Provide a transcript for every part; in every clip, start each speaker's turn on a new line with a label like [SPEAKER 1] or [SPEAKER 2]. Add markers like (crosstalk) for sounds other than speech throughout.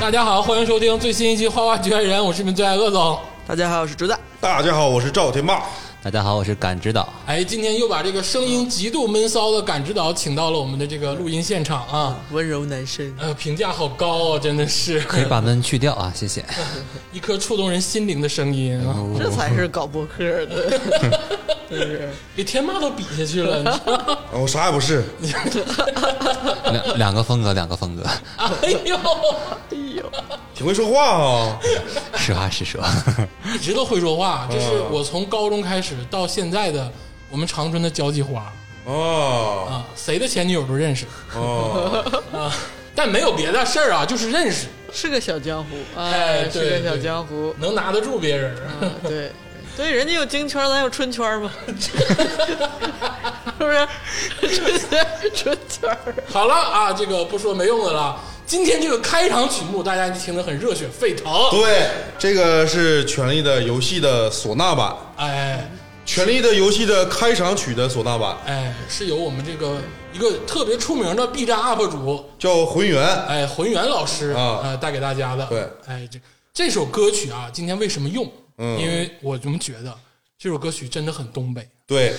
[SPEAKER 1] 大家好，欢迎收听最新一期《花花局外人》，我是你们最爱鄂总。
[SPEAKER 2] 大家好，我是竹子。
[SPEAKER 3] 大家好，我是赵天霸。
[SPEAKER 4] 大家好，我是感知导。
[SPEAKER 1] 哎，今天又把这个声音极度闷骚的感知导请到了我们的这个录音现场啊，
[SPEAKER 2] 温柔男生，
[SPEAKER 1] 呃，评价好高啊，真的是 (laughs)
[SPEAKER 4] 可以把门去掉
[SPEAKER 2] (laughs)
[SPEAKER 4] 啊，谢谢。
[SPEAKER 1] 一颗触动人心灵的声音啊，
[SPEAKER 2] 这才是搞博客 (laughs) 的，就是
[SPEAKER 1] 给天霸都比下去了，你知道吗
[SPEAKER 3] 我哦啥也不是，
[SPEAKER 4] 两两个风格，两个风格，
[SPEAKER 1] 哎呦，
[SPEAKER 2] 哎呦，
[SPEAKER 3] 挺会说话啊。
[SPEAKER 4] 实话
[SPEAKER 2] (laughs)
[SPEAKER 4] 实说。
[SPEAKER 1] 一直都会说话，这是我从高中开始到现在的我们长春的交际花
[SPEAKER 3] 哦
[SPEAKER 1] 啊，谁的前女友都认识，啊
[SPEAKER 3] 哦，
[SPEAKER 1] 但没有别的事儿啊，就是认识，
[SPEAKER 2] 是个小江湖，
[SPEAKER 1] 哎
[SPEAKER 2] 哎，是
[SPEAKER 1] 对
[SPEAKER 2] 个小江湖，
[SPEAKER 1] 能拿得住别人。
[SPEAKER 2] 啊对，所以人家有京圈，咱有春圈 (laughs) 嘛，是不是？春圈，春圈儿，
[SPEAKER 1] 好了啊，这个不说没用的了。今天这个开场曲目，大家听得很热血沸腾。
[SPEAKER 3] 对，这个是《权力的游戏》的唢呐版，《
[SPEAKER 1] 哎
[SPEAKER 3] 权力的游戏》的开场曲的唢呐版，
[SPEAKER 1] 哎，是由我们这个一个特别出名的 B 站 UP 主
[SPEAKER 3] 叫《浑圆》。
[SPEAKER 1] 哎浑元老师
[SPEAKER 3] 啊
[SPEAKER 1] 呃带给大家的。
[SPEAKER 3] 对，
[SPEAKER 1] 哎这这首歌曲啊，今天为什么用？嗯，因为我们觉得这首歌曲真的很东北。
[SPEAKER 3] 对，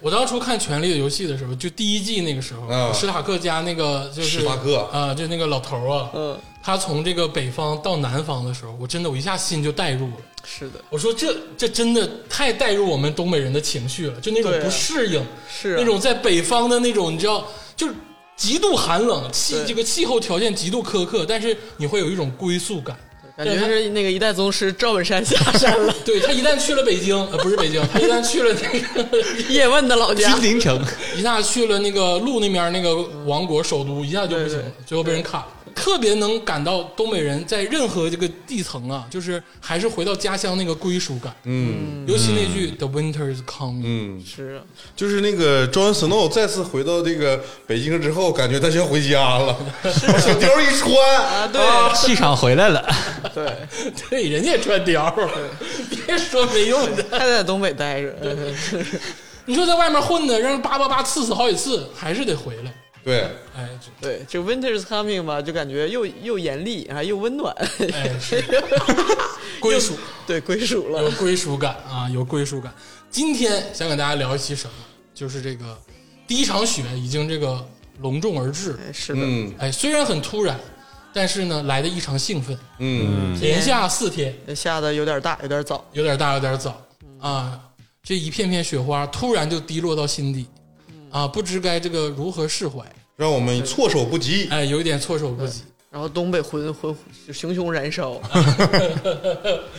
[SPEAKER 1] 我当初看《权力的游戏》的时候，就第一季那个时候，
[SPEAKER 3] 啊
[SPEAKER 1] 史塔克家那个就是
[SPEAKER 3] 史塔克
[SPEAKER 1] 啊、就那个老头儿啊，
[SPEAKER 2] 嗯，
[SPEAKER 1] 他从这个北方到南方的时候，我真的我一下心就带入了。
[SPEAKER 2] 是的，
[SPEAKER 1] 我说这这真的太带入我们东北人的情绪了，就那种
[SPEAKER 2] 对啊
[SPEAKER 1] 不适应，
[SPEAKER 2] 是啊
[SPEAKER 1] 那种在北方的那种，你知道，就是极度寒冷，气
[SPEAKER 2] 对
[SPEAKER 1] 这个气候条件极度苛刻，但是你会有一种归宿感。
[SPEAKER 2] 感觉是那个一代宗师赵本山下山 (laughs) 了，
[SPEAKER 1] 对他一旦去了北京，呃，不是北
[SPEAKER 2] (laughs)
[SPEAKER 1] 京，他一旦去了那个， (laughs)
[SPEAKER 2] 叶问的老家，
[SPEAKER 4] 陵城，
[SPEAKER 1] 一下去了那个路那面那个王国首都，一下就不行了，
[SPEAKER 2] 对对
[SPEAKER 1] 最后被人砍了。特别能感到东北人在任何这个地层啊，就是还是回到家乡那个归属感，
[SPEAKER 3] 嗯，
[SPEAKER 1] 尤其那句 “The winter is coming”，
[SPEAKER 2] 是啊，
[SPEAKER 3] 就是那个 Jon Snow 再次回到这个北京之后，感觉他像回家了，把小貂一
[SPEAKER 2] 啊，
[SPEAKER 3] 穿，
[SPEAKER 2] 对
[SPEAKER 4] 气场回来了。
[SPEAKER 2] 对，
[SPEAKER 1] (laughs) 对，人家也穿貂儿，别说没用的。
[SPEAKER 2] 还在东北待着， (laughs) 嗯
[SPEAKER 1] 你说在外面混的，让人叭叭叭刺死好几次，还是得回来。
[SPEAKER 3] 对，
[SPEAKER 1] 哎，
[SPEAKER 2] 对，就 Winter's coming 吧，就感觉又又严厉，然后又温暖，
[SPEAKER 1] 这哎是 (laughs) 归属，
[SPEAKER 2] 对，归属
[SPEAKER 1] (laughs)
[SPEAKER 2] 了
[SPEAKER 1] 有。归属感啊，有归属感。今天想给大家聊一期什么？就是这个第一场雪已经这个隆重而至，
[SPEAKER 2] 哎是的，
[SPEAKER 3] 嗯
[SPEAKER 1] 哎，虽然很突然，但是呢来的异常兴奋，
[SPEAKER 3] 嗯，
[SPEAKER 1] 连下四天，
[SPEAKER 2] 下的有点大，有点早。
[SPEAKER 1] 有点大，有点早啊。这一片片雪花突然就滴落到心底，啊，不知该这个如何释怀。
[SPEAKER 3] 让我们措手不及。
[SPEAKER 1] 哎，有一点措手不及。 (laughs)
[SPEAKER 2] 然后东北魂魂熊熊燃烧，
[SPEAKER 3] 啊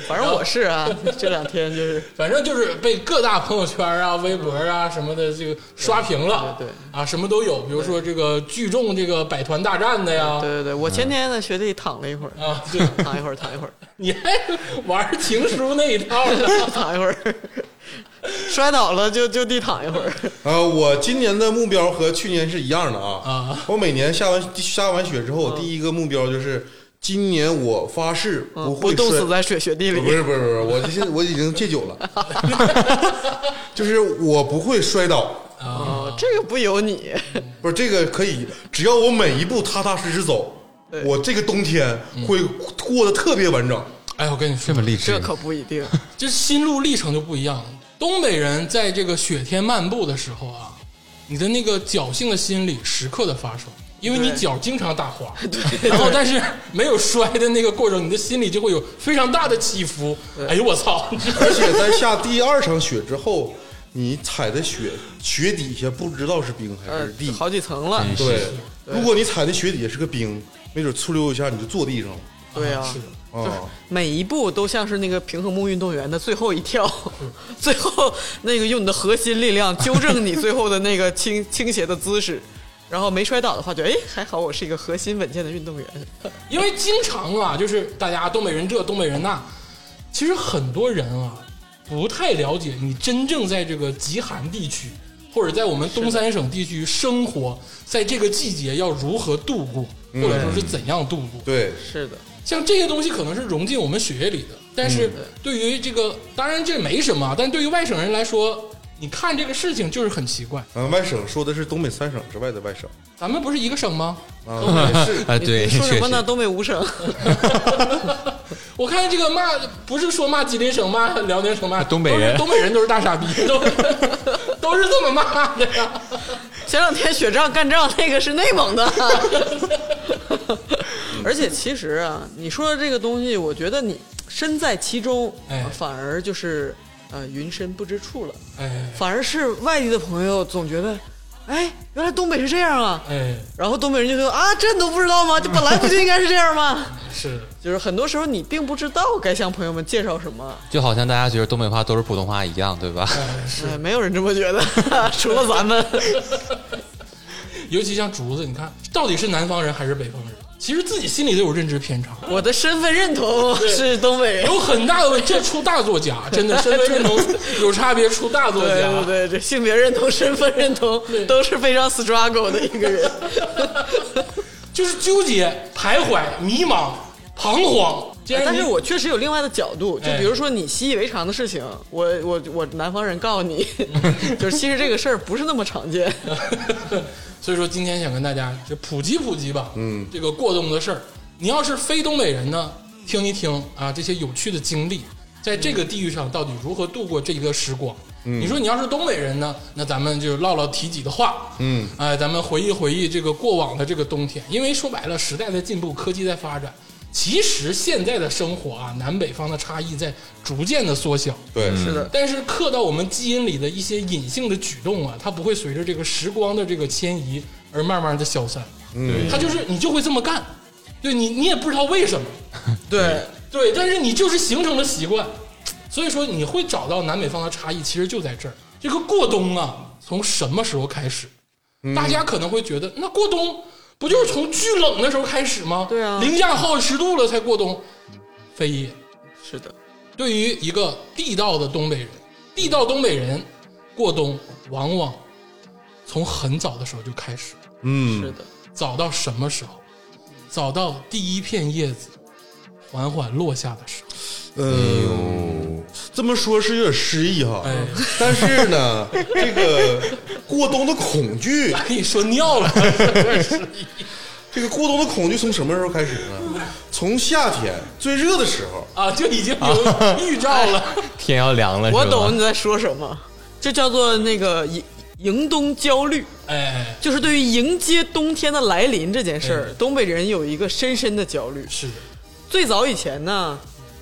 [SPEAKER 2] 反正我是啊，这两天就是
[SPEAKER 1] 反正就是被各大朋友圈啊、微博啊什么的这个刷屏了，
[SPEAKER 2] 对对
[SPEAKER 1] 啊，什么都有，比如说这个聚众这个百团大战的呀
[SPEAKER 3] 啊
[SPEAKER 2] 对，对对，我
[SPEAKER 3] 嗯
[SPEAKER 2] 前天在雪地躺了一会儿，
[SPEAKER 1] 啊， (laughs) 对，
[SPEAKER 2] 躺一会儿，躺一会儿，
[SPEAKER 1] 你还玩情书那一套
[SPEAKER 2] (laughs)
[SPEAKER 1] 呢？
[SPEAKER 2] 躺一会儿，摔倒了就就地躺一会儿。
[SPEAKER 3] 啊，我今年的目标和去年是一样的啊。
[SPEAKER 1] 啊
[SPEAKER 3] 我每年下完下完雪之后，我第一个目标就是今年我发誓
[SPEAKER 2] 嗯
[SPEAKER 3] 不
[SPEAKER 2] 不
[SPEAKER 3] 会
[SPEAKER 2] 冻
[SPEAKER 3] 摔。
[SPEAKER 2] 死在雪雪地
[SPEAKER 3] 不
[SPEAKER 2] 里，
[SPEAKER 3] 是不是不是，我这现我已经 (laughs) 戒酒了， (laughs) 就是我不会摔倒。
[SPEAKER 1] 啊
[SPEAKER 2] 哦，这个不由你，
[SPEAKER 3] 不是这个可以，只要我每一步踏踏实实走
[SPEAKER 2] 对，
[SPEAKER 3] 我这个冬天会过得特别完
[SPEAKER 2] (laughs)
[SPEAKER 3] 整。
[SPEAKER 1] 哎，我跟你说
[SPEAKER 4] 这，么励
[SPEAKER 2] 这
[SPEAKER 4] 志，
[SPEAKER 2] 可不一定。
[SPEAKER 1] 这心路历程就不一样了。东北人在这个雪天漫步的时候啊，你的那个侥幸的心理时刻的发生，因为你
[SPEAKER 2] 对
[SPEAKER 1] 脚经常打滑，然后但是没有摔的那个过程，你的心里就会有非常大的起伏。哎呦我操！
[SPEAKER 3] 而且在下第二场雪之后，你踩在雪雪底下，不知道是冰还
[SPEAKER 2] 呃
[SPEAKER 3] 是地。，
[SPEAKER 2] 好几层了，
[SPEAKER 3] 对，如果你踩在雪底下是个冰，没准呲溜一下你就坐地上了。
[SPEAKER 2] 对啊，
[SPEAKER 1] 是的
[SPEAKER 3] 啊，
[SPEAKER 2] 每一步都像是那个平衡木运动员的最后一跳， (laughs) 最后那个用你的核心力量纠正你最后的那个倾 (laughs) 倾斜的姿势，然后没摔倒的话，就哎还好我是一个核心稳健的运动员。
[SPEAKER 1] 因为经常啊，就是大家东北人这东北人那，其实很多人啊不太了解你真正在这个极寒地区或者在我们东三省地区生活，在这个季节要如何度过，或者说是怎样度过。
[SPEAKER 3] 对，
[SPEAKER 2] 是的，
[SPEAKER 1] 像这些东西可能是融进我们血液里的，但是对于这个，当然这没什么，但对于外省人来说，你看这个事情就是很奇怪。
[SPEAKER 3] 嗯，外省说的是东北三省之外的外省
[SPEAKER 1] 咱们不是一个省吗？
[SPEAKER 3] 啊，也
[SPEAKER 4] (laughs)
[SPEAKER 3] 是
[SPEAKER 4] 啊，对，
[SPEAKER 2] 说什
[SPEAKER 4] 确
[SPEAKER 2] 么呢？
[SPEAKER 4] 实
[SPEAKER 2] 东北五省，
[SPEAKER 1] (laughs) 我看这个骂不是说骂吉林省骂辽宁省骂
[SPEAKER 4] 啊东北人
[SPEAKER 1] 都是东北人都是大
[SPEAKER 4] (laughs)
[SPEAKER 1] 傻逼，都都是这么骂的呀。
[SPEAKER 2] (laughs) 前两天雪仗干仗那个是内蒙的， (laughs) 而且其实啊，你说的这个东西，我觉得你身在其中，
[SPEAKER 1] 哎
[SPEAKER 2] 反而就是呃云深不知处了，
[SPEAKER 1] 哎
[SPEAKER 2] 反而是外地的朋友总觉得，哎，原来东北是这样啊，
[SPEAKER 1] 哎，
[SPEAKER 2] 然后东北人就说啊，这你都不知道吗？这本来不就应该是这样吗？ (laughs)
[SPEAKER 1] 是的
[SPEAKER 2] 就是很多时候你并不知道该向朋友们介绍什么，
[SPEAKER 4] 就好像大家觉得东北话都是普通话一样，对吧？
[SPEAKER 2] 哎，没有人这么觉得， (laughs) 除了
[SPEAKER 1] (laughs)
[SPEAKER 2] 咱们。
[SPEAKER 1] 尤其像竹子，你看到底是南方人还是北方人？其实自己心里都有认知偏差，
[SPEAKER 2] 我的身份认同是东北人。
[SPEAKER 1] 有很大的问题。这出大作
[SPEAKER 2] (laughs)
[SPEAKER 1] 家，真的身份认同有差别，出大作家。
[SPEAKER 2] 对对对，这性别认同、身份认同都是非常 struggle 的一
[SPEAKER 1] (laughs)
[SPEAKER 2] 个人。哎
[SPEAKER 1] 就是纠结、徘徊、迷茫、彷徨。既然
[SPEAKER 2] 哎但是
[SPEAKER 1] 你哎
[SPEAKER 2] 我确实有另外的角度，就比如说你习以为常的事情，我我我南方人告诉你， (laughs) 就是其实这个事儿不是那么常见。
[SPEAKER 1] (laughs) 所以说今天想跟大家就普及普及吧，嗯，这个过冬的事儿。你要是非东北人呢，听一听啊这些有趣的经历，在这个地域上到底如何度过这一个时光。你说你要是东北人呢，那咱们就唠唠体己的话，嗯，哎，咱们回忆回忆这个过往的这个冬天，因为说白了，时代在进步，科技在发展，其实现在的生活啊，南北方的差异在逐渐的缩小，
[SPEAKER 3] 对，
[SPEAKER 2] 是的，
[SPEAKER 1] 但是刻到我们基因里的一些隐性的举动啊，它不会随着这个时光的这个迁移而慢慢的消散。嗯，它就是你就会这么干，对你你也不知道为什么，
[SPEAKER 2] 对，
[SPEAKER 1] 对，但是你就是形成了习惯，所以说你会找到南北方的差异，其实就在这儿。这个过冬啊，从什么时候开始？大家可能会觉得，那过冬不就是从巨冷的时候开始吗？
[SPEAKER 2] 对啊
[SPEAKER 1] 零下好几十度了才过冬，非也。
[SPEAKER 2] 是的，
[SPEAKER 1] 对于一个地道的东北人，地道东北人过冬往往从很早的时候就开始，
[SPEAKER 2] 是
[SPEAKER 3] 嗯，
[SPEAKER 2] 的，
[SPEAKER 1] 早到什么时候？早到第一片叶子缓缓落下的时候。
[SPEAKER 3] 嗯，呃这么说是有点诗意哈
[SPEAKER 1] 哎，
[SPEAKER 3] (laughs) 但是呢，这个过冬的恐惧，
[SPEAKER 1] 跟你说尿了，
[SPEAKER 3] 这个过冬的恐惧从什么时候开始呢？从夏天最热的时候，
[SPEAKER 1] (laughs) 啊，就已经有预兆了。
[SPEAKER 4] 天要凉了，
[SPEAKER 2] 我
[SPEAKER 4] 是吧
[SPEAKER 2] 懂你在说什么，这叫做那个迎迎冬焦虑。
[SPEAKER 1] 哎，
[SPEAKER 2] 就是对于迎接冬天的来临这件事儿，东北人有一个深深的焦虑。
[SPEAKER 1] 是的，
[SPEAKER 2] 最早以前呢，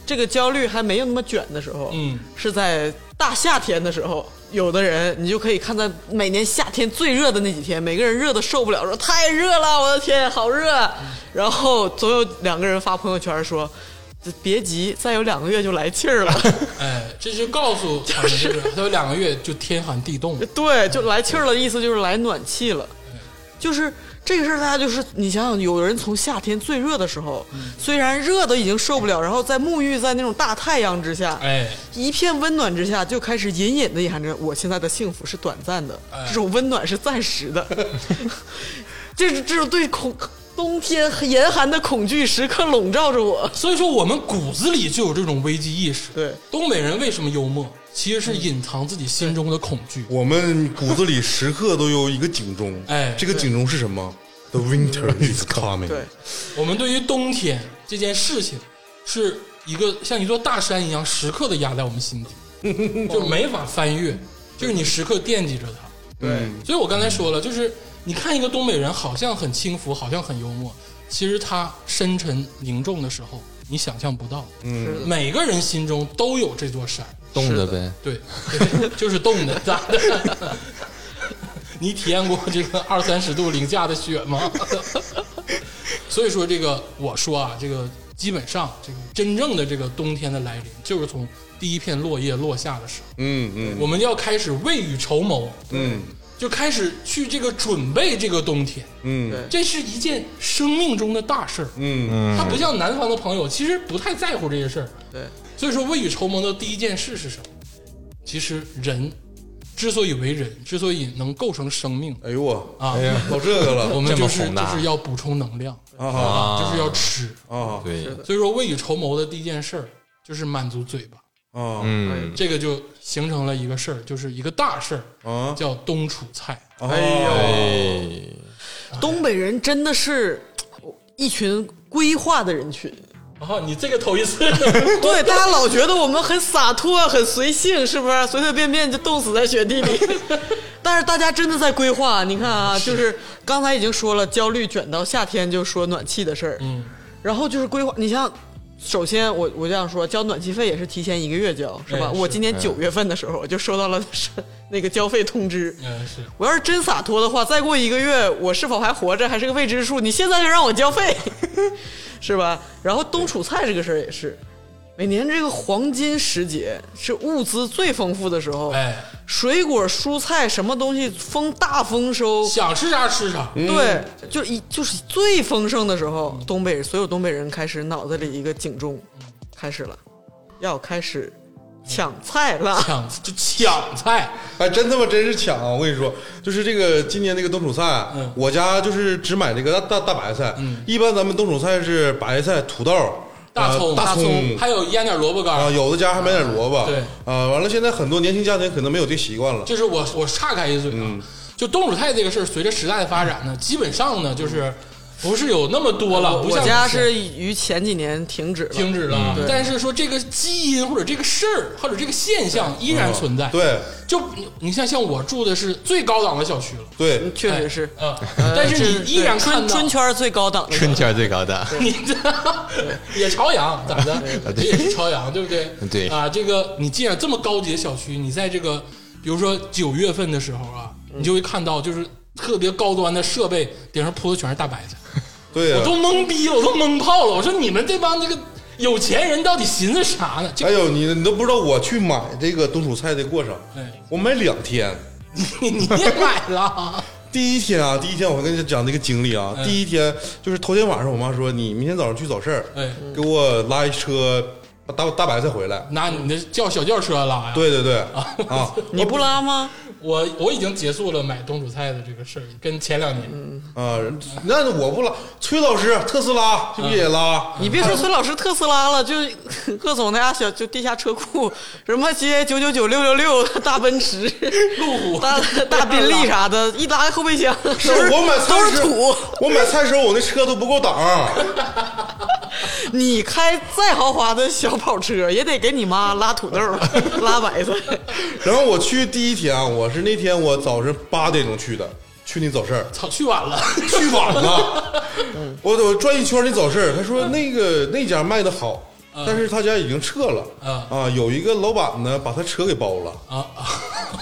[SPEAKER 2] 这个焦虑还没有那么卷的时候，
[SPEAKER 1] 嗯，
[SPEAKER 2] 是在大夏天的时候，有的人你就可以看在每年夏天最热的那几天，每个人热的受不了，说太热了，我的天，好热。然后总有两个人发朋友圈说。别急，再有两个月就来气儿了。
[SPEAKER 1] 哎，这就告诉他们，就是他有两个月就天寒地冻了。
[SPEAKER 2] 对，就来气儿了，意思就是来暖气了。
[SPEAKER 1] 嗯
[SPEAKER 2] 就是这个事儿，大家就是你想想，有人从夏天最热的时候，
[SPEAKER 1] 嗯
[SPEAKER 2] 虽然热的已经受不了，然后在沐浴在那种大太阳之下，
[SPEAKER 1] 哎，
[SPEAKER 2] 一片温暖之下，就开始隐隐的隐含着我现在的幸福是短暂的，
[SPEAKER 1] 哎
[SPEAKER 2] 这种温暖是暂时
[SPEAKER 1] (laughs)
[SPEAKER 2] 的。这是这种对恐冬天严寒的恐惧时刻笼罩着我。
[SPEAKER 1] 所以说我们骨子里就有这种危机意识。
[SPEAKER 2] 对，
[SPEAKER 1] 东北人为什么幽默？其实是隐藏自己心中的恐惧。
[SPEAKER 3] 我们骨子里时刻都有一个警钟，
[SPEAKER 1] 哎
[SPEAKER 3] 这个警钟是什么？The winter is coming。
[SPEAKER 2] 对，
[SPEAKER 1] 我们对于冬天这件事情，是一个像一座大山一样，时刻的压在我们心底，就没法翻越，就是你时刻惦记着它。
[SPEAKER 3] 对，
[SPEAKER 1] 所以我刚才说了，就是你看一个东北人，好像很轻浮，好像很幽默，其实他深沉凝重的时候，你想象不到。嗯，每个人心中都有这座山，
[SPEAKER 4] 冻的呗，
[SPEAKER 1] 对， (laughs) 就是冻的，咋的？ (laughs) 你体验过这个二三十度零下的雪吗？ (laughs) 所以说，这个我说啊，这个基本上这个真正的这个冬天的来临，就是从第一片落叶落下的时候，
[SPEAKER 3] 嗯嗯
[SPEAKER 1] 我们要开始未雨绸缪，
[SPEAKER 3] 嗯
[SPEAKER 1] 就开始去这个准备这个冬天，
[SPEAKER 3] 嗯
[SPEAKER 1] 这是一件生命中的大事儿。
[SPEAKER 3] 嗯
[SPEAKER 1] 他不像南方的朋友，其实不太在乎这些事儿。
[SPEAKER 2] 对，
[SPEAKER 1] 所以说未雨绸缪的第一件事是什么？其实人之所以为人，之所以能构成生命
[SPEAKER 3] 哎呦我，
[SPEAKER 1] 啊，
[SPEAKER 3] 到这个
[SPEAKER 1] 我
[SPEAKER 3] 了
[SPEAKER 1] 们就是
[SPEAKER 4] 这么宏大
[SPEAKER 1] 就是要补充能量，
[SPEAKER 3] 啊
[SPEAKER 1] 就是要吃。
[SPEAKER 3] 啊
[SPEAKER 4] 对，
[SPEAKER 1] 所以说未雨绸缪的第一件事儿就是满足嘴巴。
[SPEAKER 3] 啊啊
[SPEAKER 4] 嗯，
[SPEAKER 1] 这个就形成了一个事儿，就是一个大事儿，
[SPEAKER 3] 啊！
[SPEAKER 1] 叫东楚菜。
[SPEAKER 3] 哎呦，
[SPEAKER 4] 哎，
[SPEAKER 2] 东北人真的是一群规划的人群，
[SPEAKER 1] 哦，你这个头一次，
[SPEAKER 2] (laughs) 对，大家老觉得我们很洒脱、很随性，是不是？随随便便就冻死在雪地里。
[SPEAKER 1] (laughs)
[SPEAKER 2] 但是大家真的在规划，你看啊，就是刚才已经说了，焦虑卷到夏天就说暖气的事儿，
[SPEAKER 1] 嗯，
[SPEAKER 2] 然后就是规划。你像，首先我我这样说，交暖气费也是提前一个月交，是吧？
[SPEAKER 1] 哎是
[SPEAKER 2] 我今年九月份的时候我就收到了是那个交费通知。
[SPEAKER 1] (laughs) 嗯是，
[SPEAKER 2] 我要是真洒脱的话，再过一个月我是否还活着还是个未知数。你现在就让我交费， (laughs) 是吧？然后冬储菜这个事儿也是，每年这个黄金时节是物资最丰富的时候，
[SPEAKER 1] 哎，
[SPEAKER 2] 水果、蔬菜什么东西丰大丰收，
[SPEAKER 1] 想吃啥吃啥，
[SPEAKER 2] 对，就一就是最丰盛的时候，东北所有东北人开始脑子里一个警钟，开始了，要开始抢菜了。
[SPEAKER 1] 抢就抢菜，
[SPEAKER 3] 哎，真他妈真是抢啊！我跟你说，就是这个今年那个冬储菜
[SPEAKER 1] 嗯，
[SPEAKER 3] 我家就是只买这个大大大白菜。一般咱们冬储菜是白菜、土豆、
[SPEAKER 1] 大
[SPEAKER 3] 呃
[SPEAKER 1] 葱、
[SPEAKER 3] 大葱，
[SPEAKER 1] 还有腌点萝卜干
[SPEAKER 3] 啊，
[SPEAKER 1] 儿。
[SPEAKER 3] 有的家还买点萝卜。
[SPEAKER 1] 对
[SPEAKER 3] 啊，完了，现在很多年轻家庭可能没有这习惯了。
[SPEAKER 1] 就是我我岔开一嘴啊，
[SPEAKER 2] 嗯
[SPEAKER 1] 就冬储菜这个事儿，随着时代的发展呢，基本上呢就是不是有那么多了，不
[SPEAKER 2] 我
[SPEAKER 1] 像
[SPEAKER 2] 家
[SPEAKER 1] 以前
[SPEAKER 2] 是于前几年停止了，
[SPEAKER 1] 停止了，
[SPEAKER 2] 对
[SPEAKER 1] 但是说这个基因或者这个事儿或者这个现象依然存在。，
[SPEAKER 3] 对
[SPEAKER 1] 就你你像像我住的是最高档的小区了，
[SPEAKER 3] 对，
[SPEAKER 2] 确实是。呃
[SPEAKER 1] 啊、但是
[SPEAKER 2] 这
[SPEAKER 1] 你依然看
[SPEAKER 2] 春
[SPEAKER 1] 到
[SPEAKER 2] 春圈最高档的
[SPEAKER 4] 春天最高档，
[SPEAKER 1] (laughs) 你这也朝阳，咋的？这也是朝阳，对不对？
[SPEAKER 4] 对
[SPEAKER 1] 啊，这个你既然这么高级的小区，你在这个比如说九月份的时候啊，你就会看到就是特别高端的设备顶上铺的全是大白菜，
[SPEAKER 3] 对啊呀
[SPEAKER 1] 我。都懵逼了，我都懵泡了。我说你们这帮这个有钱人到底寻思啥呢？这
[SPEAKER 3] 哎呦，你你都不知道我去买这个冬储菜的过程
[SPEAKER 1] 哎，
[SPEAKER 3] 我买两天。
[SPEAKER 1] 你你也买了？
[SPEAKER 3] 第一天啊，第一天我跟你讲这个经历啊，
[SPEAKER 1] 嗯
[SPEAKER 3] 第一天就是头天晚上，我妈说你明天早上去早市儿，
[SPEAKER 1] 哎，
[SPEAKER 2] 嗯
[SPEAKER 3] 给我拉一车大大白菜回
[SPEAKER 2] 啊
[SPEAKER 3] 来。
[SPEAKER 1] 拿你的叫小轿车拉呀？，
[SPEAKER 3] 对对对，
[SPEAKER 2] (laughs)
[SPEAKER 3] 啊，
[SPEAKER 2] 你不拉吗？
[SPEAKER 1] 我我已经结束了买冬储菜的这个事儿，跟前两年，
[SPEAKER 3] 啊，那我不拉，崔老师特斯拉是不是也拉？
[SPEAKER 2] 你别说孙老师特斯拉了，就 (laughs) 鄂总那家小就地下车库，什么 GA 九九九六六六、大奔 (laughs) 驰、
[SPEAKER 1] 路虎
[SPEAKER 2] (laughs) 大大宾利啥的，一拉开后备箱 (laughs) 都
[SPEAKER 3] 是我买菜
[SPEAKER 2] 都
[SPEAKER 3] 时
[SPEAKER 2] 是土。
[SPEAKER 3] 我买菜时候我那车都不够档，
[SPEAKER 2] (laughs) 你开再豪华的小跑车，也得给你妈拉土豆、 (laughs) 拉白菜。
[SPEAKER 3] 然后我去第一天啊，我是那天我早晨八点钟去的，去那早市儿，
[SPEAKER 1] 操，去晚了。 (laughs)
[SPEAKER 3] 去晚了。啊我我转一圈那早市儿，他说那个那家卖的好，但是他家已经撤了。
[SPEAKER 1] 啊
[SPEAKER 3] 啊，有一个老板呢，把他车给包了，
[SPEAKER 1] 啊啊！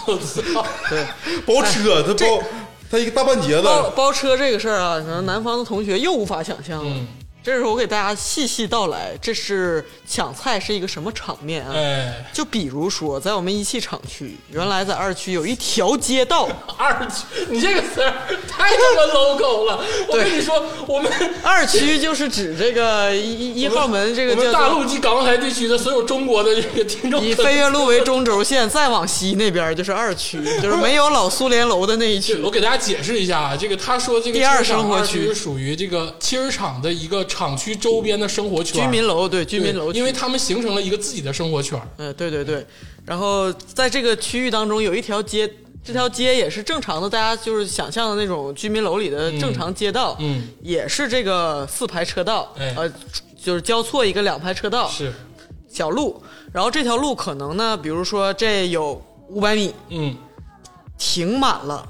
[SPEAKER 1] 我操！对，
[SPEAKER 3] 包车，他包他一个大半截子。
[SPEAKER 2] 包包车这个事儿啊，可能南方的同学又无法想象了。
[SPEAKER 1] 嗯
[SPEAKER 2] 这时候我给大家细细道来，这是抢菜是一个什么场面啊？
[SPEAKER 1] 哎，
[SPEAKER 2] 就比如说，在我们一汽厂区，原来在二区有一条街
[SPEAKER 1] (laughs)
[SPEAKER 2] 道，
[SPEAKER 1] 二区，你这个词儿太他妈 logo 了。我跟你说，我们
[SPEAKER 2] 二区就是指这个一 (laughs) 一一号门这个
[SPEAKER 1] 我
[SPEAKER 2] 叫
[SPEAKER 1] 们
[SPEAKER 2] 做
[SPEAKER 1] 大陆及港澳台地区的所有中国的这个听众，
[SPEAKER 2] 以飞跃路为中轴线，再往西那边就是二区，就是没有老苏联楼的那
[SPEAKER 1] (laughs)
[SPEAKER 2] 一
[SPEAKER 1] 对
[SPEAKER 2] 区。
[SPEAKER 1] 我给大家解释一下啊，这个他说这个
[SPEAKER 2] 第二
[SPEAKER 1] 七十
[SPEAKER 2] 生
[SPEAKER 1] 厂
[SPEAKER 2] 活
[SPEAKER 1] 二
[SPEAKER 2] 区
[SPEAKER 1] 区是属于这个七十厂的一个厂区周边的生活圈，
[SPEAKER 2] 居民楼对居
[SPEAKER 1] 对
[SPEAKER 2] 民楼区，
[SPEAKER 1] 因为他们形成了一个自己的生活圈。
[SPEAKER 2] 嗯对对对，然后在这个区域当中有一条街，这条街也是正常的，大家就是想象的那种居民楼里的正常街道，
[SPEAKER 1] 嗯，
[SPEAKER 2] 也是这个四排车道，
[SPEAKER 1] 哎
[SPEAKER 2] 呃，就是交错一个两排车道
[SPEAKER 1] 是，
[SPEAKER 2] 小路，然后这条路可能呢，比如说这有五百米，
[SPEAKER 1] 嗯，
[SPEAKER 2] 停满了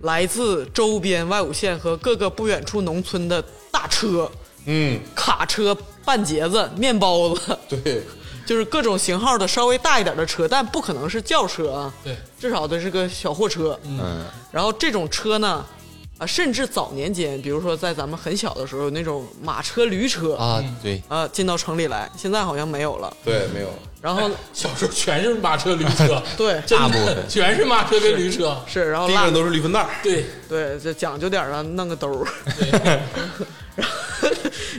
[SPEAKER 2] 来自周边外五县和各个不远处农村的大车、
[SPEAKER 3] 嗯，
[SPEAKER 2] 卡车、半截子、面包子，
[SPEAKER 3] 对，
[SPEAKER 2] 就是各种型号的稍微大一点的车，但不可能是轿车啊，
[SPEAKER 1] 对，
[SPEAKER 2] 至少得是个小货车。
[SPEAKER 4] 嗯，
[SPEAKER 2] 然后这种车呢，啊，甚至早年间，比如说在咱们很小的时候，有那种马车、驴车啊，
[SPEAKER 4] 啊，对，
[SPEAKER 2] 呃进到城里来，现在好像没有了。
[SPEAKER 3] 对，没有。
[SPEAKER 2] 然后
[SPEAKER 1] 小时候全是马车、驴车，
[SPEAKER 2] (laughs)
[SPEAKER 1] (laughs)
[SPEAKER 2] 对
[SPEAKER 1] 真的
[SPEAKER 4] 大部分
[SPEAKER 1] 全是马车跟驴车，
[SPEAKER 2] 是，然后
[SPEAKER 3] 第一个
[SPEAKER 2] 拉
[SPEAKER 3] 人都是驴粪蛋儿，
[SPEAKER 1] 对，
[SPEAKER 2] 对，这讲究点儿啊，弄个兜儿。 (laughs)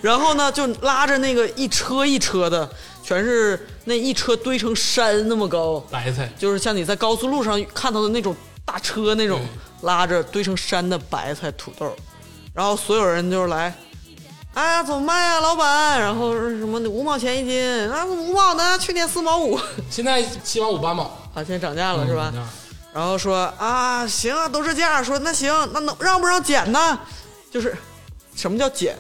[SPEAKER 2] 然后呢，就拉着那个一车一车的，全是那一车堆成山那么高，
[SPEAKER 1] 白菜，
[SPEAKER 2] 就是像你在高速路上看到的那种大车那种
[SPEAKER 1] 对
[SPEAKER 2] 拉着堆成山的白菜、土豆，然后所有人就是来哎呀，怎么办呀，老板？然后是什么五毛钱一斤啊，五毛呢，去年四毛五， (laughs) 啊
[SPEAKER 1] 现在七毛五八毛
[SPEAKER 2] 好，现在涨价了是吧？
[SPEAKER 1] 嗯啊
[SPEAKER 2] 然后说啊，行啊，都这价，说那行，那能让不让减呢？就是什么叫减？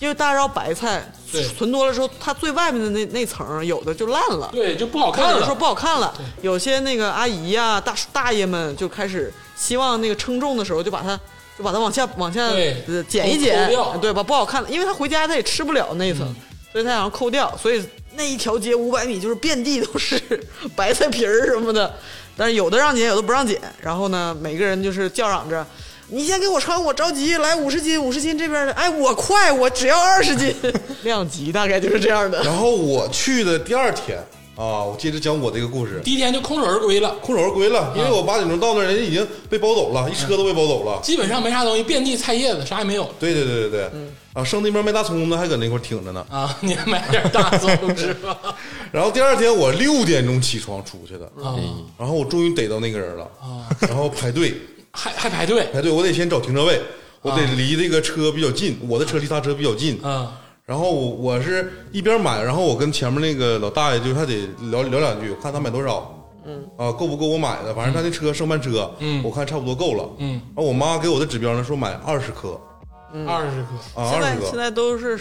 [SPEAKER 2] 因为大家知道白菜
[SPEAKER 1] 对
[SPEAKER 2] 存多了之后，它最外面的那那层儿有的就烂了，
[SPEAKER 1] 对，就不好
[SPEAKER 2] 或
[SPEAKER 1] 看
[SPEAKER 2] 者
[SPEAKER 1] 了
[SPEAKER 2] 说。不好看了。有些那个阿姨呀、大叔大爷们就开始希望那个称重的时候就把它就把它往下往下
[SPEAKER 1] 对
[SPEAKER 2] 呃减一
[SPEAKER 1] 抠
[SPEAKER 2] 减
[SPEAKER 1] 掉，嗯
[SPEAKER 2] 对吧？不好看了，因为他回家他也吃不了那一层，所以他想要抠掉，所以那一条街五百米就是遍地都是 (laughs) 白菜皮儿什么的。但是有的让减，有的不让减。然后呢，每个人就是叫嚷着：“你先给我称，我着急。来五十斤，五十斤这边的，哎，我快，我只要二十
[SPEAKER 1] (laughs)
[SPEAKER 2] 斤。”量级大概就是这样的。
[SPEAKER 3] 然后我去的第二天啊，我接着讲我这个故事。
[SPEAKER 1] 第一天就空手而归了，
[SPEAKER 3] 空手而归了，因为我八点钟到那儿，人家已经被包走了，一车都被包走了。
[SPEAKER 1] 基本上没啥东西，遍地菜叶子，啥也没有
[SPEAKER 3] (laughs) 对对对对对，啊，剩那边卖大葱的还搁那块儿挺着呢。
[SPEAKER 1] 啊。 (laughs) 你买点大葱是
[SPEAKER 2] (laughs)
[SPEAKER 1] 吧？
[SPEAKER 3] 然后第二天我六点钟起床出去的，
[SPEAKER 1] 啊，
[SPEAKER 2] 哎
[SPEAKER 3] 然后我终于逮到那个人了，然后排队
[SPEAKER 1] 还还排队
[SPEAKER 3] 排队，我得先找停车位，我得离这个车比较近，我的车离他车比较近。
[SPEAKER 1] 啊？
[SPEAKER 3] 然后我我是一边买，然后我跟前面那个老大爷就是还得聊聊两句，看他买多少，嗯啊够不够我买的，反正他那车剩半车，嗯，我看差不多够了，
[SPEAKER 1] 嗯，
[SPEAKER 3] 然后我妈给我的指标呢，说买二十颗
[SPEAKER 2] 嗯
[SPEAKER 1] 二十个，
[SPEAKER 3] 啊
[SPEAKER 2] 现
[SPEAKER 3] 二
[SPEAKER 2] 在
[SPEAKER 3] 十
[SPEAKER 2] 现
[SPEAKER 3] 颗，
[SPEAKER 2] 在都是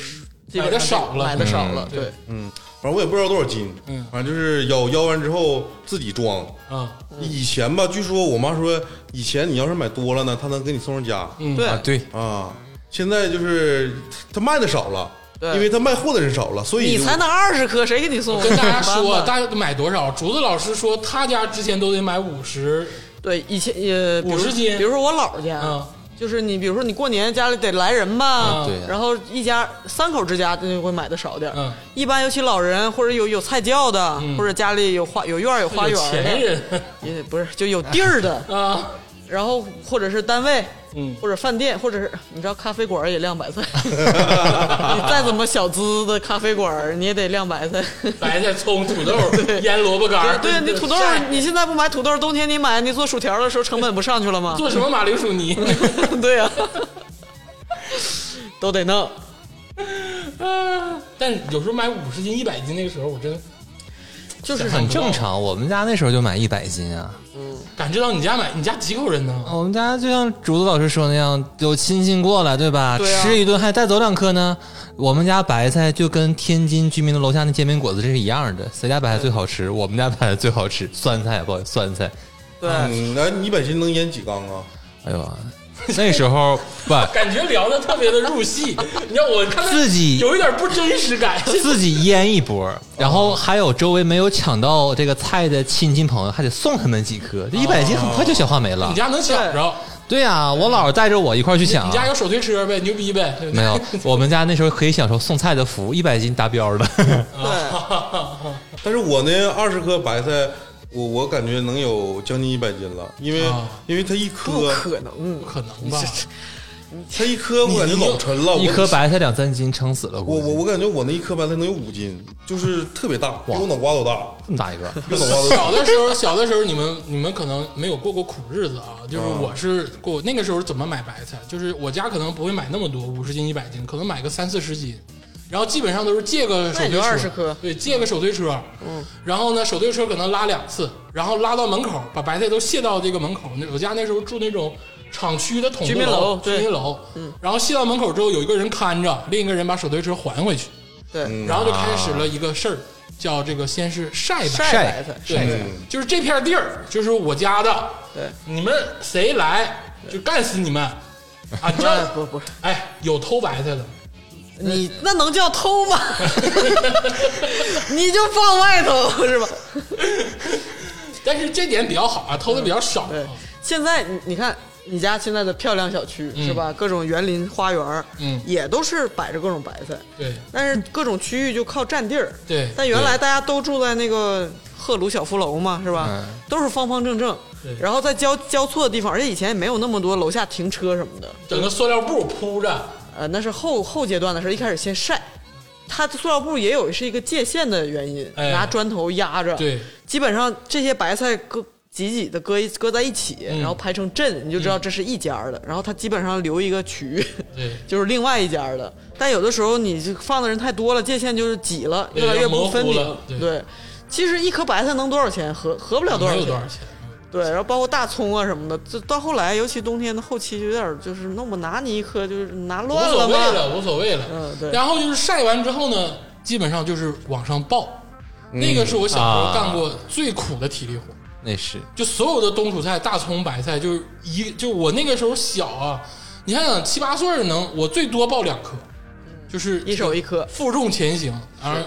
[SPEAKER 2] 基本
[SPEAKER 1] 买的
[SPEAKER 2] 上
[SPEAKER 1] 少了
[SPEAKER 2] 买的少了，
[SPEAKER 1] 嗯
[SPEAKER 2] 啊对，
[SPEAKER 3] 嗯，反正我也不知道多少斤，
[SPEAKER 1] 嗯
[SPEAKER 3] 反正就是咬咬完之后自己装。
[SPEAKER 1] 啊，
[SPEAKER 3] 以前吧，据说我妈说，以前你要是买多了呢，她能给你送上家，
[SPEAKER 1] 嗯
[SPEAKER 2] 对
[SPEAKER 4] 啊，对，
[SPEAKER 3] 啊，现在就是她卖的少了，
[SPEAKER 2] 对
[SPEAKER 3] 因为她卖货的人少了，所以
[SPEAKER 2] 你
[SPEAKER 3] 就
[SPEAKER 2] 才能二十颗，谁给你送？
[SPEAKER 1] 跟大家说，
[SPEAKER 2] 妈妈
[SPEAKER 1] 大家买多少？竹子老师说他家之前都得买五十，
[SPEAKER 2] 对以前也比如
[SPEAKER 1] 50斤
[SPEAKER 2] 比如说我姥儿家，
[SPEAKER 1] 嗯
[SPEAKER 2] 就是你比如说你过年家里得来人吧，
[SPEAKER 1] 嗯
[SPEAKER 4] 对呀
[SPEAKER 2] 然后一家三口之家就会买的少点儿
[SPEAKER 1] 嗯
[SPEAKER 2] 一般尤其老人或者有有菜窖的，或者家里有花有院儿有花园
[SPEAKER 1] 有钱
[SPEAKER 2] 的，
[SPEAKER 1] 人
[SPEAKER 2] (laughs) 也不是就有地儿的，
[SPEAKER 1] 啊，
[SPEAKER 2] 然后或者是单位，
[SPEAKER 1] 嗯
[SPEAKER 2] 或者饭店，或者是你知道咖啡馆儿也晾 (laughs) 白菜，你再怎么小资的咖啡馆儿你也得晾白菜。
[SPEAKER 1] 白菜、葱、土豆、腌萝卜干儿，
[SPEAKER 2] 啊对你土豆儿，
[SPEAKER 1] 晒
[SPEAKER 2] 你现在不买土豆儿，冬天你买，你做薯条的时候成本不上去了吗？
[SPEAKER 1] (laughs) 做什么马铃薯泥？ (laughs)
[SPEAKER 2] (laughs) 对呀、都得弄。
[SPEAKER 1] 啊但是有时候买五十斤、一百斤那个时候，我真
[SPEAKER 2] 就是
[SPEAKER 1] 想
[SPEAKER 4] 很
[SPEAKER 1] 不到
[SPEAKER 4] 正。常。我们家那时候就买一百斤啊，
[SPEAKER 1] 感知到你家买，你家几口人呢？
[SPEAKER 4] 哦我们家就像竹子老师说那样，有亲戚过来，对吧？
[SPEAKER 2] 对啊
[SPEAKER 4] 吃一顿还带走两颗呢。我们家白菜就跟天津居民楼楼下那煎饼果子这是一样的，谁家白菜最好吃？我们家白菜最好吃，酸菜不好意思，酸菜。
[SPEAKER 2] 对，
[SPEAKER 3] 嗯，那你一百斤能腌几缸啊？
[SPEAKER 4] 哎呦，
[SPEAKER 1] (laughs)
[SPEAKER 4] 那时候不
[SPEAKER 1] 感觉聊的特别的入戏，
[SPEAKER 4] (laughs)
[SPEAKER 1] 你让我看
[SPEAKER 4] 自己
[SPEAKER 1] 有一点不真实感。
[SPEAKER 4] 自己腌一波，然后还有周围没有抢到这个菜的亲戚朋友，还得送他们几颗，这一百斤很快就消化没了
[SPEAKER 1] 你。家能抢着？
[SPEAKER 4] 对呀、我姥儿带着我一块儿去抢
[SPEAKER 1] 哦
[SPEAKER 4] 啊
[SPEAKER 1] 你。家有手推车呗？牛逼呗？对不对
[SPEAKER 4] 没有，我们家那时候可以享受送菜的服务，一百斤达标的。
[SPEAKER 2] 对，
[SPEAKER 3] 但是我呢，二十颗白菜，我我感觉能有将近一百斤了，因为、
[SPEAKER 1] 啊
[SPEAKER 3] 因为它一
[SPEAKER 2] 不
[SPEAKER 3] 颗，
[SPEAKER 2] 可能
[SPEAKER 4] 嗯
[SPEAKER 1] 不。可能吧？
[SPEAKER 3] 它一颗我感觉老沉了，
[SPEAKER 4] 一
[SPEAKER 3] 我
[SPEAKER 4] 颗。白菜两三斤，撑死了。
[SPEAKER 3] 我
[SPEAKER 4] 估计
[SPEAKER 3] 我我感觉我那一颗白菜能有五斤，就是特别大，比我脑瓜都大，
[SPEAKER 4] 这么
[SPEAKER 1] (laughs)
[SPEAKER 4] 大一个，
[SPEAKER 3] 比我脑瓜都大。
[SPEAKER 1] 小的 (laughs) 时候，小的时候你们你们可能没有过过苦日子啊，就是我是过那个时候怎么买白菜，就是我家可能不会买那么多，五十斤一百斤，可能买个三四十斤。然后基本上都是借个手
[SPEAKER 2] 那也
[SPEAKER 1] 推
[SPEAKER 2] 就
[SPEAKER 1] 车，
[SPEAKER 2] 20颗
[SPEAKER 1] 对，借个手推车，嗯，然后呢，手推车可能拉两次，然后拉到门口，把白菜都卸到这个门口。那我家那时候住那种厂区的筒子
[SPEAKER 2] 居民
[SPEAKER 1] 楼，
[SPEAKER 2] 楼
[SPEAKER 1] 居
[SPEAKER 2] 对
[SPEAKER 1] 民楼，嗯，然后卸到门口之后，有一个人看着，另一个人把手推车还回去，
[SPEAKER 2] 对，
[SPEAKER 3] 嗯
[SPEAKER 1] 然后就开始了一个事儿，叫这个先是晒白
[SPEAKER 2] 晒白菜，
[SPEAKER 1] 对，就是这片地儿就是我家的，
[SPEAKER 2] 对，
[SPEAKER 1] 你们谁来就干死你们啊！你知
[SPEAKER 2] 那
[SPEAKER 1] 道，
[SPEAKER 2] (laughs) 不不，
[SPEAKER 1] 哎，有偷白菜的，
[SPEAKER 2] 你那能叫偷吗？ (laughs) 你就放外头是吧？
[SPEAKER 1] 但是这点比较好啊，偷的比较少啊。
[SPEAKER 2] 对，现在你你看你家现在的漂亮小区是吧？各种园林花园，
[SPEAKER 1] 嗯
[SPEAKER 2] 也都是摆着各种白菜，
[SPEAKER 1] 对
[SPEAKER 2] 但是各种区域就靠占地儿。
[SPEAKER 1] 对
[SPEAKER 2] 但原来大家都住在那个赫鲁晓夫楼嘛，是吧？
[SPEAKER 4] 嗯
[SPEAKER 2] 都是方方正正
[SPEAKER 1] 对，
[SPEAKER 2] 然后在交交错的地方，而且以前也没有那么多楼下停车什么的。
[SPEAKER 1] 整个塑料布铺着，
[SPEAKER 2] 呃，那是后后阶段的事儿，一开始先晒。它塑料布也有是一个界限的原因，
[SPEAKER 1] 哎
[SPEAKER 2] 拿砖头压着。
[SPEAKER 1] 对，
[SPEAKER 2] 基本上这些白菜各几几的搁一搁在一起，
[SPEAKER 1] 嗯
[SPEAKER 2] 然后排成阵，你就知道这是一家儿的。然后它基本上留一个区，
[SPEAKER 1] 对，
[SPEAKER 2] (laughs) 就是另外一家儿的。但有的时候你就放的人太多了，界限就是挤了，
[SPEAKER 1] 对
[SPEAKER 2] 越来越不分
[SPEAKER 1] 模糊了对
[SPEAKER 2] 明。对，其实一颗白菜能多少钱？合合不了多少
[SPEAKER 1] 没有
[SPEAKER 2] 钱
[SPEAKER 1] 多。少钱。
[SPEAKER 2] 对，然后包括大葱啊什么的，这到后来，尤其冬天的后期，有点儿就是那我拿你一颗，就是拿
[SPEAKER 1] 无
[SPEAKER 2] 乱
[SPEAKER 1] 所
[SPEAKER 2] 了
[SPEAKER 1] 谓
[SPEAKER 2] 嘛。
[SPEAKER 1] 了，无所谓了。
[SPEAKER 2] 嗯对
[SPEAKER 1] 然后就是晒完之后呢，基本上就是往上爆，那个是我小时候
[SPEAKER 4] 啊
[SPEAKER 1] 干过最苦的体力活。
[SPEAKER 4] 那是
[SPEAKER 1] 就所有的冬储菜、大葱、白菜，就是一就我那个时候小啊，你想想七八岁儿能，我最多抱两颗，就是
[SPEAKER 2] 嗯一手一颗
[SPEAKER 1] 负重前行，
[SPEAKER 2] (laughs)
[SPEAKER 1] 啊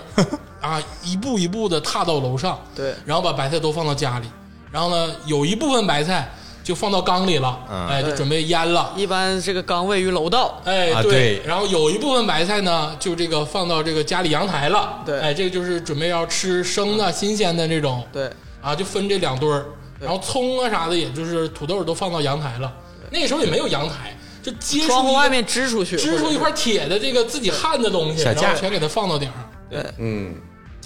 [SPEAKER 1] 啊，一步一步的踏到楼上，
[SPEAKER 2] 对
[SPEAKER 1] 然后把白菜都放到家里，然后呢，有一部分白菜就放到缸里了，
[SPEAKER 4] 嗯
[SPEAKER 1] 哎，就
[SPEAKER 2] 对
[SPEAKER 1] 准备腌了。
[SPEAKER 2] 一般这个缸位于楼道，
[SPEAKER 1] 哎，
[SPEAKER 4] 啊对
[SPEAKER 1] 然后有一部分白菜呢，就这个放到这个家里阳台了。
[SPEAKER 2] 对嗯
[SPEAKER 1] 哎，这个就是准备要吃生的、新鲜的这种。
[SPEAKER 2] 对，
[SPEAKER 1] 啊，就分这两堆儿，然后葱啊啥的，也就是土豆都放到阳台了。那个时候也没有阳台，就接出
[SPEAKER 2] 窗
[SPEAKER 1] 一
[SPEAKER 2] 户
[SPEAKER 1] 个
[SPEAKER 2] 外面支出去，
[SPEAKER 1] 支出一块铁的这个自己焊的东西，
[SPEAKER 4] 小
[SPEAKER 1] 然
[SPEAKER 4] 架
[SPEAKER 1] 后全给它放到顶上。
[SPEAKER 3] 嗯，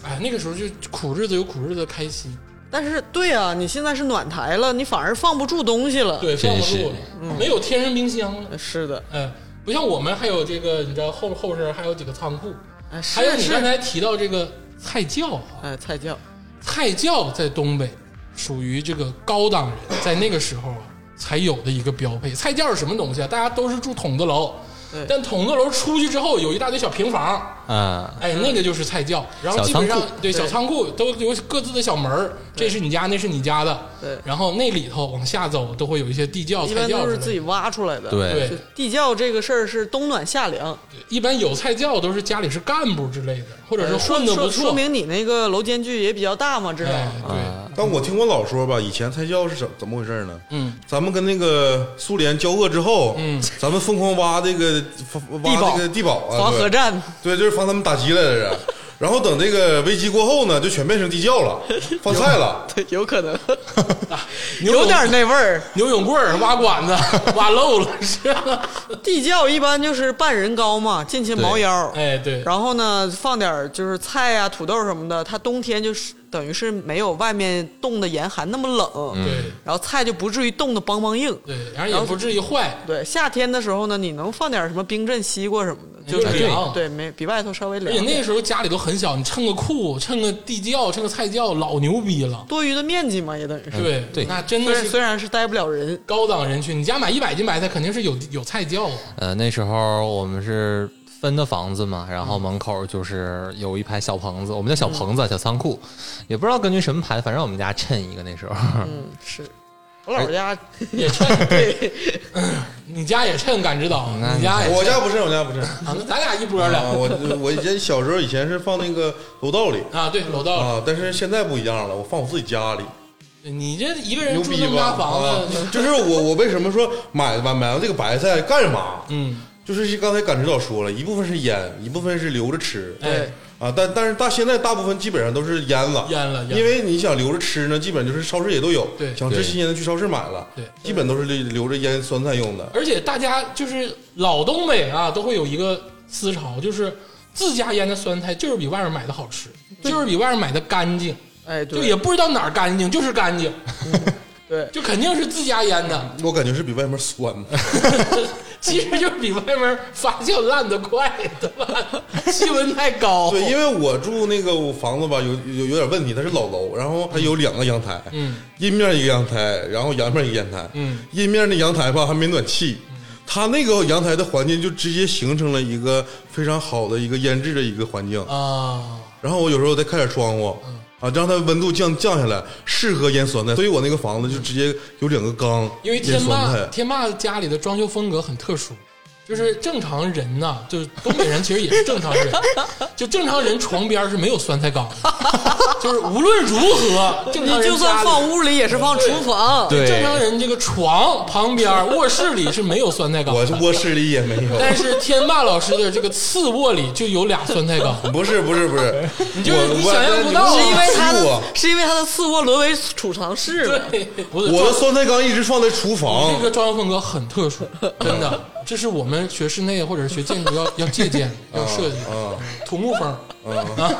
[SPEAKER 1] 哎，那个时候就苦日子有苦日子的开心，
[SPEAKER 2] 但是对啊，你现在是暖台了，你反而放不住东西了。
[SPEAKER 1] 对，
[SPEAKER 4] 真
[SPEAKER 1] 放不
[SPEAKER 4] 是
[SPEAKER 1] 住了，
[SPEAKER 2] 嗯
[SPEAKER 1] 嗯没有天然冰箱了。
[SPEAKER 2] 呃，是的，
[SPEAKER 1] 哎，不像我们还有这个，你知道后后身还有几个仓库，
[SPEAKER 2] 哎，是
[SPEAKER 1] 还有你
[SPEAKER 2] 是
[SPEAKER 1] 刚，才提到这个菜窖啊，
[SPEAKER 2] 哎，菜窖，
[SPEAKER 1] 菜窖在东北属于这个高档人，在那个时候啊才有的一个标配。菜窖是什么东西啊？大家都是住筒子楼
[SPEAKER 2] 对，
[SPEAKER 1] 但筒子楼出去之后有一大堆小平房，
[SPEAKER 4] 啊，
[SPEAKER 1] 哎，那个就是菜窖。然后基本上
[SPEAKER 4] 小
[SPEAKER 1] 对
[SPEAKER 4] 仓
[SPEAKER 2] 嗯对
[SPEAKER 1] 小仓库都有各自的小门儿，这是你家，那是你家的。
[SPEAKER 2] 对
[SPEAKER 1] 然后那里头往下走都会有一些地窖、
[SPEAKER 2] 一
[SPEAKER 1] 哦菜
[SPEAKER 2] 般
[SPEAKER 1] 窖
[SPEAKER 2] 都
[SPEAKER 1] 之类
[SPEAKER 2] 是
[SPEAKER 1] 的
[SPEAKER 2] 自己挖出来的。，
[SPEAKER 4] 对
[SPEAKER 1] 对，
[SPEAKER 2] 地窖这个事儿是冬暖夏凉，
[SPEAKER 1] 一般有菜窖都是家里是干部之类的，或者是
[SPEAKER 2] 呃
[SPEAKER 1] 混
[SPEAKER 2] 说
[SPEAKER 1] 的不
[SPEAKER 2] 说
[SPEAKER 1] 错。
[SPEAKER 2] 说明你那个楼间距也比较大嘛，至少。
[SPEAKER 1] 哎，对，
[SPEAKER 4] 啊，
[SPEAKER 3] 但我听我老说吧，以前菜窖是怎怎么回事呢？
[SPEAKER 1] 嗯，
[SPEAKER 3] 咱们跟那个苏联交恶之后，
[SPEAKER 1] 嗯，
[SPEAKER 3] 咱们疯狂挖这个挖这个地堡啊，
[SPEAKER 2] 防
[SPEAKER 3] 对
[SPEAKER 1] (laughs)
[SPEAKER 2] 核战，
[SPEAKER 3] 对，就是防他们打击来的人。然后等这个危机过后呢，就全变成地窖了，放菜了。
[SPEAKER 2] 对，有 (laughs) 可能
[SPEAKER 1] 永
[SPEAKER 2] 有点那
[SPEAKER 1] (laughs)
[SPEAKER 2] 味儿。
[SPEAKER 1] 牛永贵儿挖管子 (laughs) 挖漏了是吧？
[SPEAKER 2] 地窖一般就是半人高嘛，进去毛腰，
[SPEAKER 1] 哎，对，
[SPEAKER 2] 然后呢，放点儿就是菜啊、土豆什么的，它冬天就是等于是没有外面冻的严寒那么冷，
[SPEAKER 1] 对
[SPEAKER 2] 然后菜就不至于冻得梆梆硬。
[SPEAKER 1] 对，然后也不至于坏，
[SPEAKER 2] 对，夏天的时候呢，你能放点儿什么冰镇西瓜什么的，就是
[SPEAKER 1] 又
[SPEAKER 2] 比
[SPEAKER 1] 凉
[SPEAKER 2] 对没比外头稍微
[SPEAKER 1] 而
[SPEAKER 2] 凉
[SPEAKER 1] 且
[SPEAKER 2] 点。
[SPEAKER 1] 哦哎那时候家里都很小，你称个库，称个地窖，称个菜窖，老牛逼了。
[SPEAKER 2] 多余的面积嘛，也等于是。
[SPEAKER 1] 对
[SPEAKER 4] 对
[SPEAKER 1] 嗯那真
[SPEAKER 2] 嗯虽
[SPEAKER 1] 的
[SPEAKER 2] 然
[SPEAKER 1] 是
[SPEAKER 2] 虽然是待不了人，
[SPEAKER 1] 高档人群，你家买一百斤白菜，肯定是有有菜窖啊。
[SPEAKER 4] (laughs) 呃，那时候我们是分的房子嘛，
[SPEAKER 1] 嗯
[SPEAKER 4] 然后门口就是有一排小棚子，我们叫小棚子、小仓库，也不知道根据什么牌，反正我们家趁一个那时候，
[SPEAKER 2] 嗯，是我姥姥家
[SPEAKER 1] 也趁对， (laughs) 你家也趁敢指导，
[SPEAKER 4] 那
[SPEAKER 1] 你家也趁
[SPEAKER 3] 我家不是，我家不是。
[SPEAKER 1] 啊，那咱俩一波儿
[SPEAKER 3] 啊，
[SPEAKER 1] 了
[SPEAKER 3] 我我以前小时候以前是放那个楼道里
[SPEAKER 1] 啊。对，楼道，
[SPEAKER 3] 啊，但是现在不一样了，我放我自己家里，
[SPEAKER 1] 你这一个人
[SPEAKER 3] 牛
[SPEAKER 1] 住
[SPEAKER 3] 逼
[SPEAKER 1] 这么
[SPEAKER 3] 吧？
[SPEAKER 1] 大房
[SPEAKER 3] 啊 (laughs)
[SPEAKER 1] 子，
[SPEAKER 3] 就是我我为什么说买买买完这个白菜干嘛？
[SPEAKER 1] 嗯，
[SPEAKER 3] 就是刚才甘指导说了一部分是腌，一部分是留着吃。
[SPEAKER 1] 哎，
[SPEAKER 3] 啊，但但是大现在大部分基本上都是腌了，
[SPEAKER 1] 腌了腌了
[SPEAKER 3] 因为你想留着吃呢，基本就是超市也都有，
[SPEAKER 1] 对
[SPEAKER 3] 想吃新鲜的去超市买了，
[SPEAKER 1] 对
[SPEAKER 3] 基本都是留留着腌酸菜用的，
[SPEAKER 1] 而且大家就是老东北啊，都会有一个思潮，就是自家腌的酸菜就是比外面买的好吃，就是比外面买的干净，
[SPEAKER 2] 哎，
[SPEAKER 1] 就
[SPEAKER 2] 对
[SPEAKER 1] 也不知道哪儿干净，就是干净，
[SPEAKER 2] 对，
[SPEAKER 1] 就肯定是自家腌
[SPEAKER 3] (laughs)
[SPEAKER 1] 的，
[SPEAKER 3] 我感觉是比外面酸的，
[SPEAKER 1] 其实就是比外面发酵烂的快，对吧？气温 (laughs) 太高，
[SPEAKER 3] 对，因为我住那个房子吧，有有有点问题，它是老楼，然后还有两个阳台，
[SPEAKER 1] 嗯，
[SPEAKER 3] 阴面一个阳台，然后阳面一个阳台，
[SPEAKER 1] 嗯，
[SPEAKER 3] 阴面的阳台吧还没暖气。它那个阳台的环境就直接形成了一个非常好的一个腌制的一个环境，
[SPEAKER 1] 啊，嗯
[SPEAKER 3] 然后我有时候再开点窗户，啊，让它温度降降下来，适合腌酸菜。所以我那个房子就直接有两个缸，
[SPEAKER 1] 因为
[SPEAKER 3] 腌
[SPEAKER 1] 天
[SPEAKER 3] 酸
[SPEAKER 1] 霸
[SPEAKER 3] 菜。
[SPEAKER 1] 天霸家里的装修风格很特殊。就是正常人呐、就是东北人，其实也是正常人。就正常人床边是没有酸菜缸的，就是无论如何，正
[SPEAKER 2] 你
[SPEAKER 1] 常人
[SPEAKER 2] 就算
[SPEAKER 1] 家里
[SPEAKER 2] 放屋里也是放厨房，
[SPEAKER 4] 对
[SPEAKER 1] 正常人这个床旁边卧室里是没有酸菜缸
[SPEAKER 3] 我
[SPEAKER 1] 的，
[SPEAKER 3] 卧室里也没有，
[SPEAKER 1] 但是天霸老师的这个次卧里就有俩酸菜缸，
[SPEAKER 3] 不是不是不是，
[SPEAKER 1] (laughs) 你就是
[SPEAKER 3] 我
[SPEAKER 1] 你想象不到啊
[SPEAKER 3] 我
[SPEAKER 2] 是因为他
[SPEAKER 1] 哦
[SPEAKER 3] 我
[SPEAKER 2] 的是因为他的次卧沦为储藏室了。
[SPEAKER 1] 对，不是
[SPEAKER 3] 我的
[SPEAKER 1] 装
[SPEAKER 3] 酸菜缸一直放在厨
[SPEAKER 1] 这
[SPEAKER 4] 哦
[SPEAKER 3] 房，
[SPEAKER 1] 个装修风格很特殊，真的，
[SPEAKER 4] (laughs)
[SPEAKER 1] 这是我们学室内或者学建
[SPEAKER 4] 哦
[SPEAKER 1] 筑要要借鉴、要设计的
[SPEAKER 3] 啊
[SPEAKER 4] 哦
[SPEAKER 1] 土木风。啊，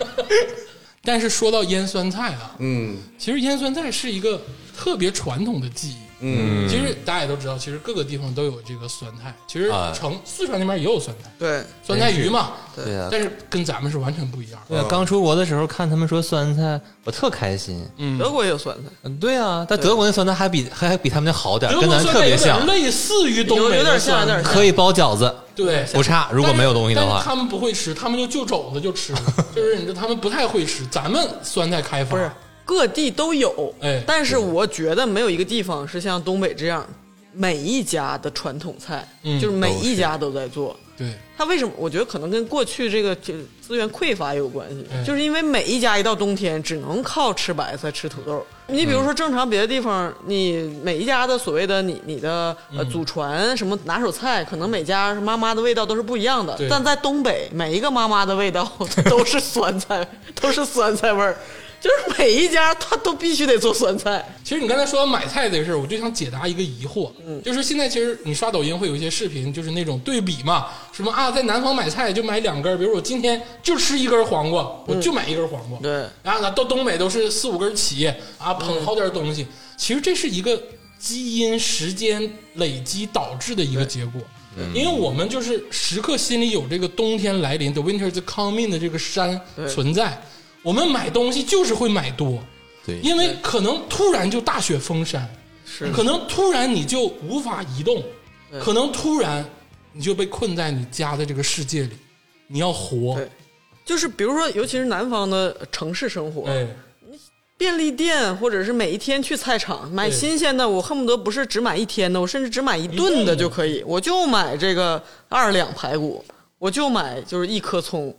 [SPEAKER 1] (laughs) 但是说到腌酸菜啊，
[SPEAKER 3] 嗯
[SPEAKER 1] 其实腌酸菜是一个特别传统的技艺。
[SPEAKER 3] 嗯
[SPEAKER 1] 其实大家也都知道，其实各个地方都有这个酸菜。其实
[SPEAKER 4] 哎
[SPEAKER 1] 成四川那边也有酸菜，
[SPEAKER 2] 对，
[SPEAKER 1] 酸菜鱼嘛，
[SPEAKER 4] 对啊呀、
[SPEAKER 1] 但是跟咱们是完全不一样的。
[SPEAKER 4] 对啊，刚出国的时候看他们说酸菜，我特开心。
[SPEAKER 1] 嗯，
[SPEAKER 2] 德国也有酸菜，
[SPEAKER 4] 嗯，对啊，但德国那酸菜还比还还比他们那好点儿，
[SPEAKER 1] 德
[SPEAKER 4] 跟
[SPEAKER 1] 国
[SPEAKER 4] 咱
[SPEAKER 1] 酸
[SPEAKER 4] 特
[SPEAKER 1] 菜
[SPEAKER 4] 别
[SPEAKER 1] 有
[SPEAKER 4] 像
[SPEAKER 1] 点，类似于东
[SPEAKER 2] 有
[SPEAKER 1] 北
[SPEAKER 2] 有
[SPEAKER 1] 的
[SPEAKER 2] 点像
[SPEAKER 1] 酸
[SPEAKER 2] 有
[SPEAKER 1] 菜
[SPEAKER 2] 点，像
[SPEAKER 4] 可以包饺子，
[SPEAKER 1] 对，
[SPEAKER 4] 不差。如果没有东西的
[SPEAKER 1] 但是
[SPEAKER 4] 话，
[SPEAKER 1] 他们不会吃，他们就就肘子就
[SPEAKER 4] (laughs)
[SPEAKER 1] 吃，就是你知道他们不太会吃。咱们酸菜开发
[SPEAKER 2] 不是各地都有，
[SPEAKER 1] 啊哎
[SPEAKER 2] 但是我觉得没有一个地方是像东北这样，每一家的传统菜，
[SPEAKER 1] 嗯
[SPEAKER 2] 就是每一家都在做。
[SPEAKER 1] 对，
[SPEAKER 2] 它为什么？我觉得可能跟过去这个这资源匮乏也有关系
[SPEAKER 1] 嗯，
[SPEAKER 2] 就是因为每一家一到冬天只能靠吃白菜、吃土豆。
[SPEAKER 1] 嗯
[SPEAKER 2] 你比如说，正常别的地方，你每一家的所谓的你你的呃祖传什么拿手菜，可能每家妈妈的味道都是不一样的
[SPEAKER 1] 对。
[SPEAKER 2] 但在东北，每一个妈妈的味道都是酸菜， (laughs) 都是酸菜味儿，就是每一家他都必须得做酸菜。
[SPEAKER 1] 其实你刚才说到买菜这个事儿，我就想解答一个疑惑，
[SPEAKER 2] 嗯
[SPEAKER 1] 就是现在其实你刷抖音会有一些视频，就是那种对比嘛，什么啊，在南方买菜就买两根儿，比如我今天就吃一根黄瓜，我
[SPEAKER 2] 嗯
[SPEAKER 1] 就买一根黄瓜，
[SPEAKER 2] 对
[SPEAKER 1] 然后呢，到东北都是四五根起啊，
[SPEAKER 2] 嗯
[SPEAKER 1] 捧好点东西。其实这是一个基因时间累积导致的一个结果，
[SPEAKER 2] 嗯
[SPEAKER 1] 因为我们就是时刻心里有这个冬天来临的 winter is coming 的这个山存在，我们买东西就是会买多，
[SPEAKER 4] 对
[SPEAKER 1] 因为可能突然就大雪封山，
[SPEAKER 2] 是
[SPEAKER 1] 可能突然你就无法移动，可能突然你就被困在你家的这个世界里，你要活，
[SPEAKER 2] 对，就是比如说，尤其是南方的城市生活，
[SPEAKER 1] 哎，
[SPEAKER 2] 便利店或者是每一天去菜场买
[SPEAKER 1] 对
[SPEAKER 2] 新鲜的，我恨不得不是只买一天的，我甚至只买一
[SPEAKER 1] 顿
[SPEAKER 2] 顿
[SPEAKER 1] 的
[SPEAKER 2] 的就可以，我就买这个二两排骨，我就买就是一颗葱。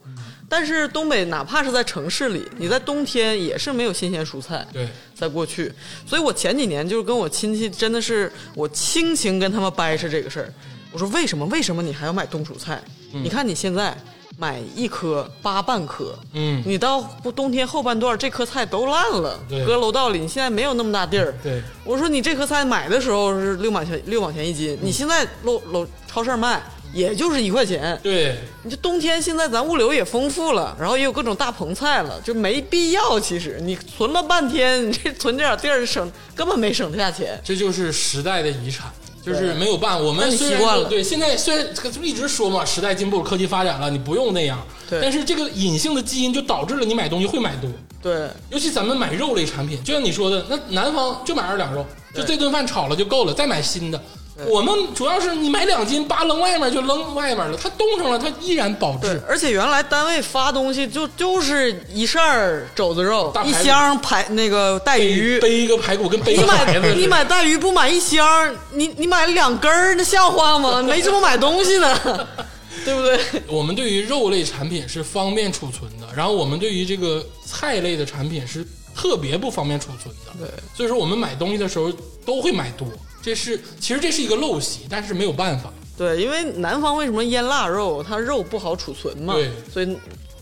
[SPEAKER 2] 但是东北哪怕是在城市里，你在冬天也是没有新鲜蔬菜。
[SPEAKER 1] 对。
[SPEAKER 2] 在过去，所以我前几年就是跟我亲戚，真的是我轻轻跟他们掰扯这个事儿。我说为什么？为什么你还要买冬储菜？你看你现在买一颗八半颗，
[SPEAKER 1] 嗯
[SPEAKER 2] 你到不冬天后半段，这颗菜都烂了
[SPEAKER 1] 对，
[SPEAKER 2] 搁楼道里，你现在没有那么大地儿。
[SPEAKER 1] 对
[SPEAKER 2] 我说你这颗菜买的时候是六毛钱六毛钱一
[SPEAKER 1] 嗯
[SPEAKER 2] 斤，你现在楼楼超市卖也就是一块钱。
[SPEAKER 1] 对，
[SPEAKER 2] 你这冬天现在咱物流也丰富了，然后也有各种大棚菜了，就没必要。其实你存了半天，你 (laughs) 这存这点地儿省根本没省下钱。
[SPEAKER 1] 这就是时代的遗产，就是没有办法。我们
[SPEAKER 2] 但你
[SPEAKER 1] 虽然
[SPEAKER 2] 习惯
[SPEAKER 1] 说
[SPEAKER 2] 了
[SPEAKER 1] 对现在虽然这个一直说嘛，时代进步，科技发展了，你不用那样。
[SPEAKER 2] 对
[SPEAKER 1] 但是这个隐性的基因就导致了你买东西会买多，
[SPEAKER 2] 对
[SPEAKER 1] 尤其咱们买肉类产品，就像你说的，那南方就买二两肉，就这顿饭炒了就够了，再买新的。我们主要是你买两斤，扒扔外面就扔外面了，它冻上了，它依然保
[SPEAKER 2] 对
[SPEAKER 1] 质。，
[SPEAKER 2] 而且原来单位发东西就就是一扇儿肘子肉
[SPEAKER 1] 大，排
[SPEAKER 2] 一
[SPEAKER 1] 骨
[SPEAKER 2] 箱排那个带鱼。
[SPEAKER 1] 背一个排骨跟背一
[SPEAKER 2] (laughs) 你
[SPEAKER 1] 个孩子
[SPEAKER 2] 买
[SPEAKER 1] 似的，
[SPEAKER 2] 你买带鱼不买一箱儿，你你买两根儿，那像话吗？没这么买东西呢， (laughs) 对不对？
[SPEAKER 1] 我们对于肉类产品是方便储存的，然后我们对于这个菜类的产品是特别不方便储存的。
[SPEAKER 2] 对，
[SPEAKER 1] 所以说我们买东西的时候都会买多，这是其实这是一个陋习，但是没有办法。
[SPEAKER 2] 对，因为南方为什么腌腊肉，它肉不好储存嘛
[SPEAKER 1] 对，嗯
[SPEAKER 2] 所以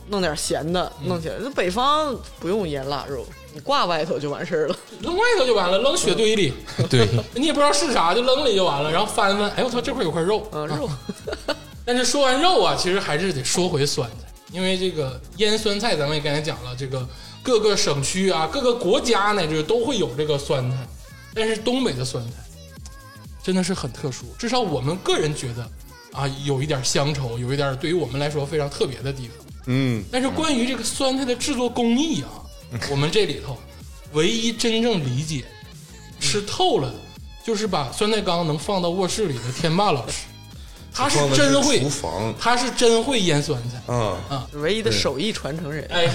[SPEAKER 2] 弄点咸的弄起来。那、北方不用腌腊肉，你挂外头就完事儿了。
[SPEAKER 1] 扔外头就完了，扔雪堆
[SPEAKER 2] (laughs)
[SPEAKER 1] 里，
[SPEAKER 4] 对，
[SPEAKER 1] 你也不知道是啥，就扔里就完了，然后翻翻，哎我操，这块有块肉。
[SPEAKER 2] 嗯，肉，
[SPEAKER 1] 但是说完肉啊，其实还是得说回酸菜，因为这个腌酸菜，咱们也刚才讲了，这个各个省区啊、各个国家乃至都会有这个酸菜，但是东北的酸菜真的是很特殊，至少我们个人觉得啊，有一点乡愁，有一点对于我们来说非常特别的地方。
[SPEAKER 3] 嗯，
[SPEAKER 1] 但是关于这个酸菜的制作工艺啊，我们这里头唯一真正理解
[SPEAKER 3] 嗯
[SPEAKER 1] 吃透了的，就是把酸菜缸能放到卧室里的天霸老
[SPEAKER 3] (laughs)
[SPEAKER 1] 师，他是
[SPEAKER 3] 放的
[SPEAKER 1] 真会
[SPEAKER 3] 厨，房
[SPEAKER 1] 他是真会腌酸菜。 (laughs)
[SPEAKER 3] 啊，
[SPEAKER 2] 唯一的手艺传承人。
[SPEAKER 1] 哎，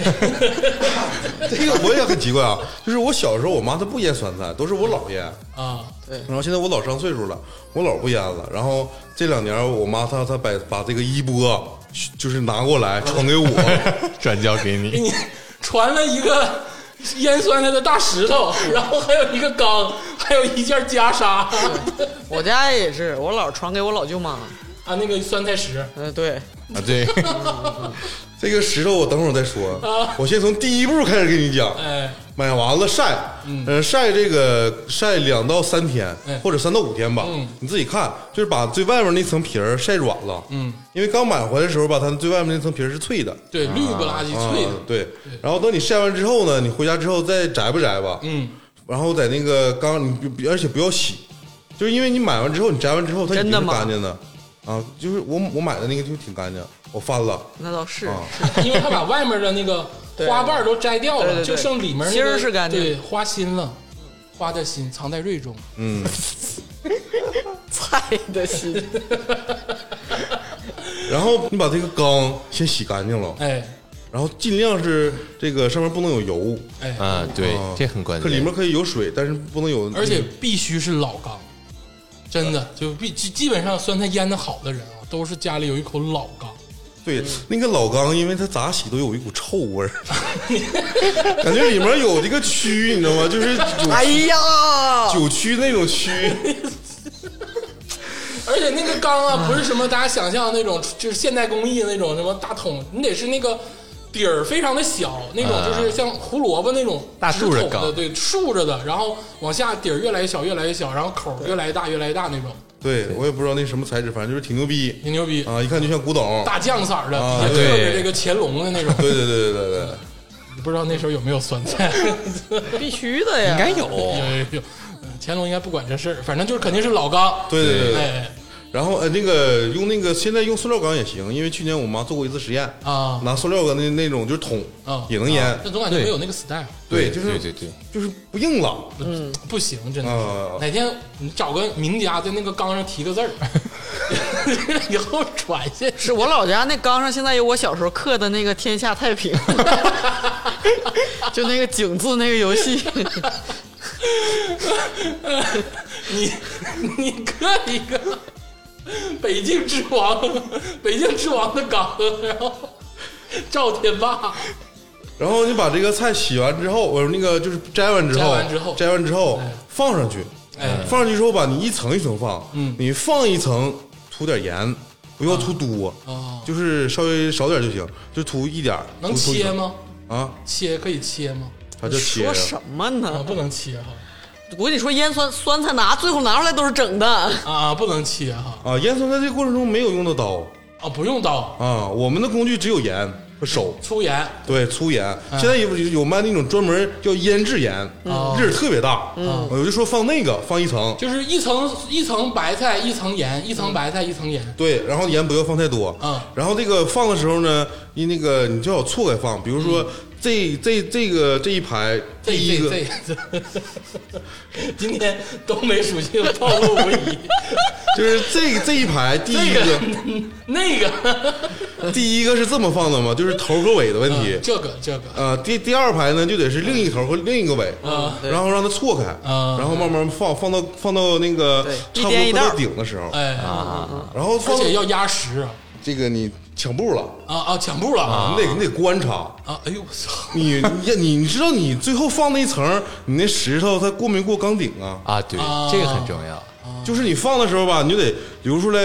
[SPEAKER 3] 这个我也很奇怪啊，就是我小时候我妈她不腌酸菜，都是我姥腌。
[SPEAKER 1] 啊，
[SPEAKER 3] 然后现在我老上岁数了，我老不腌了。然后这两年我妈她她把把这个衣钵就是拿
[SPEAKER 1] (laughs)
[SPEAKER 3] 过来传给我，
[SPEAKER 4] 转交
[SPEAKER 1] 给
[SPEAKER 4] 给
[SPEAKER 3] (laughs)
[SPEAKER 4] 你。
[SPEAKER 1] 你传了一个腌酸菜的大石头，然后还有一个缸，还有一件袈裟啊，
[SPEAKER 2] 我家也是，我姥传给我老舅妈。
[SPEAKER 1] 那个酸菜石，
[SPEAKER 2] 嗯，对，
[SPEAKER 3] (laughs)
[SPEAKER 4] 啊，对，
[SPEAKER 1] 啊
[SPEAKER 3] 这个石头我等会儿再说。我先从第一步开始跟你讲，
[SPEAKER 1] 哎，
[SPEAKER 3] 买完了晒，呃，晒这个晒两到三天
[SPEAKER 1] 嗯哎，
[SPEAKER 3] 或者三到五天吧
[SPEAKER 1] 嗯，
[SPEAKER 3] 你自己看，就是把最外面那层皮儿晒软了，
[SPEAKER 1] 嗯，
[SPEAKER 3] 因为刚买回来的时候吧，它最外面那层皮儿是脆的，
[SPEAKER 1] 对，绿不拉几，脆的，
[SPEAKER 3] 啊对。然后等你晒完之后呢，你回家之后再摘吧摘吧，
[SPEAKER 1] 嗯，
[SPEAKER 3] 然后在那个缸，你不而且不要洗，就是因为你买完之后你摘完之后它已
[SPEAKER 2] 真
[SPEAKER 3] 经
[SPEAKER 2] 的
[SPEAKER 3] 是
[SPEAKER 2] 吗
[SPEAKER 3] 干净的，啊，就是我我买的那个就挺干净，我翻了
[SPEAKER 2] 那倒是，
[SPEAKER 1] 哦
[SPEAKER 3] 啊，
[SPEAKER 1] 嗯因为他把外面的那个花瓣儿都摘掉
[SPEAKER 2] 对
[SPEAKER 1] 了，
[SPEAKER 2] 对对
[SPEAKER 1] 就剩里面那
[SPEAKER 2] 芯
[SPEAKER 1] 个
[SPEAKER 2] 儿是干净
[SPEAKER 1] 对，花心了，花的心藏在蕊中。
[SPEAKER 3] 嗯，
[SPEAKER 2] 菜的心，
[SPEAKER 1] (laughs)
[SPEAKER 3] 然后你把这个缸先洗干净了，
[SPEAKER 1] 哎
[SPEAKER 3] 然后尽量是这个上面不能有油，
[SPEAKER 1] 哎，
[SPEAKER 4] 啊，对
[SPEAKER 3] 啊，
[SPEAKER 4] 这很关
[SPEAKER 3] 可
[SPEAKER 4] 键。
[SPEAKER 3] 里面可以有水，但是不能有，嗯
[SPEAKER 1] 而且必须是老缸，真的就必基基本上酸菜腌的好的人啊，都是家里有一口老缸。
[SPEAKER 3] 对那个老缸，因为它咋洗都有一股臭味儿， (laughs) 感觉里面有这个蛆，你知道吗？就是有
[SPEAKER 2] 哎呀，
[SPEAKER 3] 酒曲那种曲，
[SPEAKER 1] 而且那个缸
[SPEAKER 3] 嗯
[SPEAKER 1] 啊，不是什么大家想象的那种，就是现代工艺的那种什么大桶，你得是那个底儿非常的小，那种
[SPEAKER 3] 嗯
[SPEAKER 4] 啊
[SPEAKER 1] 就是像胡萝卜那种
[SPEAKER 4] 大
[SPEAKER 1] 直
[SPEAKER 4] 竖着
[SPEAKER 1] 筒的，
[SPEAKER 4] 缸
[SPEAKER 1] 对，竖着的，然后往下底儿越来越小，越来越小，然后口儿越来越大，越来越大那种，
[SPEAKER 3] 对我也不知道那什么材质，反正就是挺牛逼
[SPEAKER 1] 挺牛逼，
[SPEAKER 3] 啊，一看就像古董。
[SPEAKER 1] 大酱色儿的，
[SPEAKER 3] 啊
[SPEAKER 1] 底下
[SPEAKER 3] 对
[SPEAKER 1] 刻着这个乾隆的那
[SPEAKER 3] (laughs)
[SPEAKER 1] 种，
[SPEAKER 3] 对对对对对对，
[SPEAKER 1] 不知道那时候有没有酸菜，
[SPEAKER 2] 必须的呀，
[SPEAKER 4] 应该有，
[SPEAKER 3] 哦
[SPEAKER 1] 有有有，嗯乾隆应该不管这事儿，反正就是肯定是老缸，
[SPEAKER 3] 对对对对
[SPEAKER 1] 哎
[SPEAKER 3] 然后呃，那个用那个现在用塑料缸也行，因为去年我妈做过一次实验，
[SPEAKER 1] 啊
[SPEAKER 3] 拿塑料的那那种就是桶
[SPEAKER 1] 啊，
[SPEAKER 3] 也能腌，
[SPEAKER 1] 但总感觉
[SPEAKER 4] 对
[SPEAKER 1] 没有那个 style，
[SPEAKER 3] 对，就是
[SPEAKER 4] 对对对，
[SPEAKER 3] 就是不硬朗，
[SPEAKER 1] 嗯，不行，真的。
[SPEAKER 3] 啊
[SPEAKER 1] 哪天你找个名家在那个缸上提个字儿， (laughs) 以后传下去。
[SPEAKER 2] 是我老家那缸上现在有我小时候刻的那个“天下太平”， (laughs) 就那个井字那个游戏，
[SPEAKER 1] 你 (laughs) 你刻一个北境之王，北境之王的缸，然后赵天霸，
[SPEAKER 3] 然后你把这个菜洗完之后，我那个就是摘完之
[SPEAKER 1] 摘
[SPEAKER 3] 后，
[SPEAKER 1] 完之后
[SPEAKER 3] 摘完之后放上去，
[SPEAKER 1] 哎
[SPEAKER 3] 放上去之后吧，你一层一层放，
[SPEAKER 1] 嗯
[SPEAKER 3] 你放一层，涂点盐，不要涂多，
[SPEAKER 1] 啊，
[SPEAKER 3] 就是稍微少点就行，就涂一点儿，
[SPEAKER 1] 能
[SPEAKER 3] 涂涂一
[SPEAKER 1] 切
[SPEAKER 3] 层
[SPEAKER 1] 吗？
[SPEAKER 3] 啊？
[SPEAKER 1] 切可以切吗？
[SPEAKER 3] 它叫切呀
[SPEAKER 2] 说，什么
[SPEAKER 1] 啊，
[SPEAKER 2] 呢？
[SPEAKER 1] 不能切哈，
[SPEAKER 2] 我跟你说，腌酸酸菜拿最后拿出来都是整的，
[SPEAKER 1] 啊，不能切哈，
[SPEAKER 3] 啊，腌酸菜这个过程中没有用到刀
[SPEAKER 1] 啊，不用刀，
[SPEAKER 3] 啊，我们的工具只有盐和手。
[SPEAKER 1] 粗盐
[SPEAKER 3] 对粗盐，
[SPEAKER 1] 嗯
[SPEAKER 3] 现在有有卖那种专门叫腌制盐，
[SPEAKER 1] 哦
[SPEAKER 3] 粒儿特别大，
[SPEAKER 1] 嗯
[SPEAKER 3] 我就说放那个放一层，
[SPEAKER 1] 就是一层一层白菜，一层盐，一层白菜，一层盐，
[SPEAKER 3] 对，然后盐不要放太多。
[SPEAKER 1] 嗯
[SPEAKER 3] 然后这个放的时候呢，你那个你就要错开放，比如说、这这这个这一排
[SPEAKER 1] 嗯这
[SPEAKER 3] 第一个
[SPEAKER 1] 这这， (laughs) 今天东北属性暴露无遗。
[SPEAKER 3] (laughs) 就是这这一排第一个、
[SPEAKER 1] 那个， (laughs)
[SPEAKER 3] 第一个是这么放的嘛，就是头和尾的问题。
[SPEAKER 1] 这个这个，
[SPEAKER 3] 呃，第第二排呢，就得是另一头和另一个尾，
[SPEAKER 1] 嗯
[SPEAKER 3] 然后让它错开，
[SPEAKER 1] 嗯
[SPEAKER 3] 然后慢慢放，放到放到那个
[SPEAKER 2] 对
[SPEAKER 3] 差不
[SPEAKER 2] 一颠
[SPEAKER 3] 多
[SPEAKER 2] 一
[SPEAKER 3] 快
[SPEAKER 2] 道
[SPEAKER 3] 到顶的时候，
[SPEAKER 1] 哎，
[SPEAKER 3] 然后
[SPEAKER 1] 而
[SPEAKER 3] 放
[SPEAKER 1] 且要压实啊
[SPEAKER 3] 这个你抢步了，
[SPEAKER 1] 啊啊，抢步了啊
[SPEAKER 3] 你得你得观察，
[SPEAKER 1] 啊！哎呦我操，
[SPEAKER 3] 你你你你知道你最后放那一层，你那石头它过没过钢顶啊？
[SPEAKER 4] 啊，对
[SPEAKER 1] 啊，
[SPEAKER 4] 这个很重要。
[SPEAKER 3] 就是你放的时候吧，你就得留出来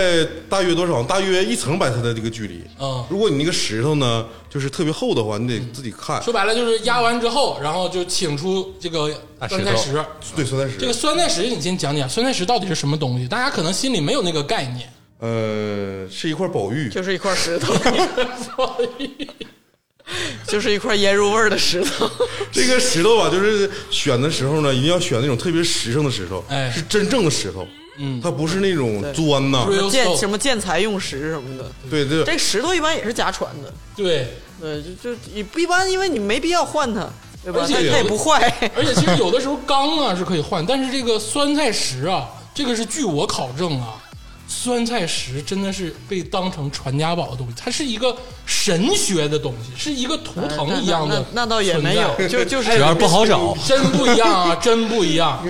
[SPEAKER 3] 大约多少？大约一层白菜的这个距离。
[SPEAKER 1] 嗯
[SPEAKER 3] 如果你那个石头呢，就是特别厚的话，你得自己看。
[SPEAKER 1] 说白了就是压完之后，然后就请出这个
[SPEAKER 4] 大石
[SPEAKER 1] 酸
[SPEAKER 4] 头
[SPEAKER 1] 菜石。
[SPEAKER 3] 对，酸菜石。
[SPEAKER 1] 这个酸菜石，你先讲讲酸菜石到底是什么东西？大家可能心里没有那个概念。 (laughs)
[SPEAKER 3] 呃，是一块宝玉，
[SPEAKER 2] 就是一块石头，就是一块腌入味儿的石头。
[SPEAKER 3] 这个石头吧，就是选的时候呢，一定要选那种特别实诚的石头，
[SPEAKER 1] 哎
[SPEAKER 3] 是真正的石头，嗯，它不是那种砖呐、
[SPEAKER 1] Real
[SPEAKER 2] 建
[SPEAKER 1] stone
[SPEAKER 2] 什么建材用石什么的，
[SPEAKER 3] 对对
[SPEAKER 2] 这个石头一般也是家传的，
[SPEAKER 1] 对，
[SPEAKER 2] 对，就就一一般，因为你没必要换它，对吧？
[SPEAKER 1] 而
[SPEAKER 2] 它
[SPEAKER 1] 且
[SPEAKER 2] 它也不坏，
[SPEAKER 1] 而且其实有的时候缸啊是可以换，但是这个酸菜石啊，这个是据我考证啊，酸菜石真的是被当成传家宝的东西，它是一个神学的东西，是一个图腾一样的
[SPEAKER 2] 哎那那那倒也没有
[SPEAKER 1] 存在
[SPEAKER 2] 就就是
[SPEAKER 1] 哎
[SPEAKER 4] 主要是不好找
[SPEAKER 1] (laughs) 真不一样啊，真不一
[SPEAKER 2] (laughs)
[SPEAKER 1] 样。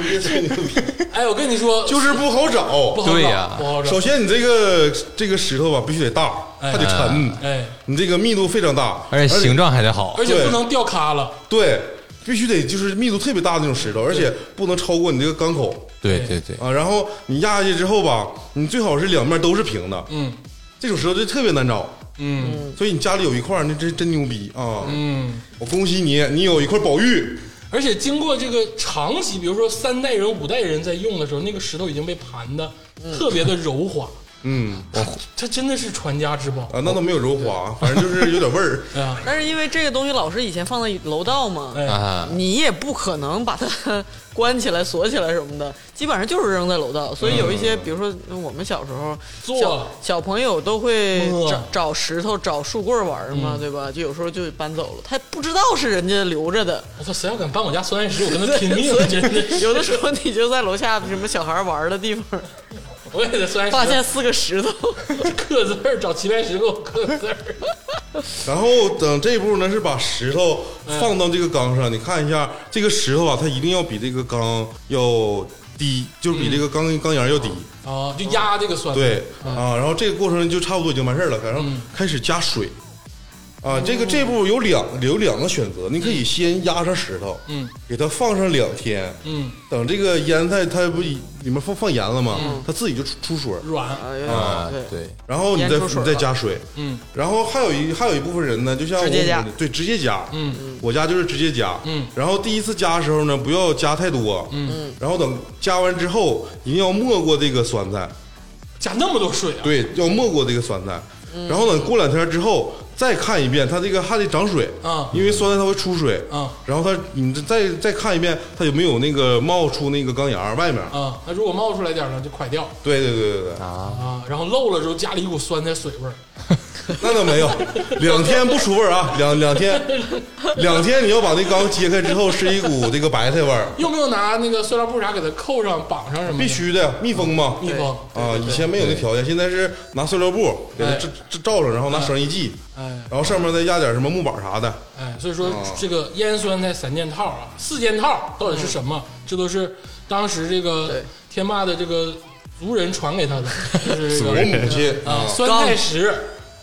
[SPEAKER 1] 哎，我跟你说，
[SPEAKER 3] 就是不好
[SPEAKER 1] 不
[SPEAKER 3] 找。
[SPEAKER 1] 好找，
[SPEAKER 4] 对呀
[SPEAKER 1] 不好找
[SPEAKER 3] 首。先，你这个这个石头吧，必须得大，
[SPEAKER 1] 哎
[SPEAKER 3] 它得沉，
[SPEAKER 1] 哎，
[SPEAKER 3] 你这个密度非常大，
[SPEAKER 4] 而且形状还得好
[SPEAKER 1] 而，且
[SPEAKER 3] 对
[SPEAKER 1] 不能掉咖了，
[SPEAKER 3] 对，必须得就是密度特别大的那种石头，而且不能超过你这个缸口
[SPEAKER 4] 对对对，
[SPEAKER 3] 啊。然后你压下去之后吧，你最好是两面都是平的，
[SPEAKER 1] 嗯
[SPEAKER 3] 这种石头就特别难找。
[SPEAKER 1] 嗯
[SPEAKER 3] 所以你家里有一块儿，那真真牛逼啊！
[SPEAKER 1] 嗯，
[SPEAKER 3] 我恭喜你，你有一块宝玉，
[SPEAKER 1] 而且经过这个长期，比如说三代人、五代人在用的时候，那个石头已经被盘的特别的柔滑，
[SPEAKER 3] 嗯
[SPEAKER 1] 它真的是传家之宝
[SPEAKER 3] 啊，那倒没有柔滑，反正就是有点
[SPEAKER 1] (laughs)
[SPEAKER 3] 味儿。
[SPEAKER 1] 哎呀！
[SPEAKER 2] 但是因为这个东西老师以前放在楼道嘛，
[SPEAKER 1] 哎
[SPEAKER 4] 啊，
[SPEAKER 2] 你也不可能把它关起来、锁起来什么的，基本上就是扔在楼道。所以有一些，比如说我们小时候，
[SPEAKER 1] 做
[SPEAKER 2] 小小朋友都会
[SPEAKER 1] 摸嗯
[SPEAKER 2] 找找石头、找树棍儿玩嘛，对吧？就有时候就搬走了，他不知道是人家留着
[SPEAKER 1] (laughs)
[SPEAKER 2] 的。
[SPEAKER 1] 我操，谁要敢搬我家酸菜石，我跟他拼命！真的，
[SPEAKER 2] 有的时候你就在楼下什么小孩玩的
[SPEAKER 1] (laughs)
[SPEAKER 2] 地方，
[SPEAKER 1] 我也得酸
[SPEAKER 2] 发
[SPEAKER 1] 菜
[SPEAKER 2] 现
[SPEAKER 1] 石
[SPEAKER 2] 四个
[SPEAKER 1] (laughs)
[SPEAKER 2] 石头，
[SPEAKER 1] 刻字儿，找齐白石给我刻字儿。
[SPEAKER 3] 然后等这一步呢，是把石头放到这个缸上，你看一下这个石头啊，它一定要比这个缸要低，就是比这个缸缸沿儿要低。
[SPEAKER 2] 嗯
[SPEAKER 1] 啊，就压这个酸菜。
[SPEAKER 3] 对啊，然后这个过程就差不多已经完事儿了，然后
[SPEAKER 2] 嗯
[SPEAKER 3] 开始加水。啊，这个这步有两有两个选择，你可以先压上石头，
[SPEAKER 1] 嗯，
[SPEAKER 3] 给它放上两天，
[SPEAKER 1] 嗯，
[SPEAKER 3] 等这个腌菜它不里面放放盐了吗？
[SPEAKER 2] 嗯
[SPEAKER 3] 它自己就出出水儿，
[SPEAKER 1] 软，
[SPEAKER 2] 哎呀
[SPEAKER 3] 啊
[SPEAKER 2] 对，
[SPEAKER 4] 对，
[SPEAKER 3] 然后你
[SPEAKER 2] 腌
[SPEAKER 3] 再
[SPEAKER 2] 出水
[SPEAKER 3] 你再
[SPEAKER 2] 了
[SPEAKER 3] 加水，
[SPEAKER 1] 嗯
[SPEAKER 3] 然后还有一还有一部分人呢，就像我
[SPEAKER 2] 直接加
[SPEAKER 3] 母对直接加，
[SPEAKER 1] 嗯，
[SPEAKER 3] 我家就是直接加，
[SPEAKER 1] 嗯
[SPEAKER 3] 然后第一次加的时候呢，不要加太多，嗯，然后等加完之后，一定要没过这个酸
[SPEAKER 1] 啊
[SPEAKER 3] 菜，
[SPEAKER 1] 加那么多水啊！
[SPEAKER 3] 对，要没过这个酸菜，
[SPEAKER 2] 嗯
[SPEAKER 3] 然后等过两天之后再看一遍，它这个还得长水
[SPEAKER 1] 啊
[SPEAKER 3] 因为酸菜它会出水
[SPEAKER 1] 啊
[SPEAKER 3] 然后它你再再看一遍，它有没有那个冒出那个钢牙外面，
[SPEAKER 1] 啊，那如果冒出来点儿了，就快掉
[SPEAKER 3] 对对对对对，
[SPEAKER 1] 啊。然后漏了之后，家里一股酸菜水味儿。
[SPEAKER 3] 那倒没有，两天不出味儿啊，两两天，两天你要把那缸揭开之后是一股这个白菜味儿，
[SPEAKER 1] 用没有拿那个塑料布啥给它扣上、绑上什么的？
[SPEAKER 3] 必须的，密封嘛。
[SPEAKER 1] 密封。
[SPEAKER 3] 啊，以前没有那条件，现在是拿塑料布给它
[SPEAKER 1] 哎
[SPEAKER 3] 罩罩罩上，然后拿绳一系，
[SPEAKER 1] 哎
[SPEAKER 3] 然后上面再压点什么木板啥的。
[SPEAKER 1] 哎，所以说这个腌酸菜三件套啊，四件套到底是什么？这都是当时这个
[SPEAKER 2] 对
[SPEAKER 1] 天霸的这个族人传给他
[SPEAKER 2] (laughs)
[SPEAKER 1] 的，就是这
[SPEAKER 3] 我
[SPEAKER 1] 个
[SPEAKER 3] 母亲
[SPEAKER 1] 啊，酸菜石、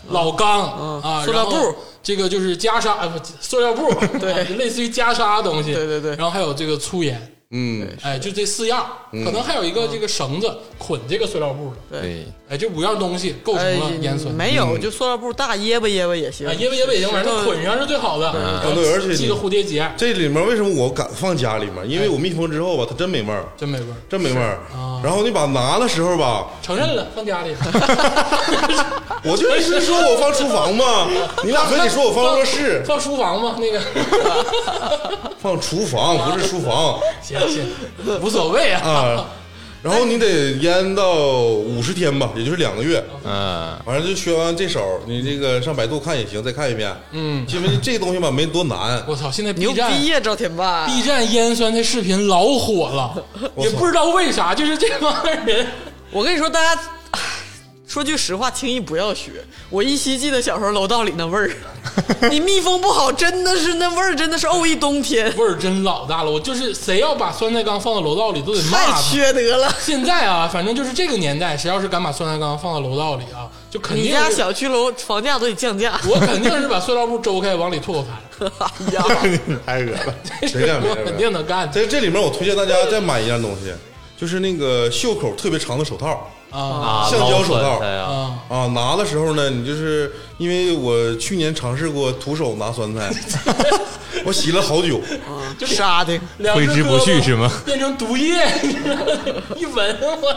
[SPEAKER 1] 老缸
[SPEAKER 2] 哦嗯
[SPEAKER 1] 啊，
[SPEAKER 2] 塑料布
[SPEAKER 1] 然后这个就是袈裟啊，不，塑料布，
[SPEAKER 2] (laughs) 对
[SPEAKER 1] 啊类似于袈裟的东西，
[SPEAKER 2] 对对对
[SPEAKER 1] 然后还有这个粗盐，
[SPEAKER 3] 嗯，
[SPEAKER 1] 哎，就这四样，可能还有一个这个绳子捆这个塑料布的，
[SPEAKER 4] 对，
[SPEAKER 1] 哎，这五样东西构成了盐酸。
[SPEAKER 2] 哎嗯没有，就塑料布大掖吧掖吧也行
[SPEAKER 1] 嗯啊，，椰子椰子也行，反
[SPEAKER 2] 石
[SPEAKER 1] 正
[SPEAKER 2] 头
[SPEAKER 1] 捆上是最好的。然后
[SPEAKER 3] 对而且你
[SPEAKER 1] 系个蝴蝶结，
[SPEAKER 3] 这里面为什么我敢放家里面？因为我密封之后吧，它真没味儿，
[SPEAKER 1] 真没味儿。
[SPEAKER 3] 真没味儿。然后你把拿的时候吧，
[SPEAKER 1] 承认了，放家里。 (laughs)
[SPEAKER 3] 我就一直说我放厨房嘛，你俩非得说我放卧室，
[SPEAKER 1] 放书房嘛，那个
[SPEAKER 3] 放厨房不是厨房。
[SPEAKER 1] 行行，无所谓啊。
[SPEAKER 3] 啊，然后你得腌到五十天吧，也就是两个月。
[SPEAKER 4] 嗯，
[SPEAKER 3] 反正就学完这手，你这个上百度看也行，再看一遍。
[SPEAKER 1] 嗯，
[SPEAKER 3] 因为这东西吧没多难，
[SPEAKER 1] 我操，现在 B
[SPEAKER 2] 牛
[SPEAKER 1] 站
[SPEAKER 2] 逼啊呀，赵天霸
[SPEAKER 1] B 站腌酸菜视频老火了，
[SPEAKER 3] 我
[SPEAKER 1] 也
[SPEAKER 3] 操
[SPEAKER 1] 不知道为啥，就是这帮人
[SPEAKER 2] 我跟你说，大家唉说句实话，轻易不要学。我依稀记得小时候楼道里那味儿，你密封不好，真的是那味儿，真的是沤一冬天，
[SPEAKER 1] 味儿真老大了。我就是谁要把酸菜缸放到楼道里，都得骂
[SPEAKER 2] 太
[SPEAKER 1] 他。
[SPEAKER 2] 缺德了。
[SPEAKER 1] 现在啊，反正就是这个年代，谁要是敢把酸菜缸放到楼道里啊，就肯
[SPEAKER 2] 你
[SPEAKER 1] 定
[SPEAKER 2] 家
[SPEAKER 1] 是
[SPEAKER 2] 小区楼房价都得降价。
[SPEAKER 1] 我肯定是把塑料布周开往里吐口痰，
[SPEAKER 2] 哎呀，
[SPEAKER 3] (laughs) 太恶了，谁敢没
[SPEAKER 1] 我 (laughs)
[SPEAKER 3] 事
[SPEAKER 1] 肯定能干
[SPEAKER 3] 在这里面，我推荐大家再买一样东西，就是那个袖口特别长的手套
[SPEAKER 1] 啊
[SPEAKER 4] 啊，
[SPEAKER 3] 橡胶手套
[SPEAKER 4] 老酸菜啊，
[SPEAKER 1] 啊！
[SPEAKER 3] 啊。拿的时候呢，你就是因为我去年尝试过徒手拿酸菜，我洗了好久，
[SPEAKER 2] 沙的，
[SPEAKER 1] 两
[SPEAKER 4] 挥
[SPEAKER 1] 只
[SPEAKER 4] 之不
[SPEAKER 1] 胳膊
[SPEAKER 4] 去是吗？
[SPEAKER 1] 变成毒液，你知道吗一闻我。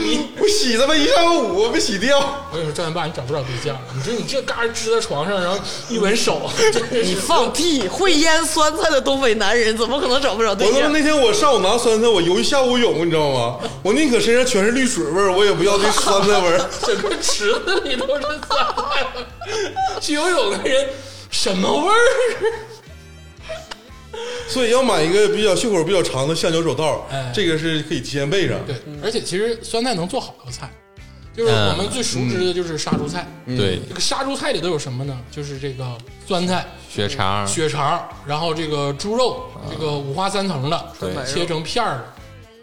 [SPEAKER 1] 你
[SPEAKER 3] 我洗他妈一上午，我没洗掉。
[SPEAKER 1] 我跟你说，赵元霸，你找不找对象？你说你这嘎儿支在床上，然后一闻手，真是
[SPEAKER 2] (laughs) 你放屁！会腌酸菜的东北男人怎么可能找不着对
[SPEAKER 3] 我他妈
[SPEAKER 2] 象？
[SPEAKER 3] 那天我上午拿酸菜，我游一下午泳，你知道吗？我宁可身上全是绿水味儿，我也不
[SPEAKER 1] (laughs)
[SPEAKER 3] 要这酸菜味儿。
[SPEAKER 1] 整个池子里都是酸菜。 (laughs) 去游泳的人什么味儿？啊
[SPEAKER 3] 所以要买一个比较袖口比较长的橡胶手套
[SPEAKER 1] 哎，
[SPEAKER 3] 这个是可以提前备上。
[SPEAKER 1] 对，而且其实酸菜能做好多菜，就是我
[SPEAKER 2] 嗯
[SPEAKER 1] 们最熟知的就是杀猪菜。
[SPEAKER 4] 嗯对，
[SPEAKER 1] 这个杀猪菜里都有什么呢？就是这个酸菜、
[SPEAKER 4] 血
[SPEAKER 2] 嗯
[SPEAKER 4] 肠，
[SPEAKER 1] 血肠，然后这个猪肉，这个五花三层的，
[SPEAKER 4] 对
[SPEAKER 1] 切成片儿的。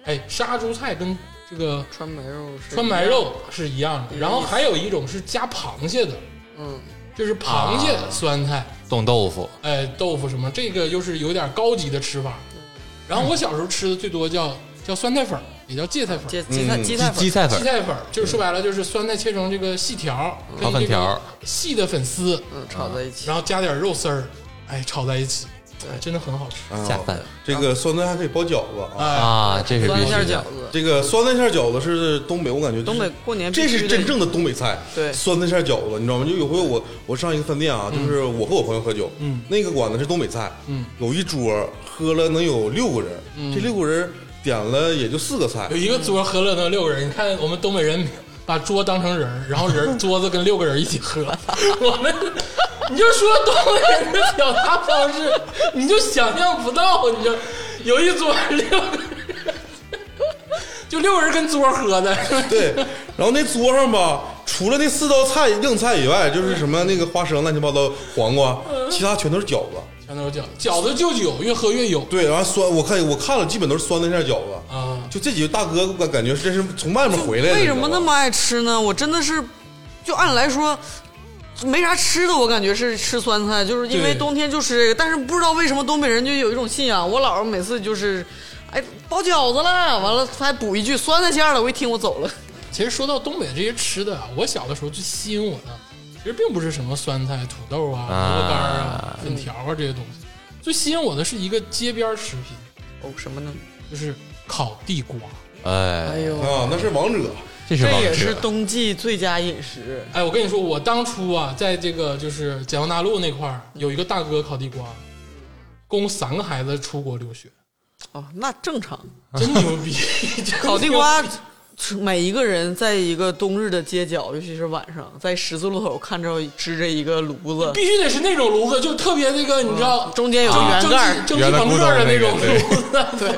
[SPEAKER 1] 哎，杀猪菜跟这个
[SPEAKER 2] 川白肉是
[SPEAKER 1] 川白肉是一样的，然后还有一种是加螃蟹的，
[SPEAKER 2] 嗯，
[SPEAKER 1] 就是螃蟹
[SPEAKER 4] 啊
[SPEAKER 1] 酸菜，
[SPEAKER 4] 冻豆腐，
[SPEAKER 1] 哎，豆腐什么，这个又是有点高级的吃法。
[SPEAKER 2] 嗯
[SPEAKER 1] 然后我小时候吃的最多叫叫酸菜粉儿，也叫芥菜粉儿。
[SPEAKER 2] 芥芥菜芥菜
[SPEAKER 4] 鸡
[SPEAKER 2] 粉，
[SPEAKER 4] 菜
[SPEAKER 1] 荠
[SPEAKER 4] 粉，
[SPEAKER 1] 菜粉儿就是说白了，就是酸菜切成这个细条儿，跟
[SPEAKER 4] 炒粉
[SPEAKER 1] 这个
[SPEAKER 4] 条儿
[SPEAKER 1] 细的粉丝，
[SPEAKER 2] 嗯，炒在一起。
[SPEAKER 1] 然后加点肉丝儿，哎，炒在一起，哎真的很好吃。
[SPEAKER 3] 啊
[SPEAKER 4] 下饭
[SPEAKER 3] 这个酸菜还可以包饺子啊。
[SPEAKER 1] 哎，
[SPEAKER 4] 啊，这是必
[SPEAKER 2] 酸馅
[SPEAKER 4] 须的
[SPEAKER 2] 饺子，
[SPEAKER 3] 这个酸菜馅饺子是东北，我感觉就是
[SPEAKER 2] 东北过年必
[SPEAKER 3] 嗯这
[SPEAKER 2] 须
[SPEAKER 3] 是
[SPEAKER 2] 的
[SPEAKER 3] 真正的东北菜。
[SPEAKER 2] 对
[SPEAKER 3] 酸菜馅饺子，你知道吗？就有回我我上一个饭店啊，就是我和我朋友喝酒，
[SPEAKER 1] 嗯
[SPEAKER 3] 那个馆子是东北菜，
[SPEAKER 1] 嗯，
[SPEAKER 3] 有一桌喝了能有六个人，这六个人点了也就四个菜
[SPEAKER 1] 有，一个桌喝了能有六个人，你看我们东北人把桌当成人儿，然后人儿桌子跟六个人一起喝。 (laughs) 我们你就说东北人的表达方式，你就想象不到，你就有一桌六个人，就六个人跟桌喝的。 (laughs)
[SPEAKER 3] (laughs) 对，然后那桌上吧，除了那四道菜硬菜以外，就是什么那个花生乱七八糟黄瓜，其他全都是饺子。
[SPEAKER 1] 全都是饺，饺子就酒，越喝越有
[SPEAKER 3] 对，然后酸，我看我看了，基本都是酸菜馅饺子。
[SPEAKER 1] 啊！
[SPEAKER 3] 就这几个大哥，我感觉真是从外面回来的。啊
[SPEAKER 2] 为什么
[SPEAKER 3] 你知
[SPEAKER 2] 那
[SPEAKER 3] 道吧
[SPEAKER 2] 么爱吃呢？我真的是，就按来说。没啥吃的，我感觉是吃酸菜，就是因为
[SPEAKER 1] 对
[SPEAKER 2] 冬天就吃这个。但是不知道为什么东北人就有一种信仰，我姥儿每次就是，哎，包饺子了，完了还补一句酸菜馅儿的。我一听我走
[SPEAKER 3] (laughs)
[SPEAKER 2] 了，
[SPEAKER 1] 其实说到东北这些吃的啊，我小的时候最吸引我的，其实并不是什么酸菜、土豆啊、
[SPEAKER 4] 啊
[SPEAKER 1] 萝卜干儿啊、粉条啊这些东西，最吸引我的是一个街边儿食品，
[SPEAKER 2] 哦，什么呢？
[SPEAKER 1] 就是烤地瓜。
[SPEAKER 2] 哎
[SPEAKER 4] 哎，
[SPEAKER 2] 呦，
[SPEAKER 3] 啊？那是王者，
[SPEAKER 4] 这是
[SPEAKER 2] 这
[SPEAKER 4] 王
[SPEAKER 2] 也是
[SPEAKER 4] 者，
[SPEAKER 2] 冬季最佳饮食。
[SPEAKER 1] 哎，我跟你说，我当初啊，在这个就是解放大陆那块儿，有一个大哥烤地瓜，供三个孩子出国留学，
[SPEAKER 2] 哦，那正常。
[SPEAKER 1] 真牛逼！
[SPEAKER 2] 烤地瓜，每一个人在一个冬日的街角，尤其是晚上，在十字路口看着支着一个炉子，
[SPEAKER 1] 必须得是那种炉子，就特别那个，你知道，
[SPEAKER 2] 中间有个
[SPEAKER 1] 就
[SPEAKER 2] 圆
[SPEAKER 1] 蒸
[SPEAKER 2] 盖儿
[SPEAKER 1] 汽，蒸汽
[SPEAKER 3] 圆的
[SPEAKER 1] 朋克
[SPEAKER 3] 咕咚
[SPEAKER 1] 的那
[SPEAKER 3] 那个
[SPEAKER 1] 种
[SPEAKER 3] 对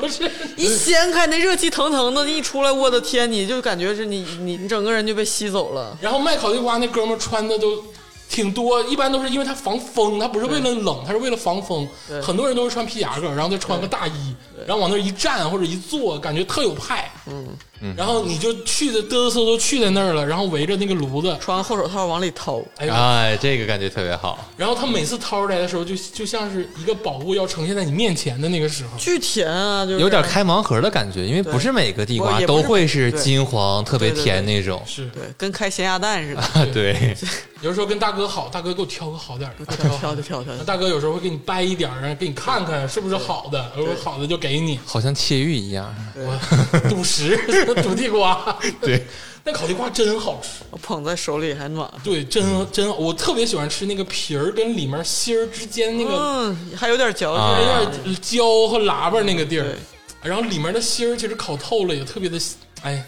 [SPEAKER 1] 炉子，不是。
[SPEAKER 2] 一掀开那热气腾腾的，一出来，我的天，你就感觉是你你你整个人就被吸走了。
[SPEAKER 1] 然后卖烤地瓜那哥们儿穿的都挺多，一般都是因为他防风，他不是为了冷，他是为了防风。
[SPEAKER 2] 对
[SPEAKER 1] 很多人都是穿皮夹克，然后再穿个大衣，然后往那儿一站或者一坐，感觉特有派。嗯，然后你就去的嘚嘚瑟瑟去在那儿了，然后围着那个炉子，
[SPEAKER 2] 穿后手套往里掏，
[SPEAKER 1] 哎呀，
[SPEAKER 4] 哎，这个感觉特别好，
[SPEAKER 1] 然后他每次掏出来的时候就，就像是一个宝物要呈现在你面前的那个时候。
[SPEAKER 2] 巨甜啊，就是
[SPEAKER 4] 有点开盲盒的感觉，因为不是每个地瓜
[SPEAKER 2] 我也不
[SPEAKER 4] 都
[SPEAKER 2] 是
[SPEAKER 4] 会是
[SPEAKER 2] 对
[SPEAKER 4] 金黄特别
[SPEAKER 2] 对对
[SPEAKER 4] 甜
[SPEAKER 2] 对
[SPEAKER 4] 那种，
[SPEAKER 1] 是，
[SPEAKER 2] 对，跟开咸鸭蛋
[SPEAKER 1] (laughs)
[SPEAKER 2] 似的，
[SPEAKER 4] 啊 (laughs) 对，
[SPEAKER 1] 有时候跟大哥好，大哥给我挑个好点儿的，
[SPEAKER 2] 挑挑的挑挑
[SPEAKER 1] 那
[SPEAKER 2] 的。
[SPEAKER 1] 大哥有时候会给你掰一点儿，给你看看是不是好的，如果好的就给你。
[SPEAKER 4] 好像切玉一样，
[SPEAKER 1] 我 (laughs) 赌石，赌地瓜。
[SPEAKER 4] 对，
[SPEAKER 1] 那烤地瓜真好吃，
[SPEAKER 2] 我捧在手里还暖和，
[SPEAKER 1] 对，真真，我特别喜欢吃那个皮儿跟里面芯儿之间那个
[SPEAKER 2] 嗯，还有点嚼劲
[SPEAKER 4] 啊
[SPEAKER 1] 有
[SPEAKER 2] 儿，
[SPEAKER 1] 点焦和喇叭那个地儿
[SPEAKER 2] 对，
[SPEAKER 1] 然后里面的芯儿其实烤透了也特别的，哎，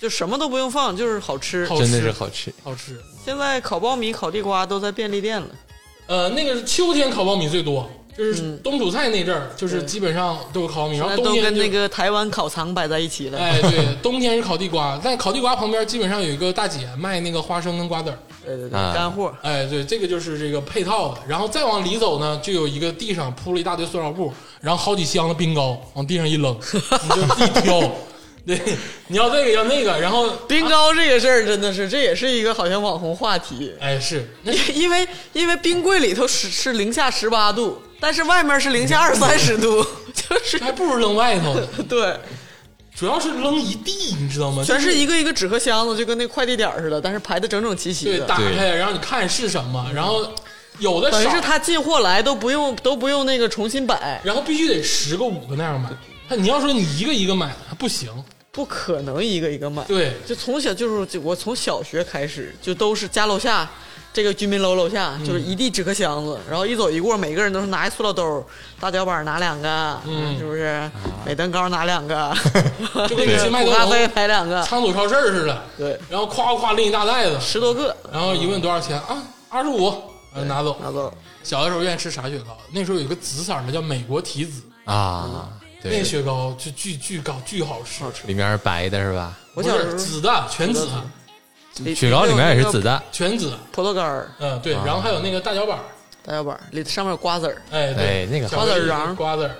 [SPEAKER 2] 就什么都不用放，就是好吃。
[SPEAKER 1] 好吃，
[SPEAKER 4] (laughs) 真的是好吃。
[SPEAKER 1] 好吃。
[SPEAKER 2] 现在烤苞米、烤地瓜都在便利店了。
[SPEAKER 1] 呃，那个是秋天烤苞米最多，就是
[SPEAKER 2] 嗯
[SPEAKER 1] 冬储菜那阵儿，就是基本上都有烤苞米，然后
[SPEAKER 2] 那
[SPEAKER 1] 冬
[SPEAKER 2] 都
[SPEAKER 1] 天
[SPEAKER 2] 跟
[SPEAKER 1] 就
[SPEAKER 2] 那个台湾烤肠摆在一起了。
[SPEAKER 1] 哎，对，冬天是烤地瓜，但烤地瓜旁边基本上有一个大姐卖那个花生跟瓜子儿。
[SPEAKER 2] 对对对，
[SPEAKER 4] 啊
[SPEAKER 2] 干货。
[SPEAKER 1] 哎，对，这个就是这个配套的。然后再往里走呢，就有一个地上铺了一大堆塑料布，然后好几箱的冰糕往地上一
[SPEAKER 2] (laughs)
[SPEAKER 1] 扔，你就自己挑。 (laughs) 对，你要这个要那个，然后
[SPEAKER 2] 冰糕这个事儿真的是，这也是一个好像网红话题，
[SPEAKER 1] 哎是，那
[SPEAKER 2] (laughs) 因为因为冰柜里头是是零下十八度，但是外面是零下二三十度， (laughs) 就是
[SPEAKER 1] 还不如扔外头呢，
[SPEAKER 2] 对，
[SPEAKER 1] 主要是扔一地，你知道吗？
[SPEAKER 2] 全
[SPEAKER 1] 就是
[SPEAKER 2] 一个一个纸盒箱子，就跟那快递点儿似的，但是排的整整齐齐
[SPEAKER 1] 对
[SPEAKER 2] 的
[SPEAKER 1] 打。
[SPEAKER 4] 对
[SPEAKER 1] 开，然后你看是什么，然后有的
[SPEAKER 2] 等于
[SPEAKER 1] 少
[SPEAKER 2] 是他进货来都不用都不用那个重新摆，
[SPEAKER 1] 然后必须得十个五个那样买。他你要说你一个一个买还不行，
[SPEAKER 2] 不可能一个一个买。
[SPEAKER 1] 对，
[SPEAKER 2] 就从小就是就我从小学开始就都是家楼下这个居民楼楼
[SPEAKER 4] 嗯
[SPEAKER 2] 下就是一地纸壳箱子，然后一走一过，每个人都是拿一塑料兜，大脚板拿两个，
[SPEAKER 4] 嗯
[SPEAKER 2] 是不
[SPEAKER 4] 啊
[SPEAKER 2] 是？美登高拿两
[SPEAKER 4] (laughs)
[SPEAKER 2] 个，
[SPEAKER 1] 就跟你去麦
[SPEAKER 2] 苦
[SPEAKER 1] 当
[SPEAKER 2] 咖
[SPEAKER 1] 劳、
[SPEAKER 2] 啡买两个，
[SPEAKER 1] 仓储超市儿似的，
[SPEAKER 2] 对，
[SPEAKER 1] 然后夸夸拎一大袋子，
[SPEAKER 2] 十多个
[SPEAKER 1] 然后一问多少钱啊，二十五，呃拿走。
[SPEAKER 2] 拿走。
[SPEAKER 1] 小的时候愿意吃啥雪糕？那时候有一个紫色儿的叫美国提子，
[SPEAKER 4] 啊，
[SPEAKER 1] 那
[SPEAKER 4] 对，
[SPEAKER 1] 雪糕就巨巨高巨好吃，好吃。
[SPEAKER 4] 里面是白的是吧？
[SPEAKER 2] 我小时
[SPEAKER 1] 不是
[SPEAKER 2] 候
[SPEAKER 1] 紫的全紫
[SPEAKER 4] 雪糕里面也是紫，的，
[SPEAKER 1] 全紫，
[SPEAKER 2] 葡萄干儿
[SPEAKER 1] 嗯对，然后还有那个大脚板儿，
[SPEAKER 2] 大脚板儿里上面有瓜子儿，
[SPEAKER 1] 哎对
[SPEAKER 4] 哎，那个
[SPEAKER 1] 小
[SPEAKER 4] 好
[SPEAKER 1] 时候
[SPEAKER 2] 瓜子儿瓤
[SPEAKER 1] 瓜子儿，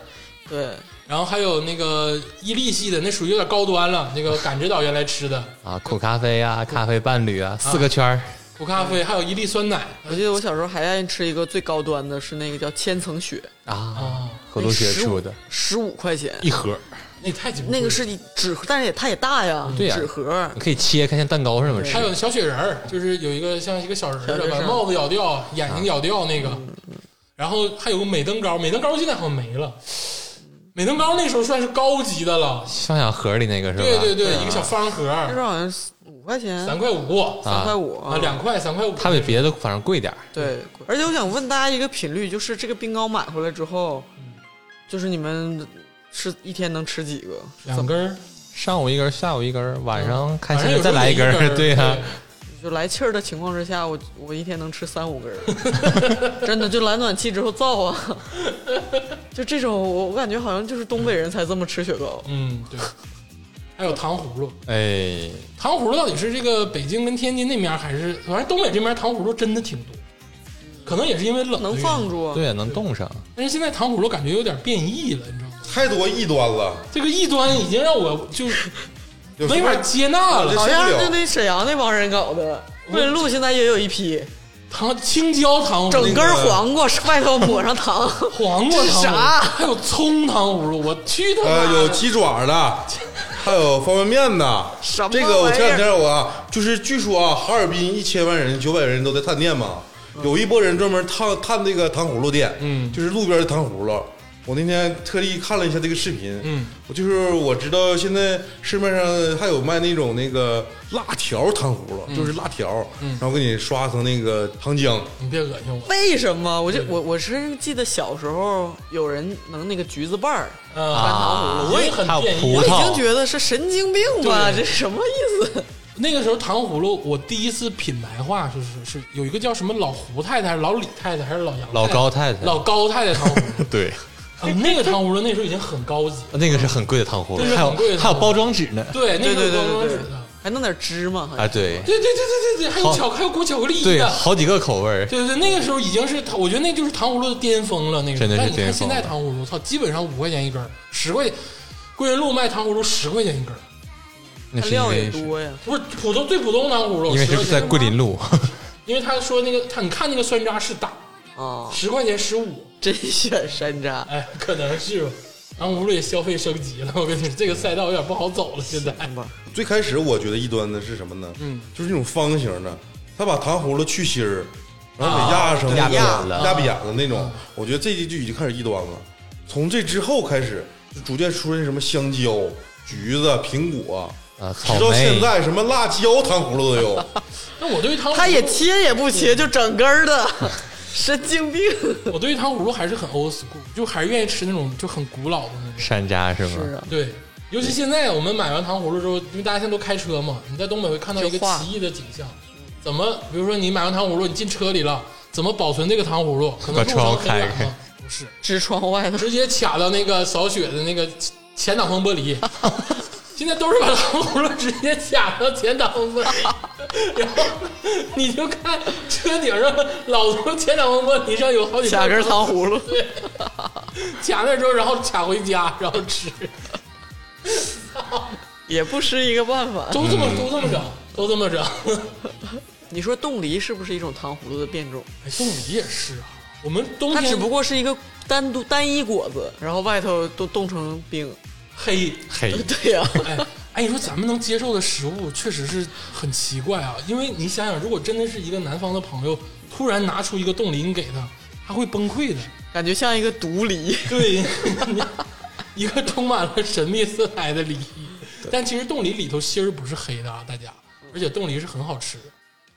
[SPEAKER 2] 对，
[SPEAKER 1] 然后还有那个伊利系的，那属于有点高端了，那个感知岛原来吃的
[SPEAKER 4] 啊，苦咖啡啊，咖啡伴侣啊，四个圈儿
[SPEAKER 1] 苦咖啡，还有伊利酸奶
[SPEAKER 2] 我记得我小时候还愿意吃一个最高端的是那个叫千层雪，
[SPEAKER 4] 啊，
[SPEAKER 1] 啊，
[SPEAKER 4] 合作社出的
[SPEAKER 2] 十五块钱。
[SPEAKER 4] 一盒，
[SPEAKER 1] 那太鸡巴贵了
[SPEAKER 2] 那个是一纸盒，但是也它也大呀，
[SPEAKER 4] 对呀嗯
[SPEAKER 2] 纸盒，
[SPEAKER 4] 可以切开像蛋糕似的吃
[SPEAKER 1] 还。有小雪人儿，就是有一个像一个小人儿似
[SPEAKER 2] 小
[SPEAKER 1] 的，
[SPEAKER 2] 人儿
[SPEAKER 1] 把帽子咬掉，眼睛咬掉那个。然后还有个美登高，美登高现在好像没了，美登高那时候算是高级的了，
[SPEAKER 4] 双氧盒里那个是吧？
[SPEAKER 1] 对对对，一个小方盒，
[SPEAKER 2] 那时候好像是五块钱，
[SPEAKER 1] 三块五
[SPEAKER 2] 三块五
[SPEAKER 1] 啊，两块三块五，
[SPEAKER 4] 它比别的反正贵点儿。
[SPEAKER 2] 对，而且我想问大家一个频率，就是这个冰糕买回来之后，就是你们吃一天能吃几个？
[SPEAKER 1] 两根儿，
[SPEAKER 4] 上午一根儿，下午一根儿，晚上看
[SPEAKER 1] 晚
[SPEAKER 4] 心
[SPEAKER 1] 上
[SPEAKER 4] 情
[SPEAKER 1] 有
[SPEAKER 4] 再来
[SPEAKER 1] 一
[SPEAKER 4] 根儿。 (laughs) 对啊
[SPEAKER 1] 对
[SPEAKER 4] 呀，
[SPEAKER 2] 就来气儿的情况之下，我我一天能吃三五根儿，真的就来暖气之后造啊， (laughs) 就这种我我感觉好像就是东北人才这么吃雪糕，
[SPEAKER 1] 嗯对，还有糖葫芦，
[SPEAKER 4] 哎，
[SPEAKER 1] 糖葫芦到底是这个北京跟天津那面儿还是反正东北这边糖葫芦真的挺多，可能也是因为冷的
[SPEAKER 2] 能
[SPEAKER 1] 原因
[SPEAKER 2] 放，住。啊
[SPEAKER 4] 对，能冻上。
[SPEAKER 1] 但是现在糖葫芦感觉有点变异了，你知道吗？
[SPEAKER 3] 太多异端了，
[SPEAKER 1] 这个异端已经让我就
[SPEAKER 3] 有时
[SPEAKER 1] 没
[SPEAKER 3] 候
[SPEAKER 1] 法接纳了。
[SPEAKER 3] 对
[SPEAKER 2] 好像
[SPEAKER 3] 吃不
[SPEAKER 2] 是
[SPEAKER 3] 了
[SPEAKER 2] 就那沈阳那帮人搞的。桂林路现在也有一批，
[SPEAKER 1] 糖青椒糖葫芦
[SPEAKER 2] 整根儿黄瓜外头抹上糖，
[SPEAKER 1] 黄瓜糖葫
[SPEAKER 2] 这
[SPEAKER 1] 芦，
[SPEAKER 2] 啥
[SPEAKER 1] 还有葱糖葫芦，我去他妈
[SPEAKER 3] 呃，
[SPEAKER 1] 的！
[SPEAKER 3] 有鸡爪的，还有方便面的。
[SPEAKER 2] 什么
[SPEAKER 3] 这个我
[SPEAKER 2] 玩意儿
[SPEAKER 3] 前两天我啊，就是据说啊，哈尔滨一千万人，九百人都在探店嘛，
[SPEAKER 2] 嗯
[SPEAKER 3] 有一波人专门探探这个糖葫芦店，
[SPEAKER 1] 嗯
[SPEAKER 3] 就是路边的糖葫芦。我那天特地看了一下这个视频，
[SPEAKER 1] 嗯，
[SPEAKER 3] 我就是我知道现在市面上还有卖那种那个辣条糖葫
[SPEAKER 2] 嗯
[SPEAKER 3] 芦，就是辣条，然后给你刷成那个糖浆，
[SPEAKER 1] 你别恶心我。
[SPEAKER 2] (laughs) 为什么？我就我我是记得小时候有人能那个橘子瓣儿，
[SPEAKER 1] 啊，
[SPEAKER 4] 啊
[SPEAKER 1] 我也很
[SPEAKER 4] 还有
[SPEAKER 1] 建议
[SPEAKER 4] 葡
[SPEAKER 2] 我已经
[SPEAKER 4] 萄，
[SPEAKER 2] 觉得是神经病吧？
[SPEAKER 1] 对
[SPEAKER 2] 这什么意思？
[SPEAKER 1] 那个时候糖葫芦，我第一次品牌化是是是有一个叫什么老胡太太、还是老李太太还是老杨太太、
[SPEAKER 4] 老高太太，
[SPEAKER 1] 老高太太糖葫芦
[SPEAKER 4] (laughs) 对，
[SPEAKER 1] 啊那个糖葫芦那时候已经很高级了，
[SPEAKER 4] 那个是很贵的糖葫
[SPEAKER 1] 那
[SPEAKER 4] 芦，
[SPEAKER 1] 是
[SPEAKER 4] 还
[SPEAKER 1] 很贵的
[SPEAKER 4] 有
[SPEAKER 1] 糖葫
[SPEAKER 4] 还有
[SPEAKER 1] 芦
[SPEAKER 4] 包装纸呢。
[SPEAKER 1] 对，那
[SPEAKER 2] 对
[SPEAKER 1] 个
[SPEAKER 2] 对
[SPEAKER 1] 是包
[SPEAKER 2] 对
[SPEAKER 1] 装
[SPEAKER 2] 对
[SPEAKER 1] 纸
[SPEAKER 2] 对
[SPEAKER 1] 的，，
[SPEAKER 2] 还弄点芝麻，好像
[SPEAKER 4] 啊，对
[SPEAKER 1] 对对对对对对，还有
[SPEAKER 4] 好
[SPEAKER 1] 巧还有裹巧克力
[SPEAKER 4] 对，
[SPEAKER 1] 的，
[SPEAKER 4] 好几个口味儿。
[SPEAKER 1] 对对对，那个时候已经是糖，我觉得那就是糖葫芦的巅峰了。那个时候
[SPEAKER 4] 真的是
[SPEAKER 1] 但你看
[SPEAKER 4] 巅
[SPEAKER 1] 现
[SPEAKER 4] 峰了
[SPEAKER 1] 在糖葫芦，操，基本上五块钱一根儿，十块钱。桂林路卖糖葫芦十块钱一根儿，
[SPEAKER 4] 那
[SPEAKER 2] 它
[SPEAKER 4] 是因
[SPEAKER 2] 量
[SPEAKER 4] 为
[SPEAKER 2] 也
[SPEAKER 4] 是
[SPEAKER 2] 多呀。
[SPEAKER 1] 不是普通最普通的糖葫芦，
[SPEAKER 4] 因为是
[SPEAKER 1] 10
[SPEAKER 4] 在桂林路， (laughs)
[SPEAKER 1] 因为他说那个他你看那个酸渣是大，
[SPEAKER 2] 啊，
[SPEAKER 1] 十块钱十五，
[SPEAKER 2] (laughs) 真选山楂。
[SPEAKER 1] 哎，可能是吧。糖葫芦也消费升级了，我跟你说，这个赛道有点不好走了，现在。
[SPEAKER 3] 最开始我觉得异端的是什么呢？
[SPEAKER 1] 嗯，
[SPEAKER 3] 就是那种方形的，他把糖葫芦去芯儿，然后给压成那个
[SPEAKER 4] 啊压扁了嗯
[SPEAKER 3] 压扁了那种。我觉得这就已经开始异端了。从这之后开始，就逐渐出现什么香蕉、橘子、苹果，
[SPEAKER 4] 啊，草
[SPEAKER 3] 直到
[SPEAKER 4] 莓
[SPEAKER 3] 现，在什么辣椒糖葫芦都
[SPEAKER 4] (laughs)
[SPEAKER 3] 有。
[SPEAKER 1] 那我对于糖葫芦，
[SPEAKER 2] 他也切也不切，就整根儿的，神经病。
[SPEAKER 1] 我对于糖葫芦还是很 old school，就还是愿意吃那种就很古老的那种。
[SPEAKER 4] 山楂是吗？
[SPEAKER 2] 啊，
[SPEAKER 1] 对，尤其现在我们买完糖葫芦之后，因为大家现在都开车嘛，你在东北会看到一个
[SPEAKER 2] 就化
[SPEAKER 1] 奇异的景象，怎么，比如说你买完糖葫芦，你进车里了，怎么保存这个糖葫芦？可能
[SPEAKER 4] 把
[SPEAKER 1] 路
[SPEAKER 4] 窗
[SPEAKER 1] 程
[SPEAKER 4] 户
[SPEAKER 1] 很
[SPEAKER 4] 开
[SPEAKER 1] 远
[SPEAKER 4] 开
[SPEAKER 1] 吗？不是，
[SPEAKER 2] 支
[SPEAKER 1] (laughs)
[SPEAKER 2] 窗外头
[SPEAKER 1] 直接卡到那个扫雪的那个前挡风玻璃。现在都是把糖葫芦直接卡到前挡风玻璃，然后你就看车顶上老头前挡风玻璃上有好几
[SPEAKER 2] 卡根
[SPEAKER 1] 根
[SPEAKER 2] 儿糖葫芦，
[SPEAKER 1] 卡那之后，然后卡回家，然后吃，
[SPEAKER 2] (laughs) 也不是一个办法。
[SPEAKER 1] 都这么都这么整，都这么整。
[SPEAKER 2] 你说冻梨是不是一种糖葫芦的变种？
[SPEAKER 1] 哎，冻梨也是啊，我们冬
[SPEAKER 2] 它
[SPEAKER 1] 天
[SPEAKER 2] 只不过是一个单独单一果子，然后外头都冻成冰。
[SPEAKER 1] 黑。
[SPEAKER 4] 嘿，
[SPEAKER 2] (laughs) 对呀、
[SPEAKER 1] 哎哎，你说咱们能接受的食物确实是很奇怪啊，因为你想想，如果真的是一个南方的朋友突然拿出一个冻梨你给他，他会崩溃的。
[SPEAKER 2] 感觉像一个毒梨。
[SPEAKER 1] 对， (laughs) 一个充满了神秘色彩的梨，但其实冻梨里头芯儿不是黑的啊，大家，而且冻梨是很好吃的，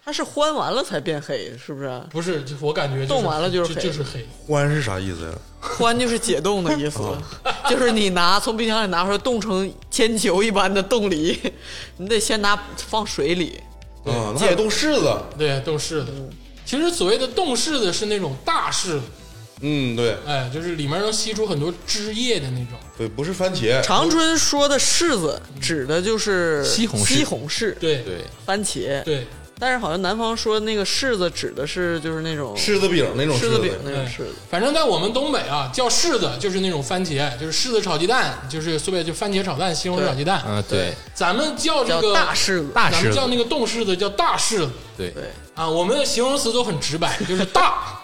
[SPEAKER 2] 它是欢完了才变黑，是不是？
[SPEAKER 1] 不是就我感觉就是
[SPEAKER 2] 冻完了就是
[SPEAKER 1] 就
[SPEAKER 2] 黑
[SPEAKER 1] 就是黑，
[SPEAKER 3] 欢是啥意思呀？
[SPEAKER 2] 欢就是解冻的意 (laughs) 思，就是你拿从冰箱里拿出来冻成铅球一般的冻梨， (laughs) 你得先拿放水里，
[SPEAKER 3] 啊，那还有冻柿子。
[SPEAKER 1] 对，冻柿子。
[SPEAKER 2] 嗯
[SPEAKER 1] 其实所谓的冻柿子是那种大柿子，
[SPEAKER 3] 嗯，对
[SPEAKER 1] 哎，就是里面能吸出很多汁液的那种。
[SPEAKER 3] 对，不是番茄，
[SPEAKER 2] 长春说的柿子指的就是
[SPEAKER 4] 西红柿
[SPEAKER 2] 西红柿、
[SPEAKER 1] 对
[SPEAKER 4] 对，
[SPEAKER 2] 番茄，
[SPEAKER 1] 对，
[SPEAKER 2] 但是好像南方说那个柿子指的是就是那种
[SPEAKER 3] 柿子饼那种
[SPEAKER 2] 柿
[SPEAKER 3] 子
[SPEAKER 2] 饼那种
[SPEAKER 1] 哎
[SPEAKER 2] 柿子，
[SPEAKER 1] 反正在我们东北啊，叫柿子就是那种番茄，就是柿子炒鸡蛋，就是所谓就番茄炒蛋、西红柿
[SPEAKER 2] 对
[SPEAKER 1] 炒鸡蛋。
[SPEAKER 4] 嗯，对，
[SPEAKER 1] 咱们叫这
[SPEAKER 2] 叫
[SPEAKER 1] 个
[SPEAKER 2] 大柿子。
[SPEAKER 4] 大
[SPEAKER 1] 啊咱
[SPEAKER 4] 柿
[SPEAKER 1] 们叫
[SPEAKER 4] 子，
[SPEAKER 1] 那个冻柿子叫大柿子。
[SPEAKER 4] 对，
[SPEAKER 2] 对，
[SPEAKER 1] 啊，我们的形容词都很直白，就是大。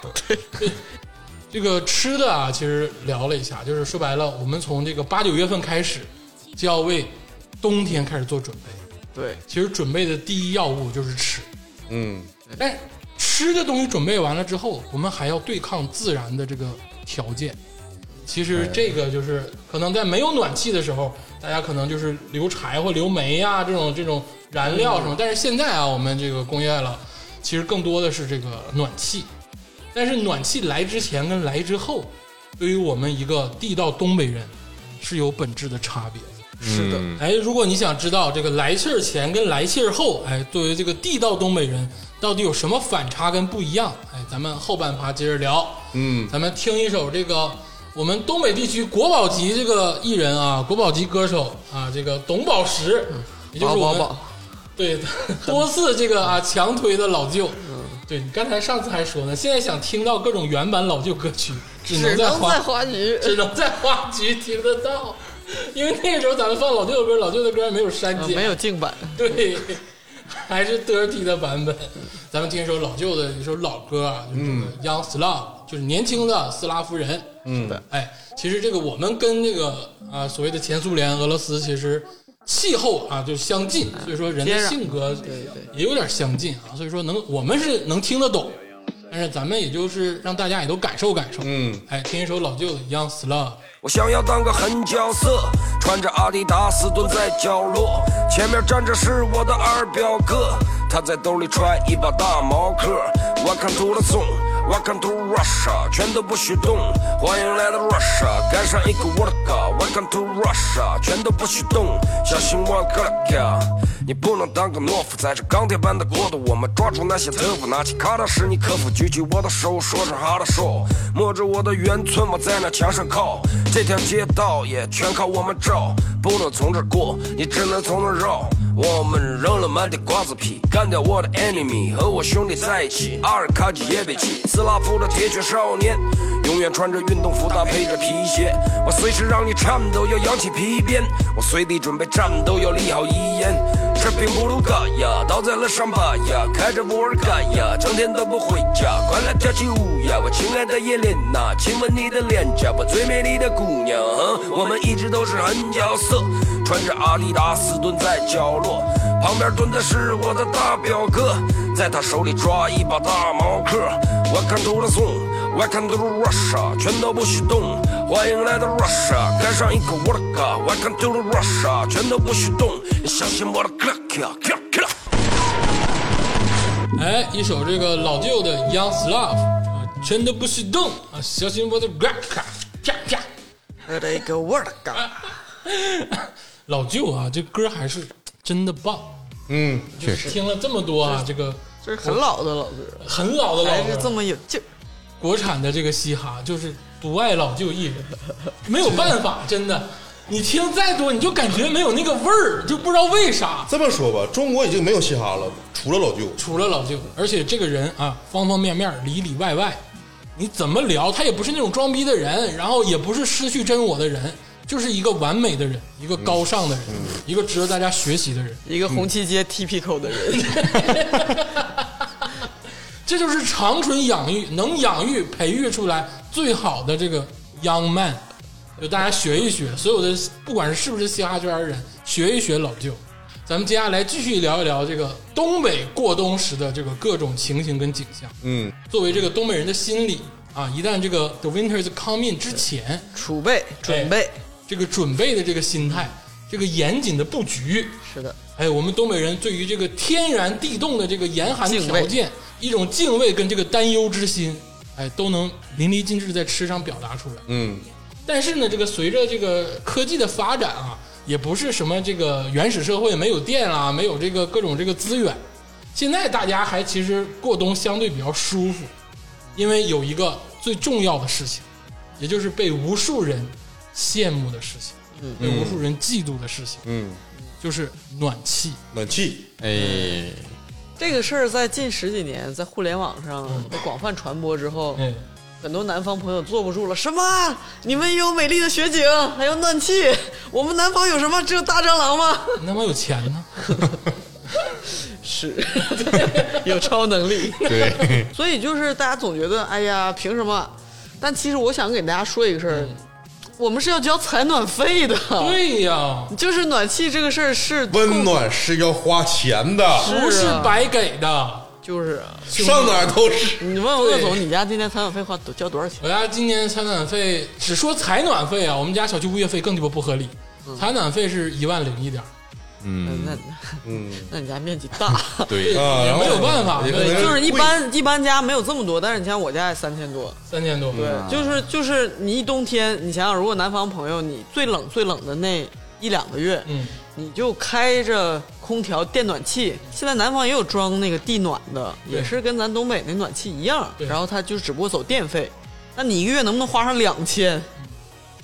[SPEAKER 1] 这个吃的啊，其实聊了一下，就是说白了，我们从这个八九月份开始，就要为冬天开始做准备。
[SPEAKER 2] 对，
[SPEAKER 1] 其实准备的第一要务就是吃，
[SPEAKER 3] 嗯，
[SPEAKER 1] 但是哎吃的东西准备完了之后，我们还要对抗自然的这个条件。其实这个就是可能在没有暖气的时候，大家可能就是留柴或留煤呀、这种这种燃料什么。但是现在啊，我们这个工业了，其实更多的是这个暖气。但是暖气来之前跟来之后，对于我们一个地道东北人是有本质的差别的。
[SPEAKER 2] 是的，
[SPEAKER 1] 哎，如果你想知道这个来气儿前跟来气儿后，哎，作为这个地道东北人，到底有什么反差跟不一样？哎，咱们后半趴接着聊。
[SPEAKER 3] 嗯，
[SPEAKER 1] 咱们听一首这个我们东北地区国宝级这个艺人啊，国宝级歌手啊，这个董宝石，也就是
[SPEAKER 2] 宝
[SPEAKER 1] 我
[SPEAKER 2] 嗯宝嗯
[SPEAKER 1] 们
[SPEAKER 2] 宝，
[SPEAKER 1] 对多次这个啊强推的老舅。
[SPEAKER 2] 嗯
[SPEAKER 1] 对你刚才上次还说呢，现在想听到各种原版老旧歌曲，只能
[SPEAKER 2] 只
[SPEAKER 1] 在
[SPEAKER 2] 能
[SPEAKER 1] 花
[SPEAKER 2] 在花局。
[SPEAKER 1] 只能在花局听得到，因为那个时候咱们放老舅的歌，老舅的歌没有删
[SPEAKER 2] 啊
[SPEAKER 1] 减，
[SPEAKER 2] 没有净版，
[SPEAKER 1] 对，还是 dirty 的版本。咱们听一首老旧的一首老歌啊，就是这个 Young Slav，、就是年轻的斯拉夫人。嗯
[SPEAKER 2] 的，
[SPEAKER 1] 哎，其实这个我们跟这个啊所谓的前苏联、俄罗斯其实气候啊就相近，所以说人
[SPEAKER 2] 接
[SPEAKER 1] 的
[SPEAKER 2] 壤
[SPEAKER 1] 性格也有点相近啊，所以说能我们是能听得懂，但是咱们也就是让大家也都感受感受。
[SPEAKER 3] 嗯，
[SPEAKER 1] 哎，听一首老旧的 Young Slav。
[SPEAKER 5] 我想要当个狠角色，穿着阿迪达斯蹲在角落，前面站着是我的二表哥，他在兜里揣一把大毛克。Welcome to the zone, welcome to Russia，全都不许动，欢迎来到 Russia，干上一个 vodka。Welcome to Russia，全都不许动，小心我克拉呀！你不能当个懦夫，在这钢铁般的国度，我们抓住那些特务，拿起卡塔什尼科夫，举起我的手，说声哈的手，摸着我的圆寸，我在那墙上靠，这条街道也全靠我们照，不能从这儿过，你只能从那儿绕。我们扔了满地瓜子皮，干掉我的 enemy，和我兄弟在一起。阿尔卡季耶维奇，斯拉夫的铁血少年，永远穿着运动服搭配着皮鞋。我随时让你颤抖，要扬起皮鞭。我随地准备战斗，要立好遗言。这并不鲁嘎呀，倒在了上巴呀，开着沃尔嘎呀，整天都不回家。快来跳起舞呀，我亲爱的叶琳娜，亲吻你的脸颊，我最美丽的姑娘。啊我们一直都是狠角色，穿着阿迪达斯蹲在角落，旁边蹲的是我的大表哥，在他手里抓一把大毛克。Welcome to the zone。Welcome to Russia，全都不许动，欢迎来到 Russia，干上一口我的 d a Welcome to the Russia，全都不许动，你相信我的 clock 呀 clock clock。
[SPEAKER 1] 哎，一首这个老旧的 Young Slav，啊，真的不许动啊，小心我的 g r a k 啪啪，
[SPEAKER 2] 这个 word 嘎，
[SPEAKER 1] 老旧啊，这歌还是真的棒，
[SPEAKER 3] 嗯，
[SPEAKER 1] 就
[SPEAKER 4] 确
[SPEAKER 1] 是听了这么多啊，这个
[SPEAKER 2] 这是很老的老歌，
[SPEAKER 1] 很老的
[SPEAKER 2] 还
[SPEAKER 1] 老
[SPEAKER 2] 是
[SPEAKER 1] 歌
[SPEAKER 2] 这么有劲儿。
[SPEAKER 1] 国产的这个嘻哈，就是独爱老旧艺人，没有办法，真的，你听再多，你就感觉没有那个味儿，就不知道为啥。
[SPEAKER 3] 这么说吧，中国已经没有嘻哈了，除了老舅，
[SPEAKER 1] 除了老舅，而且这个人啊，方方面面、里里外外，你怎么聊，他也不是那种装逼的人，然后也不是失去真我的人，就是一个完美的人，一个高尚的人，一个值得大家学习的人。
[SPEAKER 2] 一个红旗街 typical 的人，
[SPEAKER 1] (laughs) 这就是长春养育，能养育、培育出来最好的这个 young man，就大家学一学，所有的不管是是不是嘻哈圈的人，学一学老舅。咱们接下来继续聊一聊这个东北过冬时的这个各种情形跟景象。
[SPEAKER 3] 嗯，
[SPEAKER 1] 作为这个东北人的心理啊，一旦这个 the winter is coming 之前，
[SPEAKER 2] 储备准备，
[SPEAKER 1] 这个准备的这个心态，这个严谨的布局，
[SPEAKER 2] 是的，
[SPEAKER 1] 哎，我们东北人对于这个天然地冻的这个严寒
[SPEAKER 2] 敬
[SPEAKER 1] 条
[SPEAKER 2] 畏
[SPEAKER 1] 件，一种敬畏跟这个担忧之心，哎，都能淋漓尽致在吃上表达出来。
[SPEAKER 3] 嗯，
[SPEAKER 1] 但是呢，这个随着这个科技的发展啊，也不是什么这个原始社会没有电啊，没有这个各种这个资源。现在大家还其实过冬相对比较舒服，因为有一个最重要的事情，也就是被无数人羡慕的事情，被无数人嫉妒的事情，
[SPEAKER 3] 嗯，
[SPEAKER 1] 就是暖气。
[SPEAKER 3] 暖气，
[SPEAKER 4] 哎，
[SPEAKER 2] 这个事儿在近十几年在互联网上
[SPEAKER 1] 嗯
[SPEAKER 2] 的广泛传播之后，
[SPEAKER 1] 哎，
[SPEAKER 2] 很多南方朋友坐不住了，什么？啊你们有美丽的雪景，还有暖气，我们南方有什么？只有大蟑螂吗？
[SPEAKER 1] 那么有钱呢？
[SPEAKER 2] 是，有超能力。
[SPEAKER 4] 对，
[SPEAKER 2] 所以就是大家总觉得，哎呀，凭什么？但其实我想给大家说一个事儿，我们是要交采暖费的。
[SPEAKER 1] (laughs) 对呀，
[SPEAKER 2] 就是暖气这个事儿是
[SPEAKER 1] 啊
[SPEAKER 3] 温暖是要花钱的，
[SPEAKER 1] 不是白给的。
[SPEAKER 2] 就是
[SPEAKER 3] 上哪儿都
[SPEAKER 2] (laughs)
[SPEAKER 3] 是。
[SPEAKER 2] 你问问鄂
[SPEAKER 1] 对
[SPEAKER 2] 总，你家今天采访费花多交多少钱？
[SPEAKER 1] 我家今年采暖费，只说采暖费啊，我们家小区物业费更鸡巴不合理，
[SPEAKER 2] 嗯
[SPEAKER 1] 采暖费是一万零一点儿，
[SPEAKER 4] 嗯，
[SPEAKER 2] 那
[SPEAKER 3] 嗯
[SPEAKER 2] 那你家面积大，
[SPEAKER 4] 对，
[SPEAKER 3] 啊，然
[SPEAKER 1] 没
[SPEAKER 3] 后
[SPEAKER 1] 有办法
[SPEAKER 3] 也可
[SPEAKER 2] (laughs)
[SPEAKER 3] 能
[SPEAKER 1] 对
[SPEAKER 2] 就是一
[SPEAKER 3] 贵
[SPEAKER 1] (laughs)
[SPEAKER 2] 般一般家没有这么多，但是你像我家也三千多，
[SPEAKER 1] 三千多。嗯
[SPEAKER 2] 对，就是就是你一冬天，你想想，如果南方朋友你最冷最冷的那一两个月，
[SPEAKER 1] 嗯，
[SPEAKER 2] 你就开着空调、电暖气。现在南方也有装那个地暖的，
[SPEAKER 1] 对
[SPEAKER 2] 也是跟咱东北那暖气一样，
[SPEAKER 1] 对
[SPEAKER 2] 然后它就只不过走电费。那你一个月能不能花上两千？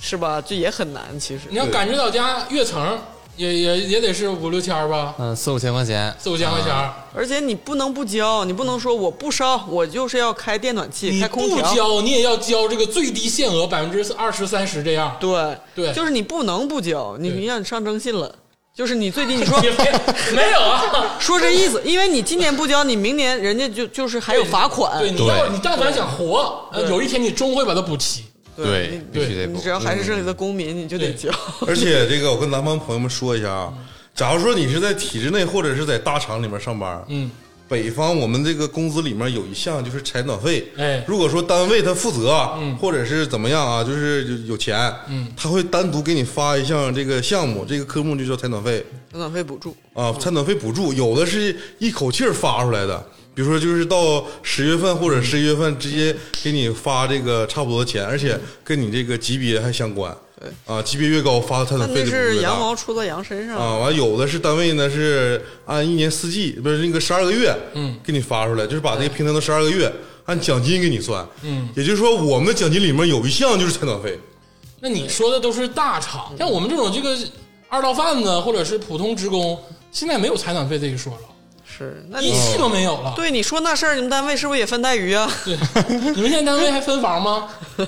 [SPEAKER 2] 是吧？这也很难，其实
[SPEAKER 1] 你要感知到家跃层，也也也得是五六千儿吧，
[SPEAKER 4] 嗯，四五千块钱，
[SPEAKER 1] 四五千块钱儿。
[SPEAKER 2] 而且你不能不交，你不能说我不烧，我就是要开电暖气、
[SPEAKER 1] 你
[SPEAKER 2] 开空
[SPEAKER 1] 不
[SPEAKER 2] 调。
[SPEAKER 1] 交，你也要交这个最低限额百分之二十三十这样。
[SPEAKER 2] 对
[SPEAKER 1] 对
[SPEAKER 2] 就是你不能不交，你
[SPEAKER 1] 对
[SPEAKER 2] 你让你上征信了，就是你最低
[SPEAKER 1] (laughs)
[SPEAKER 2] 你说
[SPEAKER 1] 也别 (laughs) 没有啊， (laughs)
[SPEAKER 2] 说这意思，因为你今年不交，你明年人家就就是还有罚款，
[SPEAKER 1] 对，你要你但凡想活，呃有一天你终会把它补齐。
[SPEAKER 4] 对，必须得
[SPEAKER 2] 你
[SPEAKER 4] 补
[SPEAKER 2] 只。要还是这里的公民，你就得交。
[SPEAKER 3] 而且这个，我跟南方朋友们说一下啊，假如说你是在体制内或者是在大厂里面上班，
[SPEAKER 1] 嗯，
[SPEAKER 3] 北方我们这个工资里面有一项就是采暖费，
[SPEAKER 1] 哎嗯
[SPEAKER 3] 如果说单位他负责啊，或者是怎么样啊，就是有有钱，嗯，他会单独给你发一项这个项目，这个科目就叫采暖费
[SPEAKER 2] 暖暖费补助，
[SPEAKER 3] 啊，采暖费补助，有的是一口气儿发出来的。比如说，就是到十月份或者十一月份，直接给你发这个差不多的钱，而且跟你这个级别还相关。
[SPEAKER 2] 对
[SPEAKER 3] 啊，级别越高，发的采暖
[SPEAKER 2] 但
[SPEAKER 3] 费
[SPEAKER 2] 那
[SPEAKER 3] 就越
[SPEAKER 2] 是
[SPEAKER 3] 大
[SPEAKER 2] 羊毛出在羊身上，
[SPEAKER 3] 啊，完有的是单位呢是按一年四季，不是那个十二个月，
[SPEAKER 1] 嗯，
[SPEAKER 3] 给你发出来，就是把这个平常的十二个月按奖金给你算，
[SPEAKER 1] 嗯，
[SPEAKER 3] 也就是说我们的奖金里面有一项就是采暖费，
[SPEAKER 1] 那你说的都是大厂，像我们这种这个二道贩子或者是普通职工，现在没有采暖费这一说了，
[SPEAKER 2] 是那
[SPEAKER 1] 一
[SPEAKER 2] 你。
[SPEAKER 1] 系都没有了。
[SPEAKER 2] 对你说那事儿，你们单位是不是也分带鱼啊？
[SPEAKER 1] 对，你们现在单位还分房吗？ (laughs)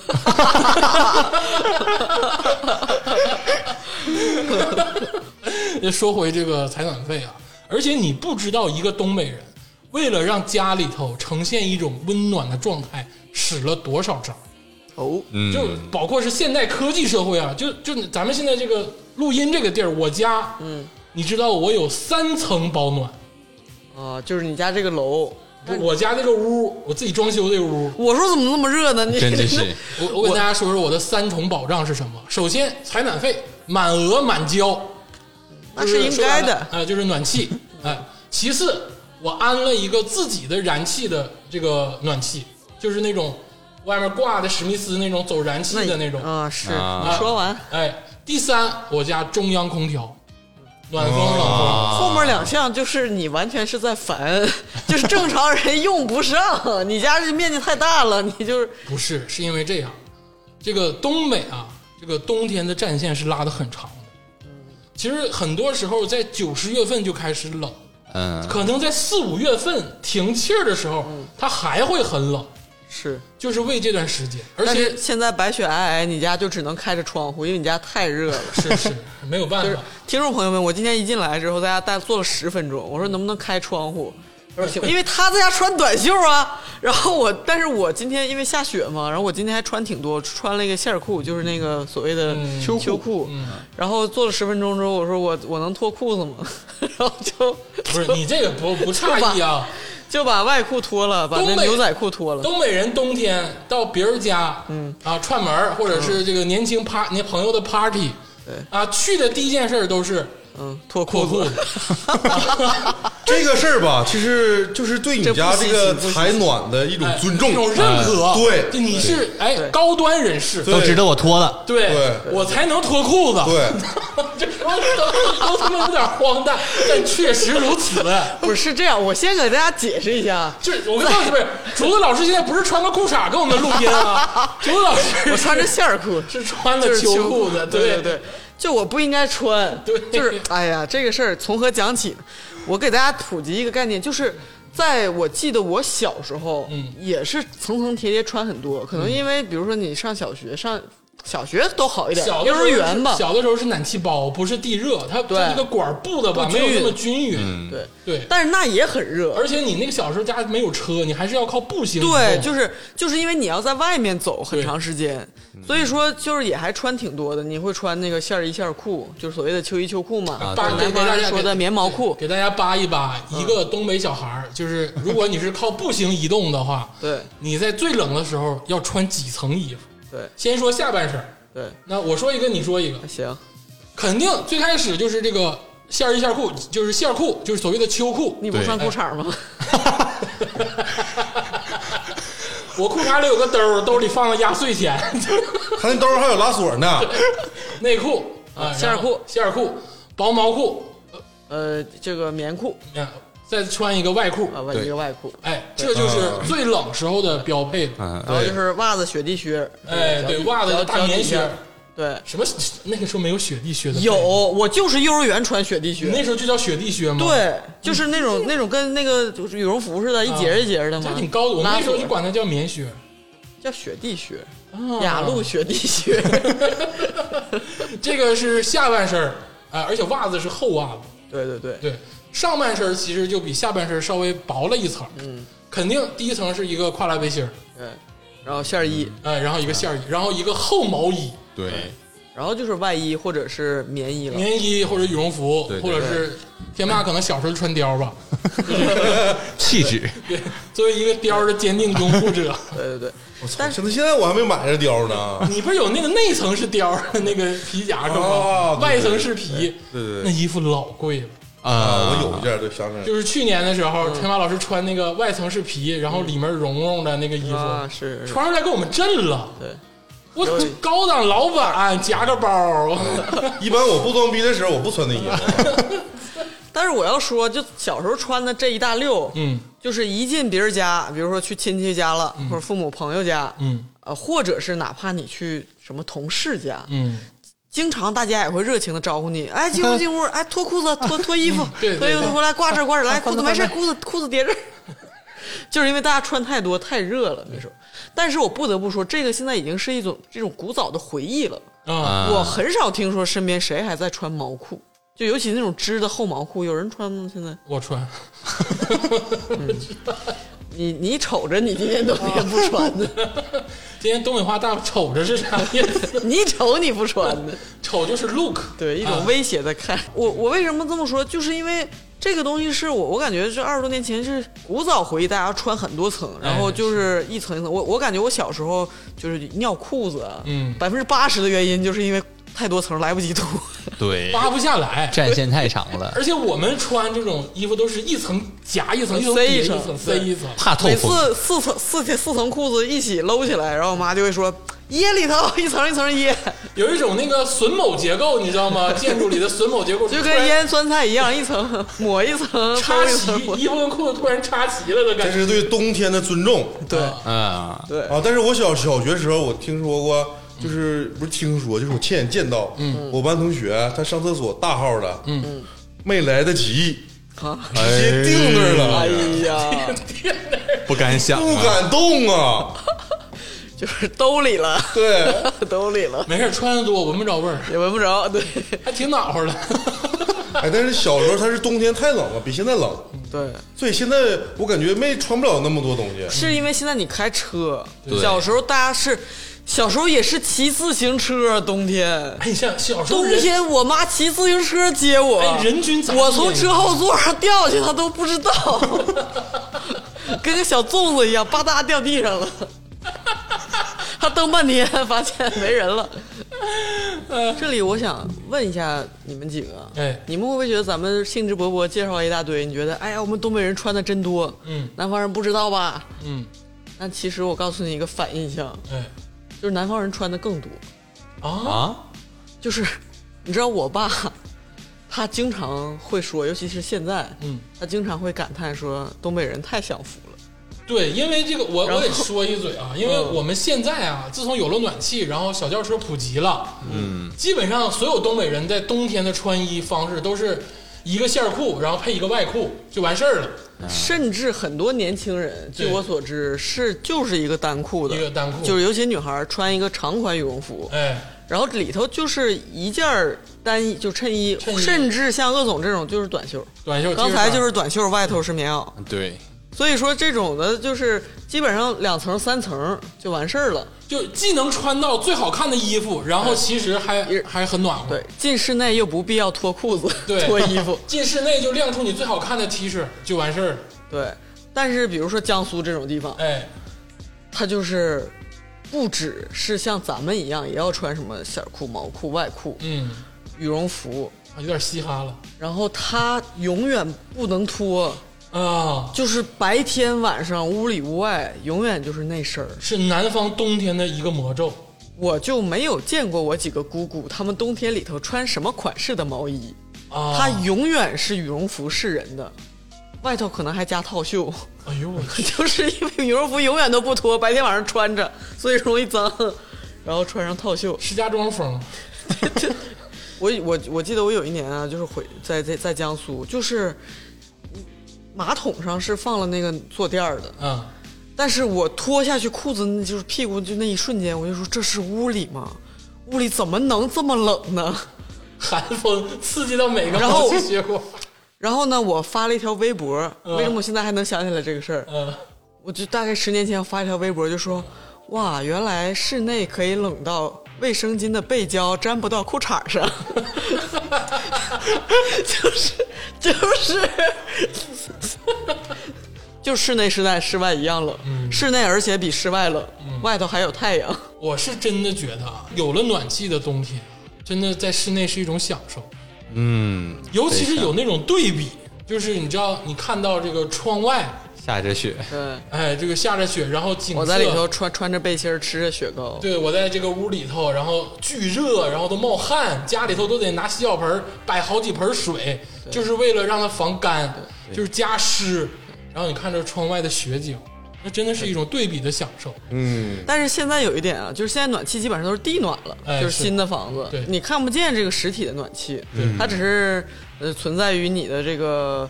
[SPEAKER 1] 也说回这个采暖费啊，而且你不知道一个东北人为了让家里头呈现一种温暖的状态，使了多少招儿。
[SPEAKER 2] 哦，
[SPEAKER 4] 嗯
[SPEAKER 1] 就
[SPEAKER 3] 嗯
[SPEAKER 1] 包括是现代科技社会啊，就就咱们现在这个录音这个地儿，我家，嗯，你知道我有三层保暖，
[SPEAKER 2] 啊，就是你家这个楼，
[SPEAKER 1] 我家这个屋，我自己装修这个屋，
[SPEAKER 2] 我说怎么那么热呢？你
[SPEAKER 4] 真的是
[SPEAKER 1] 我我跟大家说说我的三重保障是什么？首先，采暖费满额满交，
[SPEAKER 2] (laughs) 那是应该的
[SPEAKER 1] 啊、呃就是暖
[SPEAKER 2] (laughs)
[SPEAKER 1] 气，哎、其次，我安了一个自己的燃气的这个暖气，就是那种外面挂的史密斯那种走燃气
[SPEAKER 2] 你
[SPEAKER 1] 的那种，
[SPEAKER 2] 啊，是
[SPEAKER 4] 啊
[SPEAKER 2] 你说完
[SPEAKER 1] 哎，第三，我家中央空调，暖风冷风。
[SPEAKER 2] 后面两项就是你完全是在烦， (laughs) 就是正常人用不上， (laughs) 你家这面积太大了，你就是
[SPEAKER 1] 不是，是因为这样，这个东北啊，这个冬天的战线是拉得很长的。其实很多时候在九十月份就开始冷，
[SPEAKER 4] 嗯，
[SPEAKER 1] 可能在四五月份停气儿的时候，它还会很冷，
[SPEAKER 2] 是，
[SPEAKER 1] 就是为这段时间。而
[SPEAKER 2] 但
[SPEAKER 1] 且
[SPEAKER 2] 是现在白雪皑皑，你家就只能开着窗户，因为你家太热了。
[SPEAKER 1] 是是没有办
[SPEAKER 2] 就
[SPEAKER 1] (laughs)
[SPEAKER 2] 是
[SPEAKER 1] 法，
[SPEAKER 2] 听众朋友们，我今天一进来之后，在家待坐了十分钟，
[SPEAKER 1] 嗯
[SPEAKER 2] 我说能不能开窗户？他说行，因为他在家穿短袖
[SPEAKER 1] (laughs)
[SPEAKER 2] 啊。然后我，但是我今天因为下雪嘛，然后我今天还穿挺多，穿了一个线儿裤，就是那个所谓的
[SPEAKER 1] 嗯
[SPEAKER 2] 秋裤。然后坐了十分钟之后，我说我我能脱裤子吗？ (laughs) 然后就
[SPEAKER 1] 不是你这个不不诧异啊。
[SPEAKER 2] 就把外裤脱了，把那
[SPEAKER 1] 东北
[SPEAKER 2] 牛仔裤脱了。
[SPEAKER 1] 东北人冬天到别人家，嗯啊串门儿或者是这个年轻趴你朋友的 party，对啊去的第一件事儿都是
[SPEAKER 2] 嗯，脱
[SPEAKER 1] 脱
[SPEAKER 2] 裤
[SPEAKER 1] 裤
[SPEAKER 2] 子
[SPEAKER 1] 子。，
[SPEAKER 3] (laughs) 这个事儿吧，其实就是对你
[SPEAKER 2] 这不
[SPEAKER 3] 家这
[SPEAKER 2] 稀奇
[SPEAKER 3] 个
[SPEAKER 2] 不稀奇
[SPEAKER 3] 采暖的一种
[SPEAKER 1] 哎
[SPEAKER 3] 尊重，
[SPEAKER 1] 一种认可。
[SPEAKER 3] 哎对
[SPEAKER 1] 就你是哎
[SPEAKER 2] 对
[SPEAKER 1] 高端人士，
[SPEAKER 3] 对
[SPEAKER 4] 都知道我脱了，
[SPEAKER 1] 对
[SPEAKER 3] 对
[SPEAKER 1] 我才能脱裤子。
[SPEAKER 3] 对，
[SPEAKER 1] (laughs) 这说的都他妈有点荒诞，但确实如此。
[SPEAKER 2] (laughs) 不是是这样，我先给大家解释一下，
[SPEAKER 1] 就是我跟老师不是竹子老师现在不是穿个裤衩跟我们录音 (laughs) 啊，竹子老师
[SPEAKER 2] 我穿着线儿裤，
[SPEAKER 1] 是穿
[SPEAKER 2] 就
[SPEAKER 1] 了
[SPEAKER 2] 是
[SPEAKER 1] 秋裤的，
[SPEAKER 2] 对
[SPEAKER 1] 对
[SPEAKER 2] 对，就我不应该穿，
[SPEAKER 1] 对
[SPEAKER 2] 就是哎呀，这个事儿从何讲起呢？我给大家普及一个概念，就是在我记得我小时候，
[SPEAKER 1] 嗯
[SPEAKER 2] 也是层层叠叠穿很多，可能因为比如说你上小学上。小学都好一点，
[SPEAKER 1] 小的
[SPEAKER 2] 幼
[SPEAKER 1] 时候
[SPEAKER 2] 儿园吧
[SPEAKER 1] 是，小的时候是暖气包，不是地热，它
[SPEAKER 2] 对
[SPEAKER 1] 它一个管儿布的吧，
[SPEAKER 2] 不
[SPEAKER 1] 没
[SPEAKER 2] 均
[SPEAKER 1] 有
[SPEAKER 2] 匀
[SPEAKER 1] 那么均匀。
[SPEAKER 2] 对，
[SPEAKER 1] 对，
[SPEAKER 2] 但是那也很热。
[SPEAKER 1] 而且你那个小时候家没有车，你还是要靠步行移动。
[SPEAKER 2] 对，就是就是因为你要在外面走很
[SPEAKER 1] 对
[SPEAKER 2] 长时间，所以说就是也还穿挺多的。你会穿那个线儿衣线儿裤，就是所谓的秋衣秋裤嘛，
[SPEAKER 4] 啊
[SPEAKER 1] 扒
[SPEAKER 2] 就
[SPEAKER 1] 给
[SPEAKER 2] 是南
[SPEAKER 1] 给
[SPEAKER 2] 方
[SPEAKER 1] 大
[SPEAKER 2] 人
[SPEAKER 1] 家
[SPEAKER 2] 说的
[SPEAKER 1] 给
[SPEAKER 2] 棉毛裤。
[SPEAKER 1] 给大家扒一扒，
[SPEAKER 2] 嗯
[SPEAKER 1] 一个东北小孩儿，就是如果你是靠步行移动的话，
[SPEAKER 2] 对
[SPEAKER 1] 你在最冷的时候要穿几层衣服？
[SPEAKER 2] 对
[SPEAKER 1] 先说下半身儿，
[SPEAKER 2] 对，
[SPEAKER 1] 那我说一个，你说一个，
[SPEAKER 2] 行，
[SPEAKER 1] 肯定最开始就是这个线儿衣线儿裤，就是线儿裤，就是所谓的秋裤。
[SPEAKER 2] 你不
[SPEAKER 4] 对
[SPEAKER 2] 穿裤衩
[SPEAKER 4] (laughs)
[SPEAKER 2] 吗？
[SPEAKER 1] (laughs) 我裤衩里有个兜儿，兜里放了压岁钱， (laughs)
[SPEAKER 3] 他那兜儿还有拉锁呢，
[SPEAKER 1] 内裤啊，
[SPEAKER 2] 线儿
[SPEAKER 1] 然
[SPEAKER 2] 裤
[SPEAKER 1] 后线儿裤，薄毛裤，
[SPEAKER 2] 呃，这个棉裤
[SPEAKER 1] 啊再穿一个外裤，
[SPEAKER 2] 啊，外
[SPEAKER 4] 对
[SPEAKER 2] 一个外裤，
[SPEAKER 1] 哎，这就是最冷时候的标配了。
[SPEAKER 4] 嗯，
[SPEAKER 2] 然后
[SPEAKER 3] 对
[SPEAKER 2] 就是袜子、雪地靴，
[SPEAKER 1] 哎，
[SPEAKER 2] 脚
[SPEAKER 1] 对，袜
[SPEAKER 2] 脚
[SPEAKER 1] 子、大
[SPEAKER 2] 脚
[SPEAKER 1] 棉
[SPEAKER 2] 底下
[SPEAKER 1] 靴，
[SPEAKER 2] 对，
[SPEAKER 1] 什么？那个时候没有雪地靴的，
[SPEAKER 2] 有，我就是幼儿园穿雪地
[SPEAKER 1] 你
[SPEAKER 2] 靴，
[SPEAKER 1] 那时候就叫雪地靴吗？，
[SPEAKER 2] 对，就是那种那种跟那个就是羽绒服似的，一节儿一节儿的嘛
[SPEAKER 1] 还，啊挺高的。我们
[SPEAKER 2] 拉
[SPEAKER 1] 那时候
[SPEAKER 2] 锁
[SPEAKER 1] 就管它叫棉靴， (laughs)
[SPEAKER 2] 叫雪地靴，
[SPEAKER 1] 啊
[SPEAKER 2] 雅鹿雪地
[SPEAKER 1] (laughs)
[SPEAKER 2] 靴，
[SPEAKER 1] 这个是下半身儿，哎，而且袜子是厚袜子，
[SPEAKER 2] 对对对，
[SPEAKER 1] 对，上半身儿其实就比下半身儿稍微薄了一层，嗯，肯定第一层是一个跨栏背心儿，
[SPEAKER 2] 对，然后线儿衣，
[SPEAKER 4] 嗯
[SPEAKER 1] 哎，然后
[SPEAKER 3] 啊
[SPEAKER 1] 一个线儿衣，然后一个厚毛衣、
[SPEAKER 3] 对，
[SPEAKER 2] 然后就是外衣或者是棉衣了，
[SPEAKER 1] 棉衣或者羽绒服，
[SPEAKER 4] 对
[SPEAKER 1] 或
[SPEAKER 4] 对
[SPEAKER 1] 者是天霸可能小时候穿貂吧，
[SPEAKER 4] 气质，
[SPEAKER 1] 对，作为一个貂的坚定拥护
[SPEAKER 3] (laughs)
[SPEAKER 1] 者，
[SPEAKER 2] 对对对，
[SPEAKER 3] 但是现在我还没买这貂呢，
[SPEAKER 1] 你不是有那个内层是貂儿的那个皮夹克吗？
[SPEAKER 3] 哦对
[SPEAKER 1] 外层是皮，
[SPEAKER 3] 对对对
[SPEAKER 1] 那衣服老贵了。
[SPEAKER 3] 啊，
[SPEAKER 4] 啊，
[SPEAKER 3] 我有一件，对，嗯想起来了，
[SPEAKER 1] 就是去年的时候，天霸老师穿那个外层是皮，然后里面绒绒的那个衣服，
[SPEAKER 2] 啊是，是
[SPEAKER 1] 穿出来给我们震了。
[SPEAKER 2] 对，
[SPEAKER 1] 我这高档老板哎夹个包儿，
[SPEAKER 2] (laughs)
[SPEAKER 1] 我
[SPEAKER 3] 一般我不装逼的时候，我不穿那衣 (laughs) 服，
[SPEAKER 2] 但是我要说，就小时候穿的这一大溜，
[SPEAKER 1] 嗯，
[SPEAKER 2] 就是一进别人家，比如说去亲戚家了，或者父母朋友家，
[SPEAKER 1] 嗯，
[SPEAKER 2] 呃，或者是哪怕你去什么同事家，
[SPEAKER 1] 嗯，
[SPEAKER 2] 经常大家也会热情的招呼你，哎，进屋进
[SPEAKER 1] (laughs)
[SPEAKER 2] 屋，哎，脱裤子，脱脱衣服，
[SPEAKER 1] 嗯对对
[SPEAKER 2] 脱衣
[SPEAKER 1] 对
[SPEAKER 2] 服回来挂这儿挂
[SPEAKER 1] (laughs)
[SPEAKER 2] 这儿，来，
[SPEAKER 1] 换
[SPEAKER 2] 裤子
[SPEAKER 1] 换
[SPEAKER 2] 没事，
[SPEAKER 1] 换
[SPEAKER 2] 裤子裤子叠这儿。 (laughs) 就是因为大家穿太多太热了那时候，但是我不得不说，这个现在已经是一种这种古早的回忆了。
[SPEAKER 1] 啊，
[SPEAKER 4] 啊
[SPEAKER 2] 我很少听说身边谁还在穿毛裤，就尤其那种织的厚毛裤，有人穿吗？现在
[SPEAKER 1] 我穿，嗯
[SPEAKER 2] 你你瞅着你今 (laughs) 天都也不穿的，
[SPEAKER 1] 今天东北话大瞅着是啥意思？
[SPEAKER 2] 你瞅你不穿的，
[SPEAKER 1] 瞅就是 look，
[SPEAKER 2] (laughs) 对，一
[SPEAKER 1] 啊
[SPEAKER 2] 种威胁的看。我我为什么这么说？就是因为这个东西是我我感觉这二十多年前是古早回忆，大家穿很多层，然后就是一层一层。我我感觉我小时候就是尿裤子，啊
[SPEAKER 1] 嗯
[SPEAKER 2] 百分之八十的原因就是因为太多层来不及脱。
[SPEAKER 4] 对，
[SPEAKER 1] 扒不下来。
[SPEAKER 4] 战线太长了，
[SPEAKER 1] 而且我们穿这种衣服都是一层夹一层，一层
[SPEAKER 2] 塞
[SPEAKER 1] 叠
[SPEAKER 2] 一
[SPEAKER 1] 一
[SPEAKER 2] 层
[SPEAKER 1] 层，塞一层。
[SPEAKER 4] 怕透
[SPEAKER 2] 每
[SPEAKER 4] 风，
[SPEAKER 2] 次四层四层四层裤子一起搂起来，然后我妈就会说掖里头一层一层掖，
[SPEAKER 1] 有一种那个榫卯结构，你知道吗？建筑里的榫卯结
[SPEAKER 2] (laughs)
[SPEAKER 1] 构，
[SPEAKER 2] 就
[SPEAKER 1] 突然
[SPEAKER 2] 跟腌酸菜一样，一层抹一层，
[SPEAKER 1] 插
[SPEAKER 2] 包一
[SPEAKER 1] 齐
[SPEAKER 2] 层，抹
[SPEAKER 1] 衣服跟裤子突然插齐了的感
[SPEAKER 3] 这
[SPEAKER 1] 觉。
[SPEAKER 3] 是对冬天的尊重
[SPEAKER 2] 对
[SPEAKER 4] 啊，
[SPEAKER 2] 对
[SPEAKER 3] 啊。但是我小小学时候，我听说过，就是不是听说，就是我亲眼见到，
[SPEAKER 2] 嗯
[SPEAKER 3] 我班同学他上厕所大号的，嗯，没来得及，
[SPEAKER 2] 啊！
[SPEAKER 3] 直接定那儿
[SPEAKER 2] 哎
[SPEAKER 3] 了，
[SPEAKER 2] 呀，
[SPEAKER 4] 不敢想
[SPEAKER 3] 不敢动啊，
[SPEAKER 2] (laughs) 就是兜里了，
[SPEAKER 3] 对。
[SPEAKER 2] 兜里了，
[SPEAKER 1] 没事，穿的多，闻不着味儿，
[SPEAKER 2] 也闻不着。对
[SPEAKER 1] 还挺暖
[SPEAKER 2] (laughs)
[SPEAKER 1] 和的。
[SPEAKER 3] 哎，但是小时候它是冬天太冷了，比现在冷，
[SPEAKER 2] 对，
[SPEAKER 3] 所以现在我感觉没穿不了那么多东西。
[SPEAKER 2] 是因为现在你开车，
[SPEAKER 4] 对
[SPEAKER 2] 小时候大家是。小时候也是骑自行车，啊冬天，
[SPEAKER 1] 哎，你像小时候
[SPEAKER 2] 冬
[SPEAKER 1] 人
[SPEAKER 2] 天我妈骑自行车接我，
[SPEAKER 1] 哎人均咋地
[SPEAKER 2] 我从车后座上掉下去，她都不知道，
[SPEAKER 1] (laughs)
[SPEAKER 2] 跟个小粽子一样，吧嗒掉地上了。她蹬半天，发现没人了。这里我想问一下你们几个，
[SPEAKER 1] 哎
[SPEAKER 2] 你们会不会觉得咱们兴致勃勃介绍了一大堆，你觉得哎呀，我们东北人穿的真多，
[SPEAKER 1] 嗯
[SPEAKER 2] 南方人不知道吧？
[SPEAKER 1] 嗯，
[SPEAKER 2] 但其实我告诉你一个反印象，
[SPEAKER 1] 哎
[SPEAKER 2] 就是南方人穿的更多。
[SPEAKER 1] 啊，
[SPEAKER 4] 啊，
[SPEAKER 2] 就是你知道我爸，他经常会说，尤其是现在，
[SPEAKER 1] 嗯，
[SPEAKER 2] 他经常会感叹说东北人太享福了。
[SPEAKER 1] 对，因为这个我
[SPEAKER 2] 然后嗯
[SPEAKER 1] 我得说一嘴啊，因为我们现在啊，自从有了暖气，然后小轿车普及了，嗯，基本上所有东北人在冬天的穿衣方式都是一个线裤，然后配一个外裤就完事儿了，
[SPEAKER 2] 甚至很多年轻人，据
[SPEAKER 1] 啊对
[SPEAKER 2] 我所知是就是一个单裤的，
[SPEAKER 1] 一个单裤
[SPEAKER 2] 就是尤其女孩穿一个长款羽绒服，
[SPEAKER 1] 哎，
[SPEAKER 2] 然后里头就是一件儿单衣，就衬衣，
[SPEAKER 1] 衬衣
[SPEAKER 2] 甚至像鄂总这种就是短袖。
[SPEAKER 1] 短袖。
[SPEAKER 2] 刚才就是短袖，外头是棉袄，
[SPEAKER 4] 对，
[SPEAKER 2] 所以说这种的就是基本上两层三层就完事儿了。
[SPEAKER 1] 就既能穿到最好看的衣服，然后其实还还很暖和。
[SPEAKER 2] 对，进室内又不必要脱裤子、
[SPEAKER 1] 对
[SPEAKER 2] (laughs) 脱衣服。
[SPEAKER 1] 进室内就亮出你最好看的 T 恤就完事儿了，
[SPEAKER 2] 对，但是比如说江苏这种地方，
[SPEAKER 1] 哎，
[SPEAKER 2] 它就是不只是像咱们一样，也要穿什么线裤、毛裤、外裤、
[SPEAKER 1] 嗯，
[SPEAKER 2] 羽绒服，
[SPEAKER 1] 啊有点嘻哈了
[SPEAKER 2] 然后它永远不能脱，
[SPEAKER 1] 啊，
[SPEAKER 2] 就是白天晚上屋里屋外永远就是那身儿。
[SPEAKER 1] 是南方冬天的一个魔咒。
[SPEAKER 2] 我就没有见过我几个姑姑，她们冬天里头穿什么款式的毛衣，
[SPEAKER 1] 啊，
[SPEAKER 2] 它永远是羽绒服是人的，外头可能还加套袖，
[SPEAKER 1] 哎呦我去，
[SPEAKER 2] (laughs) 就是因为羽绒服永远都不脱，白天晚上穿着，所以容易脏，然后穿上套袖。
[SPEAKER 1] 石家庄风，
[SPEAKER 2] 我我我记得我有一年啊，就是回在在在江苏，就是马桶上是放了那个坐垫儿的，
[SPEAKER 1] 嗯，
[SPEAKER 2] 但是我脱下去裤子，那就是屁股就那一瞬间，我就说这是屋里吗？屋里怎么能这么冷呢？ (laughs)
[SPEAKER 1] 寒风刺激到每个
[SPEAKER 2] 然后
[SPEAKER 1] 毛细血管，
[SPEAKER 2] 然后呢，我发了一条微博，
[SPEAKER 1] 嗯
[SPEAKER 2] 为什么我现在还能想起来这个事儿？
[SPEAKER 1] 嗯，
[SPEAKER 2] 我就大概十年前发一条微博，就说：“哇，原来室内可以冷到卫生巾的背胶粘不到裤衩上， (laughs) 就是就是就室内室外室外一样冷，室内而且比室外冷，外头还有太阳。
[SPEAKER 1] 我是真的觉得啊，有了暖气的冬天，真的在室内是一种享受，
[SPEAKER 4] 嗯，
[SPEAKER 1] 尤其是有那种对比，就是你知道，你看到这个窗外，
[SPEAKER 4] 下着雪，
[SPEAKER 2] 对，
[SPEAKER 1] 哎，这个下着雪，然后景色，
[SPEAKER 2] 我在里头穿穿着背心儿吃着雪糕，
[SPEAKER 1] 对，我在这个屋里头，然后巨热，然后都冒汗，家里头都得拿洗脚盆儿摆好几盆水，就是为了让它防干，就是加湿。然后你看着窗外的雪景，那真的是一种对比的享受。
[SPEAKER 3] 嗯，
[SPEAKER 2] 但是现在有一点啊，就是现在暖气基本上都是地暖了，
[SPEAKER 1] 哎
[SPEAKER 2] 就是
[SPEAKER 1] 是
[SPEAKER 2] 新的房子，
[SPEAKER 1] 对
[SPEAKER 2] 你看不见这个实体的暖气，它只是呃存在于你的这个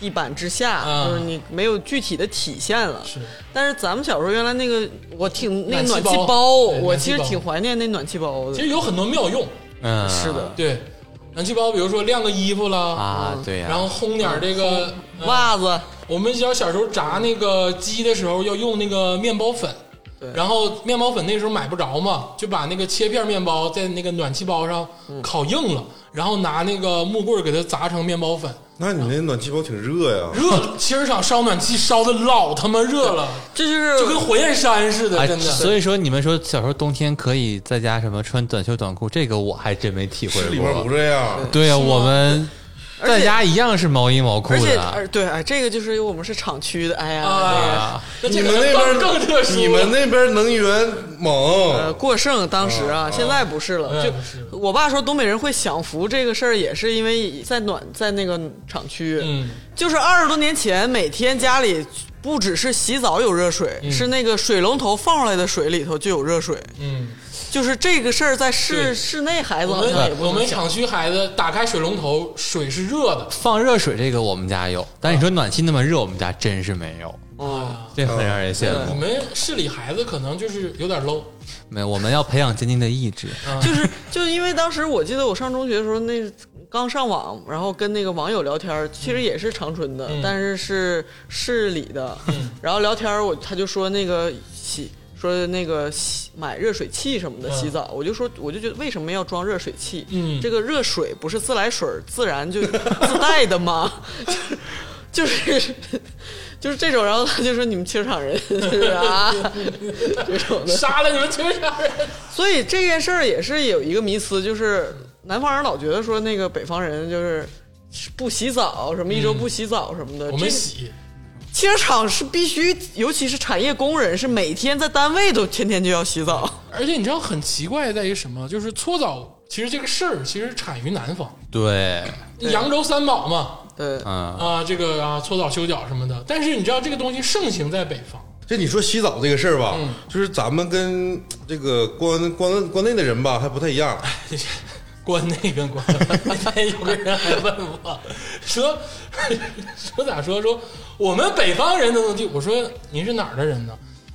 [SPEAKER 2] 地板之下，
[SPEAKER 1] 啊
[SPEAKER 2] 就是你没有具体的体现了。
[SPEAKER 1] 是，
[SPEAKER 2] 但是咱们小时候原来那个，我挺那个
[SPEAKER 1] 暖
[SPEAKER 2] 暖
[SPEAKER 1] 气
[SPEAKER 2] 气
[SPEAKER 1] 包对
[SPEAKER 2] 我
[SPEAKER 1] 暖气
[SPEAKER 2] 其实
[SPEAKER 1] 包
[SPEAKER 2] 挺怀念那暖气包
[SPEAKER 1] 其
[SPEAKER 2] 的。
[SPEAKER 1] 实有很多妙用，
[SPEAKER 4] 嗯，
[SPEAKER 2] 是的，
[SPEAKER 1] 对，暖气包，比如说晾个衣服啦，
[SPEAKER 4] 啊，对呀，
[SPEAKER 1] 然后烘点儿这个、呃
[SPEAKER 2] 袜子，
[SPEAKER 1] 我们小小时候炸那个鸡的时候要用那个面包粉，
[SPEAKER 2] 对
[SPEAKER 1] 然后面包粉那时候买不着嘛，就把那个切片面包在那个暖气包上
[SPEAKER 3] 嗯
[SPEAKER 1] 烤硬了，然后拿那个木棍儿给它砸成面包粉，
[SPEAKER 3] 那你那暖气包挺热呀，
[SPEAKER 1] 热了，汽车厂烧暖气烧的老他妈热了，
[SPEAKER 2] 这就是
[SPEAKER 1] 就跟火焰山似的，
[SPEAKER 4] 哎，
[SPEAKER 1] 真的。
[SPEAKER 4] 所以说你们说小时候冬天可以在家什么穿短袖短裤，这个我还真没体会
[SPEAKER 3] 市里面不
[SPEAKER 4] 过。
[SPEAKER 3] 这样，
[SPEAKER 4] 对呀，我们
[SPEAKER 2] 而且
[SPEAKER 4] 在家一样是毛衣毛裤
[SPEAKER 2] 而且
[SPEAKER 4] 的
[SPEAKER 2] 而，对，哎，这个就是因为我们是厂区的，哎呀，
[SPEAKER 1] 啊，那
[SPEAKER 3] 你
[SPEAKER 1] 这
[SPEAKER 3] 们
[SPEAKER 1] 个
[SPEAKER 3] 那边
[SPEAKER 1] 更特殊了，
[SPEAKER 3] 你们那边能源
[SPEAKER 2] 呃，
[SPEAKER 1] 哦
[SPEAKER 3] 猛，
[SPEAKER 2] 过剩当时啊，现在不是了。
[SPEAKER 1] 嗯
[SPEAKER 2] 就
[SPEAKER 1] 不是了
[SPEAKER 2] 我爸说，东北人会享福这个事儿，也是因为在暖在那个厂区，
[SPEAKER 1] 嗯
[SPEAKER 2] 就是二十多年前，每天家里不只是洗澡有热水，是那个水龙头放出来的水里头就有热水。
[SPEAKER 1] 嗯，
[SPEAKER 2] 就是这个事儿，在室
[SPEAKER 1] 对
[SPEAKER 2] 室内孩子
[SPEAKER 1] 我
[SPEAKER 2] 好像也
[SPEAKER 1] 们
[SPEAKER 2] 不
[SPEAKER 1] 我
[SPEAKER 2] 能
[SPEAKER 1] 们
[SPEAKER 2] 想
[SPEAKER 1] 厂区孩子打开水龙头，水是热的，
[SPEAKER 4] 放热水这个我们家有，但你说暖气那么热，我们家真是没有，
[SPEAKER 2] 哦，
[SPEAKER 4] 这很让人羡
[SPEAKER 1] 你
[SPEAKER 4] 慕。
[SPEAKER 1] 们市里孩子可能就是有点 low，
[SPEAKER 4] 没有，我们要培养坚定的意志。
[SPEAKER 1] 嗯
[SPEAKER 2] 就是就是因为当时我记得我上中学的时候，那刚上网，然后跟那个网友聊天儿，其实也是长春的，
[SPEAKER 1] 嗯
[SPEAKER 2] 但是是市里的。然后聊天儿我他就说那个洗说那个洗买热水器什么的
[SPEAKER 1] 嗯
[SPEAKER 2] 洗澡，我就说我就觉得为什么要装热水器？
[SPEAKER 1] 嗯
[SPEAKER 2] 这个热水不是自来水儿自然就 (laughs) 自带的吗？ (laughs) 就是就是就是这种，然后他就说你们清场人就是啊， (laughs) 这种的。
[SPEAKER 1] 杀了你们全家人。
[SPEAKER 2] 所以这件事儿也是有一个迷思，就是南方人老觉得说那个北方人就是不洗澡，什么一周不洗澡什么的。
[SPEAKER 1] 我
[SPEAKER 2] 这
[SPEAKER 1] 们洗，
[SPEAKER 2] 汽车厂是必须，尤其是产业工人是每天在单位都天天就要洗澡。
[SPEAKER 1] (laughs) 而且你知道很奇怪在于什么？就是搓澡，其实这个事儿其实产于南方，
[SPEAKER 4] 对，
[SPEAKER 1] 扬州三宝嘛，
[SPEAKER 2] 对，
[SPEAKER 4] 嗯，
[SPEAKER 1] 啊，这个啊搓澡、修脚什么的。但是你知道这个东西盛行在北方，
[SPEAKER 3] 这你说洗澡这个事儿吧，
[SPEAKER 1] 嗯 (laughs)
[SPEAKER 3] 就是咱们跟这个关关关内的人吧还不太一样，
[SPEAKER 1] 关那个关那个。那天有个人还问我说 (laughs) 说咋说说我们北方人都能地，我说您是哪儿的人呢？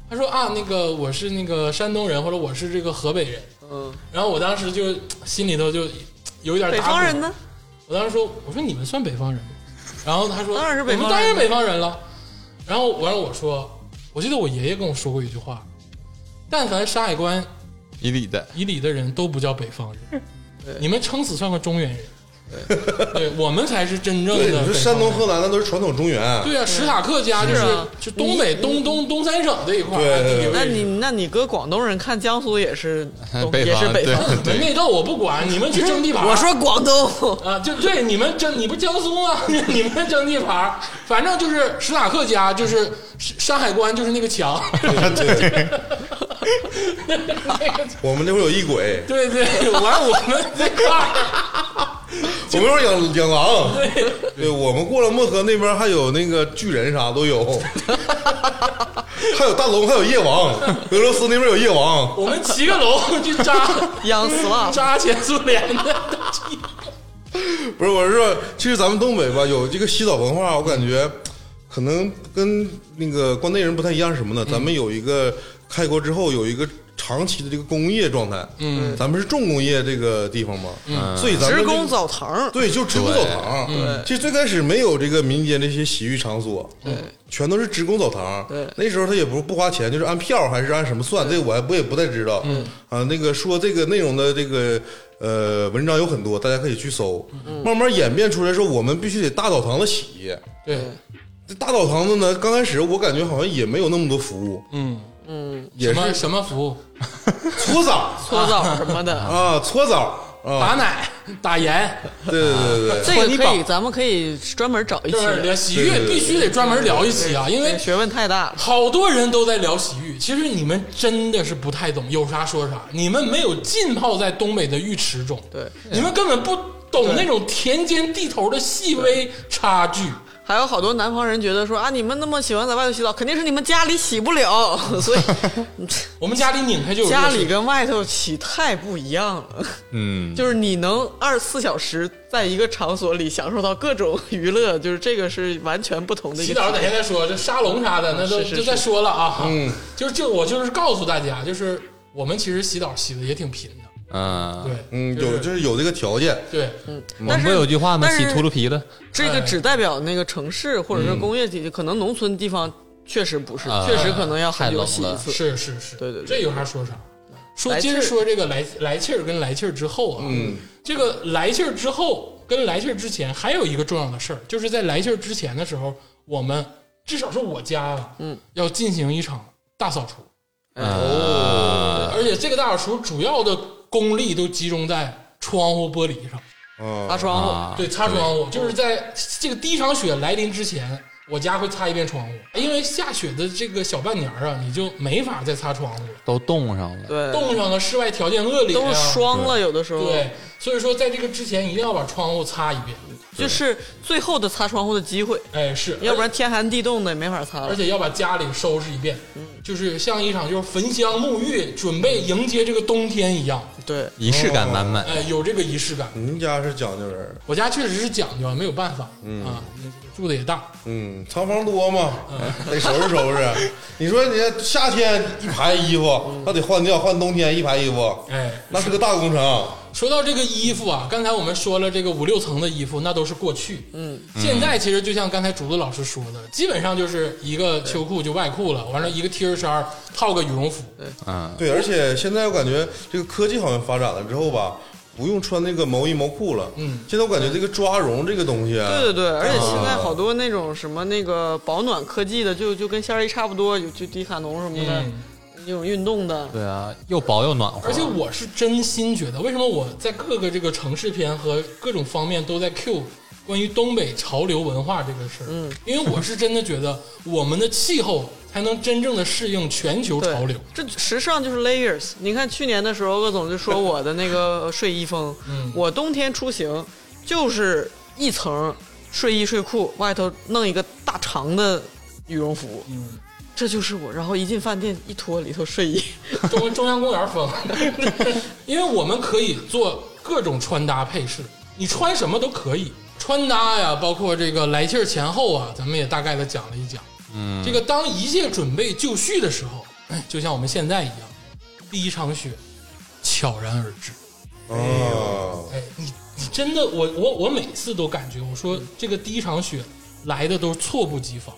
[SPEAKER 1] 他说啊，那个我是那个山东人，或者我是这个河北人。
[SPEAKER 2] 嗯，
[SPEAKER 1] 然后我当时就心里头就有一点打
[SPEAKER 2] 北
[SPEAKER 1] 鼓
[SPEAKER 2] 方人呢？
[SPEAKER 1] 我当时说，我说你们算北方人吗？然后他说，
[SPEAKER 2] 当然是北
[SPEAKER 1] 我们
[SPEAKER 2] 方人
[SPEAKER 1] 当然是北方人了。然后我让我说，我记得我爷爷跟我说过一句话，但凡山海关
[SPEAKER 4] 以礼的，
[SPEAKER 1] 以里的人都不叫北方人，你们撑死算个中原人。对，
[SPEAKER 3] (laughs)
[SPEAKER 1] 我们才是真正的
[SPEAKER 3] 对，
[SPEAKER 1] 北方
[SPEAKER 3] 你
[SPEAKER 1] 人。
[SPEAKER 3] 说山东、河南那都是传统中原，
[SPEAKER 1] 对啊，史塔克家就是
[SPEAKER 2] 是啊
[SPEAKER 1] 就东北东东东三省这一块儿
[SPEAKER 3] 对
[SPEAKER 1] 地
[SPEAKER 3] 对
[SPEAKER 1] 理位置。
[SPEAKER 3] 对
[SPEAKER 2] 那你那你搁广东人看江苏也是东
[SPEAKER 4] 嗯北
[SPEAKER 2] 也
[SPEAKER 4] 方
[SPEAKER 2] 是北
[SPEAKER 4] 对
[SPEAKER 2] 方。
[SPEAKER 1] 你们内斗我不管，你们
[SPEAKER 2] (laughs)
[SPEAKER 1] 去争地啊盘儿。
[SPEAKER 2] 我说广东， (laughs)
[SPEAKER 1] 啊，就对你们争，你不江苏吗？ (laughs) 你们争地盘儿，反正就是史塔克家，就是山山海关，就是那个墙，
[SPEAKER 3] 我们这会儿有异鬼，
[SPEAKER 1] 对对，完我们这块
[SPEAKER 3] (laughs)
[SPEAKER 1] 儿，
[SPEAKER 3] 我们那会儿养养狼， (laughs) 对，我们过了漠河那边还有那个巨人啥都有， (laughs) 还有大龙，还有夜王，俄罗斯那边有夜王，
[SPEAKER 1] 我们骑个龙去
[SPEAKER 3] (laughs)
[SPEAKER 1] 扎
[SPEAKER 2] 央死
[SPEAKER 3] 啊
[SPEAKER 2] 了。
[SPEAKER 1] 扎前苏联的大旗，
[SPEAKER 3] 不是，我是说，其实咱们东北吧有这个洗澡文化，我感觉可能跟那个关内人不太一样，是什么呢？咱们有一个开国之后有一个。长期的这个工业状态，嗯，咱们是重工业这个地方嘛，嗯，所以咱们、
[SPEAKER 2] 职
[SPEAKER 3] 这个、
[SPEAKER 2] 工澡堂，
[SPEAKER 3] (laughs) 对，就职工澡堂。其实最开始没有这个民间这些洗浴场所，对，全都是职工澡堂。
[SPEAKER 2] 对
[SPEAKER 3] 那时候他也不不花钱，就是按票还是按什么算，这我还我也不太知道。嗯，啊，那个说这个内容的这个呃文章有很多，大家可以去搜。慢慢演变出来说，我们必须得大澡堂子洗。
[SPEAKER 1] 对，
[SPEAKER 3] 这大澡堂子呢，刚开始我感觉好像也没有那么多服务，
[SPEAKER 1] 嗯，
[SPEAKER 3] 也
[SPEAKER 1] 什
[SPEAKER 3] 是
[SPEAKER 1] 么什么服务，
[SPEAKER 3] 搓澡
[SPEAKER 2] 搓澡什么的，
[SPEAKER 3] 啊，搓澡
[SPEAKER 1] 打
[SPEAKER 3] 啊，
[SPEAKER 1] 奶打盐，
[SPEAKER 3] 对对对对。
[SPEAKER 2] 这个可以，咱们可以专门找一期
[SPEAKER 1] 就是
[SPEAKER 2] 聊，
[SPEAKER 1] 聊洗浴
[SPEAKER 3] 对对对
[SPEAKER 1] 必须得专门聊一期啊，因为
[SPEAKER 2] 学问太大了。
[SPEAKER 1] 好多人都在聊洗浴，其实你们真的是不太懂，有啥说啥。你们没有浸泡在东北的浴池中，
[SPEAKER 2] 对，
[SPEAKER 1] 你们根本不懂那种田间地头的细微差距。
[SPEAKER 2] 还有好多南方人觉得说啊，你们那么喜欢在外头洗澡，肯定是你们家里洗不了，所以
[SPEAKER 1] 我们家里拧开就有热水
[SPEAKER 2] 家里跟外头洗太不一样了。
[SPEAKER 4] 嗯，
[SPEAKER 2] 就是你能二十四小时在一个场所里享受到各种娱乐，就是这个是完全不同的一
[SPEAKER 1] 洗
[SPEAKER 2] 个。
[SPEAKER 1] 澡，等一下再说，这沙龙啥的那都
[SPEAKER 2] 是是
[SPEAKER 1] 就再说了啊。嗯，就是就我就是告诉大家，就是我们其实洗澡洗的也挺频的，
[SPEAKER 4] 啊，
[SPEAKER 1] 对，
[SPEAKER 3] 嗯，
[SPEAKER 1] 就
[SPEAKER 3] 有
[SPEAKER 1] 是
[SPEAKER 3] 就是有这个条件，
[SPEAKER 1] 对，
[SPEAKER 4] 我
[SPEAKER 2] 但
[SPEAKER 4] 们
[SPEAKER 2] 是
[SPEAKER 4] 不有句话吗？
[SPEAKER 2] 但
[SPEAKER 4] 洗
[SPEAKER 2] 是
[SPEAKER 4] 秃噜皮了，
[SPEAKER 2] 这个只代表那个城市或者是工业体，可能农村地方确实不是，
[SPEAKER 4] 啊
[SPEAKER 2] 确实可能要
[SPEAKER 4] 太
[SPEAKER 2] 很久
[SPEAKER 4] 冷
[SPEAKER 2] 洗一
[SPEAKER 4] 了
[SPEAKER 2] 次。
[SPEAKER 1] 是是是，
[SPEAKER 2] 对对对
[SPEAKER 1] 这有啥说啥。说
[SPEAKER 2] 来气
[SPEAKER 1] 接
[SPEAKER 2] 儿
[SPEAKER 1] 着说这个来来气儿跟来气儿之后啊，
[SPEAKER 3] 嗯
[SPEAKER 1] 这个来气儿之后跟来气儿之前还有一个重要的事儿，就是在来气儿之前的时候，我们至少是我家啊，
[SPEAKER 2] 嗯，
[SPEAKER 1] 要进行一场大扫除，
[SPEAKER 4] 啊，
[SPEAKER 1] 而且这个大扫除主要的功力都集中在窗户玻璃上，
[SPEAKER 2] 擦
[SPEAKER 3] 啊，
[SPEAKER 2] 窗户，
[SPEAKER 4] 啊
[SPEAKER 1] 对，擦窗户，就是在这个第一场雪来临之前，我家会擦一遍窗户，因为下雪的这个小半年儿啊，你就没法再擦窗户了。
[SPEAKER 4] 都冻上了，
[SPEAKER 2] 对，
[SPEAKER 1] 冻上了，室外条件恶劣、啊，
[SPEAKER 2] 都是霜了，有的时候
[SPEAKER 1] 对，所以说在这个之前一定要把窗户擦一遍。
[SPEAKER 2] 就是最后的擦窗户的机会，
[SPEAKER 1] 哎，是，
[SPEAKER 2] 要不然天寒地冻的也没法擦
[SPEAKER 1] 而
[SPEAKER 2] 了。
[SPEAKER 1] 且要把家里收拾一遍，
[SPEAKER 2] 嗯
[SPEAKER 1] 就是像一场就是焚香沐浴，准备迎接这个冬天一样。
[SPEAKER 2] 对，
[SPEAKER 4] 仪式感满满。
[SPEAKER 1] 哎，有这个仪式感。
[SPEAKER 3] 您家是讲究人，
[SPEAKER 1] 我家确实是讲究，没有办法、
[SPEAKER 2] 嗯
[SPEAKER 1] 啊，住的也大。
[SPEAKER 3] 嗯，藏房多嘛，得收拾收拾。你说你看夏天一排衣服，那得换掉；换冬天一排衣服，
[SPEAKER 1] 哎，
[SPEAKER 3] 那是个大工程。
[SPEAKER 1] 说到这个衣服啊，刚才我们说了这个五六层的衣服，那都是过去。嗯，现在其实就像刚才竹子老师说的，基本上就是一个秋裤就外裤了，完了一个 T 恤衫儿套个羽绒服。
[SPEAKER 4] 嗯，
[SPEAKER 3] 对，而且现在我感觉这个科技好像发展了之后吧，不用穿那个毛衣毛裤了。
[SPEAKER 1] 嗯，
[SPEAKER 3] 现在我感觉这个抓绒这个东西，啊
[SPEAKER 2] 对对对，而且现在好多那种什么那个保暖科技的，就就跟夏利差不多，有就迪卡侬什么的，
[SPEAKER 1] 嗯
[SPEAKER 2] 那种运动的，
[SPEAKER 4] 对啊，又薄又暖和，
[SPEAKER 1] 而且我是真心觉得，为什么我在各个这个城市篇和各种方面都在 Q 关于东北潮流文化这个事儿？嗯，因为我是真的觉得我们的气候才能真正的适应全球
[SPEAKER 2] 对
[SPEAKER 1] 潮流。
[SPEAKER 2] 这时尚就是 layers。你看去年的时候，鄂总就说我的那个睡衣风，我冬天出行就是一层睡衣睡裤，外头弄一个大长的羽绒服，这就是我。然后一进饭店一脱，里头睡衣，
[SPEAKER 1] (laughs) 中中央公园风，因为我们可以做各种穿搭配饰，你穿什么都可以。穿搭呀，包括这个来气儿前后啊，咱们也大概的讲了一讲。嗯，这个当一切准备就绪的时候，哎就像我们现在一样，第一场雪悄然而至。
[SPEAKER 3] 啊，
[SPEAKER 1] 哎，你你真的，我我我每次都感觉，我说这个第一场雪来的都是猝不及防，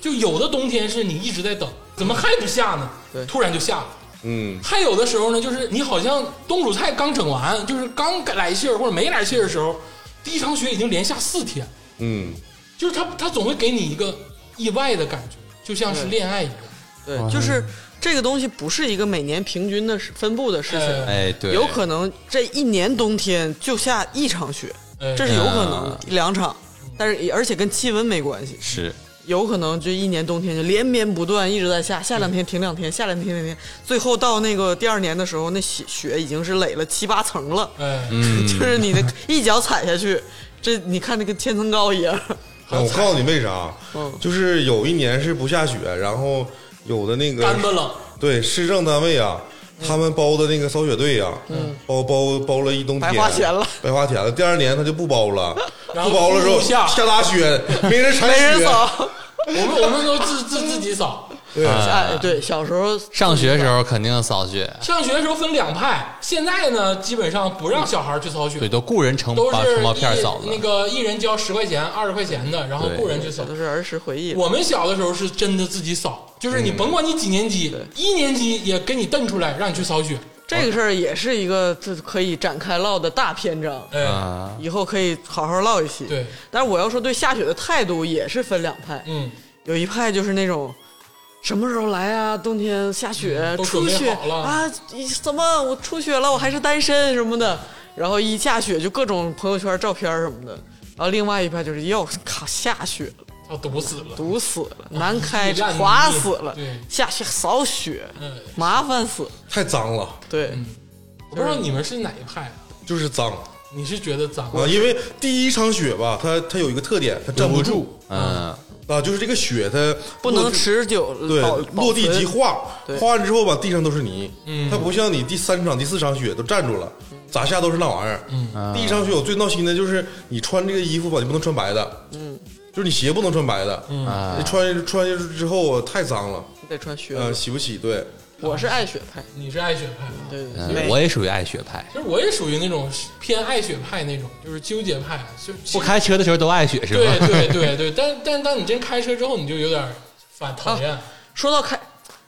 [SPEAKER 1] 就有的冬天是你一直在等，怎么还不下呢？
[SPEAKER 2] 对
[SPEAKER 1] 突然就下了。
[SPEAKER 3] 嗯，
[SPEAKER 1] 还有的时候呢，就是你好像冬储菜刚整完，就是刚来气儿或者没来气儿的时候，第一场雪已经连下四天，
[SPEAKER 3] 嗯，
[SPEAKER 1] 就是它它总会给你一个意外的感觉，就像是恋爱一样。
[SPEAKER 2] 对， (laughs) 就是这个东西不是一个每年平均的分布的事情，
[SPEAKER 1] 哎
[SPEAKER 4] 哎，对，
[SPEAKER 2] 有可能这一年冬天就下一场雪，
[SPEAKER 1] 哎
[SPEAKER 2] 这是有可能的，两场，但是也而且跟气温没关系，
[SPEAKER 4] 是
[SPEAKER 2] 有可能就一年冬天就连绵不断，一直在下，下两天停两天，下两天停两天，最后到那个第二年的时候，那雪雪已经是垒了七八层了，
[SPEAKER 1] 哎，
[SPEAKER 2] 就是你的一脚踩下去，这你看那跟千层糕
[SPEAKER 1] (laughs)
[SPEAKER 2] 一样。
[SPEAKER 3] 哎我告诉你为啥啊
[SPEAKER 2] 嗯，
[SPEAKER 3] 就是有一年是不下雪，然后有的那个
[SPEAKER 1] 干巴冷，
[SPEAKER 3] 对市政单位啊，他们包的那个扫雪队啊，包包包了一冬天，
[SPEAKER 2] 白花钱了，
[SPEAKER 3] 白花钱了。第二年他就不包了，
[SPEAKER 1] 然后
[SPEAKER 3] 不包了之后
[SPEAKER 1] 不下
[SPEAKER 3] 大雪，没人铲
[SPEAKER 2] 没
[SPEAKER 3] 雪，
[SPEAKER 2] 人扫。
[SPEAKER 1] 我们我们都自自自己扫。
[SPEAKER 3] 对，
[SPEAKER 2] 哎，对，小时候
[SPEAKER 4] 嗯上学时候肯定扫雪，
[SPEAKER 1] 上学的时候分两派，现在呢基本上不让小孩去扫雪，
[SPEAKER 4] 对，都雇人承
[SPEAKER 1] 都
[SPEAKER 4] 把
[SPEAKER 1] 是
[SPEAKER 4] 承包片儿
[SPEAKER 1] 一
[SPEAKER 4] 扫了
[SPEAKER 1] 那，个一人交十块钱、二十块钱的，然后
[SPEAKER 4] 对
[SPEAKER 1] 雇人去扫
[SPEAKER 2] 小。都是儿时回忆。
[SPEAKER 1] 我们小的时候是真的自己扫，就是
[SPEAKER 4] 嗯
[SPEAKER 1] 你甭管你几年级，一年级也给你瞪出来让你去扫雪。
[SPEAKER 2] 这个事儿也是一个这可以展开唠的大篇章，
[SPEAKER 1] 哎，
[SPEAKER 4] 啊，
[SPEAKER 2] 以后可以好好唠一期。
[SPEAKER 1] 对，
[SPEAKER 2] 但是我要说对下雪的态度也是分两派，
[SPEAKER 1] 嗯，
[SPEAKER 2] 有一派就是那种。什么时候来啊？冬天下雪
[SPEAKER 1] 嗯、都准
[SPEAKER 2] 初
[SPEAKER 1] 备
[SPEAKER 2] 雪
[SPEAKER 1] 好了
[SPEAKER 2] 啊！一怎么我初雪了，我还是单身什么的？然后一下雪就各种朋友圈照片什么的。然后另外一派就是要靠下雪了。
[SPEAKER 1] 要堵死了。
[SPEAKER 2] 堵死了，难开
[SPEAKER 1] 啊一站
[SPEAKER 2] 滑死了
[SPEAKER 1] 对，
[SPEAKER 2] 下雪扫雪，
[SPEAKER 1] 嗯，
[SPEAKER 2] 麻烦死了。
[SPEAKER 3] 太脏了，
[SPEAKER 2] 对，
[SPEAKER 1] 我不知道你们是哪一派啊？
[SPEAKER 3] 就是脏
[SPEAKER 1] 你是觉得脏？
[SPEAKER 3] 啊！因为第一场雪吧，它它有一个特点，它站不住
[SPEAKER 4] 嗯，
[SPEAKER 3] 啊，就是这个雪它
[SPEAKER 2] 不能持久
[SPEAKER 3] 对
[SPEAKER 2] 保
[SPEAKER 3] 落地即。
[SPEAKER 2] 保存
[SPEAKER 3] 化
[SPEAKER 2] 对，
[SPEAKER 3] 化完之后吧，地上都是泥，
[SPEAKER 1] 嗯
[SPEAKER 3] 它不像你第三场、第四场雪都站住了，咋下都是那玩意儿。
[SPEAKER 1] 嗯
[SPEAKER 4] 啊
[SPEAKER 3] 第一场雪我最闹心的就是你穿这个衣服吧，你不能穿白的，嗯，就是你鞋不能穿白的，嗯，
[SPEAKER 4] 啊
[SPEAKER 3] 你，穿穿下去之后太脏了，
[SPEAKER 2] 你得穿靴
[SPEAKER 3] 呃，
[SPEAKER 2] 子。
[SPEAKER 3] 洗不起，对，
[SPEAKER 2] 我是爱雪派，
[SPEAKER 1] 你是爱雪派啊？
[SPEAKER 2] 对，
[SPEAKER 3] 呃
[SPEAKER 4] 嗯
[SPEAKER 2] 美
[SPEAKER 4] 我也属于爱雪派，
[SPEAKER 1] 其实我也属于那种偏爱雪派那种，就是纠结派，啊就
[SPEAKER 4] 不。开车的时候都爱雪是吧？
[SPEAKER 1] 对对对对，但但当你真开车之后，你就有点儿反讨厌。
[SPEAKER 4] 啊
[SPEAKER 2] 说到开，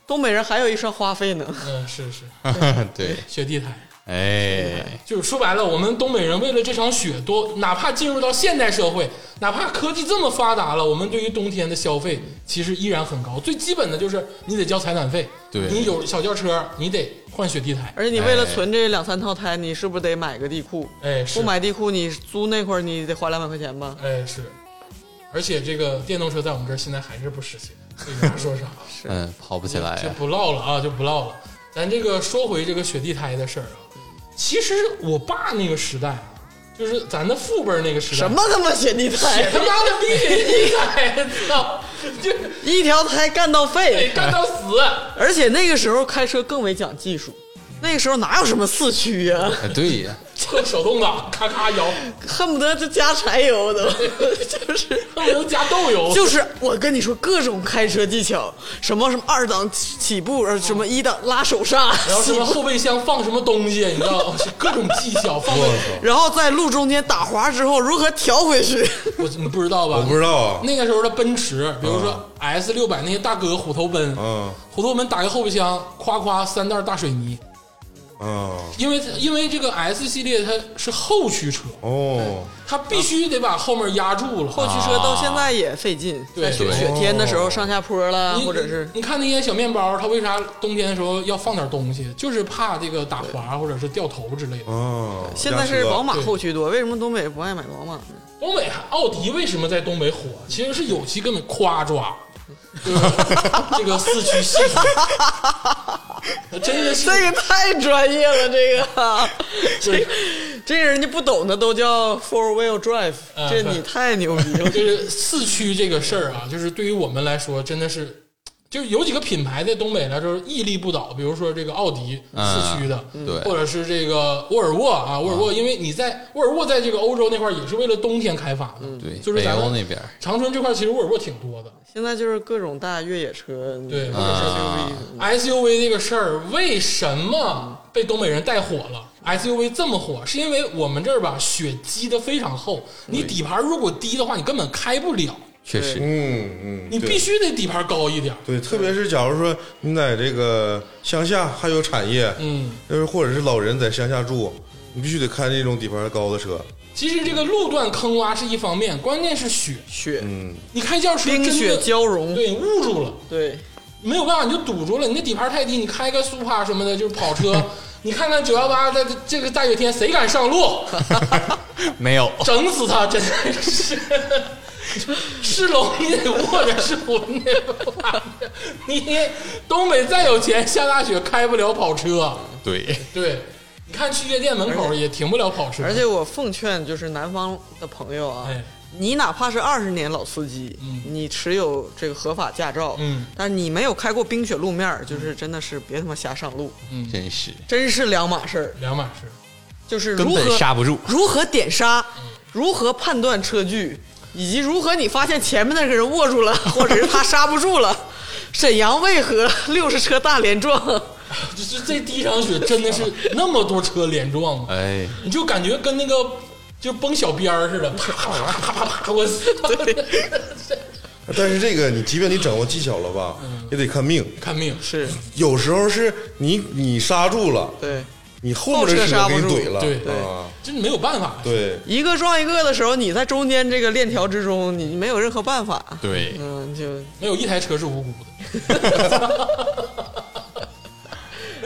[SPEAKER 2] 东北人还有一双花费呢，
[SPEAKER 1] 嗯，是是，
[SPEAKER 4] (laughs) 对，
[SPEAKER 1] 雪地胎。
[SPEAKER 4] 哎，
[SPEAKER 1] 就是说白了，我们东北人为了这场雪多，哪怕进入到现代社会，哪怕科技这么发达了，我们对于冬天的消费其实依然很高。最基本的就是你得交采暖费，
[SPEAKER 4] 对
[SPEAKER 1] 你有小轿车，你得换雪地胎。
[SPEAKER 2] 而且你为了存这两三套胎，你是不是得买个地库？
[SPEAKER 1] 哎，是
[SPEAKER 2] 不，买地库，你租那块儿你得花两百块钱吧？
[SPEAKER 1] 哎是，而且这个电动车在我们这儿现在还是不实行，这个还
[SPEAKER 2] (laughs)
[SPEAKER 1] 说啥？
[SPEAKER 4] 嗯，跑不起
[SPEAKER 2] 哎
[SPEAKER 4] 来
[SPEAKER 1] 就
[SPEAKER 4] 呀，
[SPEAKER 1] 不唠了啊，就不唠了。咱这个说回这个雪地胎的事儿啊，其实我爸那个时代啊，就是咱的父辈儿那个时代，
[SPEAKER 2] 什么他妈雪地胎
[SPEAKER 1] 铁？他妈的逼雪地胎，操！就
[SPEAKER 2] (laughs) 一条胎干到
[SPEAKER 1] 得
[SPEAKER 2] 废，
[SPEAKER 1] 干到
[SPEAKER 2] (laughs)
[SPEAKER 1] 死。
[SPEAKER 2] 而且那个时候开车更为讲技术，那个时候哪有什么四驱呀、
[SPEAKER 4] 哎对呀，
[SPEAKER 1] 这手动挡，咔咔摇，
[SPEAKER 2] 恨不得就加柴油都， (laughs) 就是
[SPEAKER 1] 恨不 (laughs) 能加豆油。
[SPEAKER 2] (laughs) 就是，我跟你说各种开车技巧，什么什么二档起起步，呃什么一档拉手刹，
[SPEAKER 1] 然后什
[SPEAKER 2] 起
[SPEAKER 1] 么
[SPEAKER 2] 步
[SPEAKER 1] 后备箱放什么东西，你知
[SPEAKER 2] (laughs)
[SPEAKER 1] 道，哦各种技巧放在
[SPEAKER 3] 我，操，
[SPEAKER 2] 然后在路中间打滑之后如何调回 (laughs) 去，
[SPEAKER 1] 我你不知道吧？
[SPEAKER 3] 我不知道啊，
[SPEAKER 1] 那个时候的奔驰，比如
[SPEAKER 2] 嗯
[SPEAKER 1] 说 S 六百那些大哥虎头奔，
[SPEAKER 3] 嗯
[SPEAKER 1] 虎头奔打开后备箱，夸夸三袋大水泥，
[SPEAKER 3] 啊，
[SPEAKER 1] 因为它因为这个 S 系列它是后驱车，
[SPEAKER 3] 哦，
[SPEAKER 1] 它必须得把后面压住了。
[SPEAKER 2] 嗯后驱车到现在也费劲，
[SPEAKER 1] 对
[SPEAKER 2] 在雪
[SPEAKER 1] 对
[SPEAKER 2] 雪天的时候上下坡啦，
[SPEAKER 1] 你
[SPEAKER 2] 或者是
[SPEAKER 1] 你看那些小面包，它为啥冬天的时候要放点东西？就是怕这个打滑或者是掉头之类
[SPEAKER 2] 嗯
[SPEAKER 1] 的。
[SPEAKER 3] 啊，
[SPEAKER 2] 现在是宝马
[SPEAKER 3] 马，
[SPEAKER 1] 对
[SPEAKER 2] 后驱多，为什么东北不爱买宝马呢？
[SPEAKER 1] 东北奥迪为什么在东北火？其实是有其根本夸
[SPEAKER 2] (laughs)
[SPEAKER 1] 抓，就是这个四驱系统， (laughs) 真的是
[SPEAKER 2] (laughs) 这个太专业了，这 (laughs) 个，这这人家不懂的都叫 four wheel drive，
[SPEAKER 1] 嗯 (laughs)
[SPEAKER 2] 这你太牛逼了。
[SPEAKER 1] 就是四驱这个事儿啊，就是对于我们来说真的是。就是有几个品牌在东北来说屹立不倒，比如说这个奥迪四驱的，
[SPEAKER 4] 嗯对
[SPEAKER 1] 或者是这个沃尔沃啊，沃尔沃，因为你在沃尔沃在这个欧洲那块儿也是为了冬天开发的，
[SPEAKER 4] 嗯对，
[SPEAKER 1] 就是
[SPEAKER 4] 北
[SPEAKER 1] 咱
[SPEAKER 4] 欧
[SPEAKER 1] 们
[SPEAKER 4] 那边儿，
[SPEAKER 1] 长春这块儿其实沃尔沃挺多的，
[SPEAKER 2] 现在就是各种大越野车，
[SPEAKER 1] 对
[SPEAKER 2] 或者是 SUV
[SPEAKER 4] 啊
[SPEAKER 2] 什么的
[SPEAKER 1] SUV 这个事儿为什么被东北人带火了？SUV 这么火，是因为我们这儿吧雪积得非常厚，你底盘如果低的话，你根本开不了，
[SPEAKER 4] 确实，
[SPEAKER 3] 嗯嗯，
[SPEAKER 1] 你
[SPEAKER 3] 对
[SPEAKER 1] 必须得底盘高一点。
[SPEAKER 3] 对，特别是假如说你在这个乡下还有产业，
[SPEAKER 1] 嗯，
[SPEAKER 3] 就是或者是老人在乡下住，你必须得开那种底盘高的车。
[SPEAKER 1] 其实这个路段坑洼是一方面，关键是雪，
[SPEAKER 2] 雪
[SPEAKER 3] 嗯，
[SPEAKER 1] 你开轿车真
[SPEAKER 2] 冰
[SPEAKER 1] 的
[SPEAKER 2] 雪交融，
[SPEAKER 1] 对误住了，
[SPEAKER 2] 对
[SPEAKER 1] 没有办法你就堵住了，你那底盘太低，你开个速帕什么的，就是跑车。
[SPEAKER 2] (laughs)
[SPEAKER 1] 你看看九幺八在这个大雪天，谁敢上路？
[SPEAKER 2] (laughs)
[SPEAKER 4] 没有，
[SPEAKER 1] 整死他，真的是。是龙你得握着，是虎你得把着。你东北再有钱，下大雪开不了跑车。
[SPEAKER 4] 对，
[SPEAKER 1] 对，你看去夜店门口也停不了跑 (laughs) 车。
[SPEAKER 2] 而且我奉劝就是南方的朋友啊
[SPEAKER 1] 哎，
[SPEAKER 2] 你哪怕是二十年老司机
[SPEAKER 1] 嗯，
[SPEAKER 2] 你持有这个合法驾照
[SPEAKER 1] 嗯，
[SPEAKER 2] 但是你没有开过冰雪路面儿，就是真的是别他妈瞎上路，
[SPEAKER 4] 真是
[SPEAKER 2] 真是两码事儿。
[SPEAKER 1] 两码事，
[SPEAKER 2] 就是
[SPEAKER 4] 根
[SPEAKER 2] 如
[SPEAKER 4] 本
[SPEAKER 2] 何
[SPEAKER 4] 刹不住。
[SPEAKER 2] 如何点刹，如何判断车距，以及如何你发现前面那个人握住了，或者是他刹不住了。沈阳为何六十车大连撞？
[SPEAKER 1] 就是这第一场雪真的是那么多车连撞啊！
[SPEAKER 4] 哎，
[SPEAKER 1] 你就感觉跟那个就崩小鞭儿似的，啪啪啪啪啪啪，我死
[SPEAKER 3] 但是这个你即便你掌握技巧了吧，也得看命。
[SPEAKER 1] 看命。
[SPEAKER 2] 是
[SPEAKER 3] 有时候是你你刹住了，
[SPEAKER 2] 对，
[SPEAKER 3] 你后面
[SPEAKER 2] 后
[SPEAKER 3] 的
[SPEAKER 2] 车刹
[SPEAKER 3] 给你
[SPEAKER 2] 不住
[SPEAKER 3] 怼了，
[SPEAKER 1] 对
[SPEAKER 3] 啊，
[SPEAKER 1] 真没有办法。
[SPEAKER 3] 对，
[SPEAKER 2] 一个撞一个的时候，你在中间这个链条之中，你没有任何办法。
[SPEAKER 4] 对，
[SPEAKER 2] 嗯，就
[SPEAKER 1] 没有一台车是无辜的。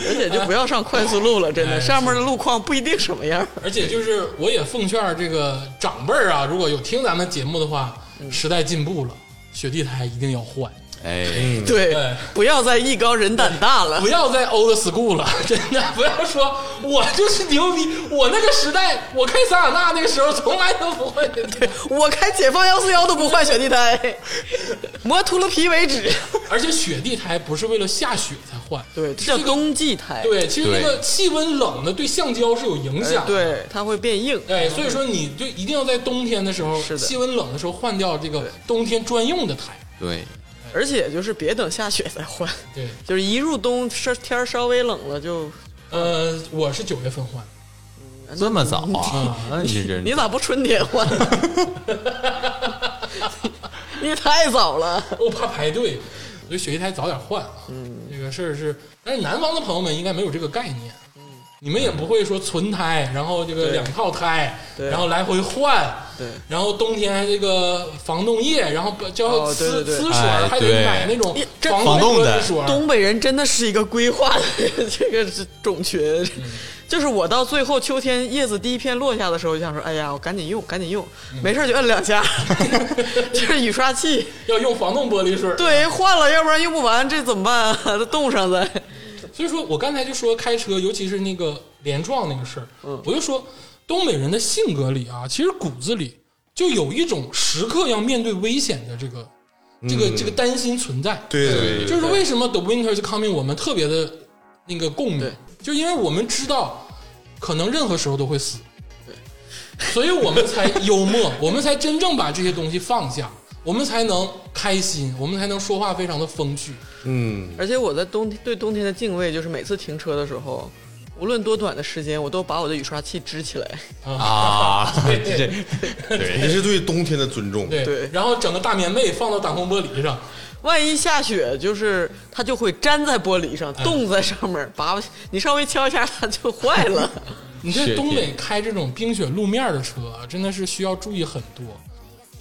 [SPEAKER 2] 而且就不要上快速 (laughs) 路了，真的，上面的路况不一定什么样。
[SPEAKER 1] 而且就是，我也奉劝这个长辈儿啊，如果有听咱们节目的话，时代进步了，雪地胎一定要换，
[SPEAKER 4] 哎，
[SPEAKER 2] 对
[SPEAKER 1] 哎，
[SPEAKER 2] 不要再艺高人胆大了 (laughs)
[SPEAKER 1] 不。要再 old school 了， (laughs) 真的不要说我就是牛逼，我那个时代，我开桑塔纳那个时候从来都不会。
[SPEAKER 2] 我开解放幺四幺都不换雪地胎， (laughs) 磨秃了皮为止。
[SPEAKER 1] 而且雪地胎不是为了下雪才换，
[SPEAKER 2] (laughs) 对，
[SPEAKER 1] 这
[SPEAKER 2] 这叫
[SPEAKER 1] 个
[SPEAKER 2] 冬季胎。
[SPEAKER 1] 对，其实那
[SPEAKER 4] 对
[SPEAKER 1] 个气温冷的对橡胶是有影响
[SPEAKER 2] 哎
[SPEAKER 1] 的。
[SPEAKER 2] 对，它会变硬。
[SPEAKER 1] 哎，所以说你就一定要在冬天的时候，
[SPEAKER 2] 是的
[SPEAKER 1] 气温冷的时候换掉这个冬天专用的胎。
[SPEAKER 4] 对，
[SPEAKER 2] 而且就是别等下雪再换，
[SPEAKER 1] 对，
[SPEAKER 2] 就是一入冬，这天儿稍微冷了就。
[SPEAKER 1] 呃，我是九月份换的。
[SPEAKER 4] 这么早啊？那你这
[SPEAKER 2] 你咋不春天 (laughs) 换呢？你太早了。
[SPEAKER 1] 我哦怕排队，所以雪地胎早点换啊。嗯，这个事儿是，但是南方的朋友们应该没有这个概念。
[SPEAKER 2] 嗯
[SPEAKER 1] 你们也不会说存胎，然后这个两套胎，
[SPEAKER 2] 对
[SPEAKER 1] 然后来回换，
[SPEAKER 2] 对
[SPEAKER 1] 然后冬天还这个防冻液，然后叫
[SPEAKER 2] 哦对
[SPEAKER 1] 呲
[SPEAKER 2] 对对
[SPEAKER 1] 呲水
[SPEAKER 4] 哎
[SPEAKER 1] 儿，还得
[SPEAKER 4] 对
[SPEAKER 1] 买那种
[SPEAKER 2] 一这
[SPEAKER 1] 防
[SPEAKER 4] 防冻
[SPEAKER 1] 冻
[SPEAKER 4] 的
[SPEAKER 1] 水儿。
[SPEAKER 2] 东北人真的是一个规划的这个是种群，就是我到最后秋天叶子第一片落下的时候，就想说，哎呀，我赶紧用，赶紧用，没事儿就摁两 (laughs) 下，就是雨刷器，
[SPEAKER 1] 要用防冻玻璃水儿，
[SPEAKER 2] 对，换了，要不然用不完，这怎么办啊？ (laughs) 它冻上再，
[SPEAKER 1] 所以说我刚才就说开车，尤其是那个连撞那个事儿，我就说东北人的性格里啊，其实骨子里就有一种时刻要面对危险的这个、这个这个担心存在。
[SPEAKER 3] 嗯对对对，
[SPEAKER 1] 就是为什么 The Winter is Coming 我们特别的那个共鸣
[SPEAKER 2] 对，
[SPEAKER 1] 就因为我们知道可能任何时候都会死，所以我们才幽默， (laughs) 我们才真正把这些东西放下，我们才能开心，我们才能说话非常的风趣。
[SPEAKER 3] 嗯，
[SPEAKER 2] 而且我在冬天对冬天的敬畏，就是每次停车的时候，无论多短的时间，我都把我的雨刷器支起来，
[SPEAKER 4] 啊，
[SPEAKER 1] 对
[SPEAKER 4] 这
[SPEAKER 3] 也
[SPEAKER 4] 对
[SPEAKER 3] 是对冬天的尊重。
[SPEAKER 1] 对，
[SPEAKER 2] 对
[SPEAKER 1] 然后整个大棉被放到挡风玻璃上，
[SPEAKER 2] 万一下雪，就是它就会粘在玻璃上，冻在上面，拔你稍微敲一下它就坏了。
[SPEAKER 1] 你在
[SPEAKER 4] 是
[SPEAKER 1] 东北开这种冰雪路面的车啊，真的是需要注意很多。
[SPEAKER 4] 嗯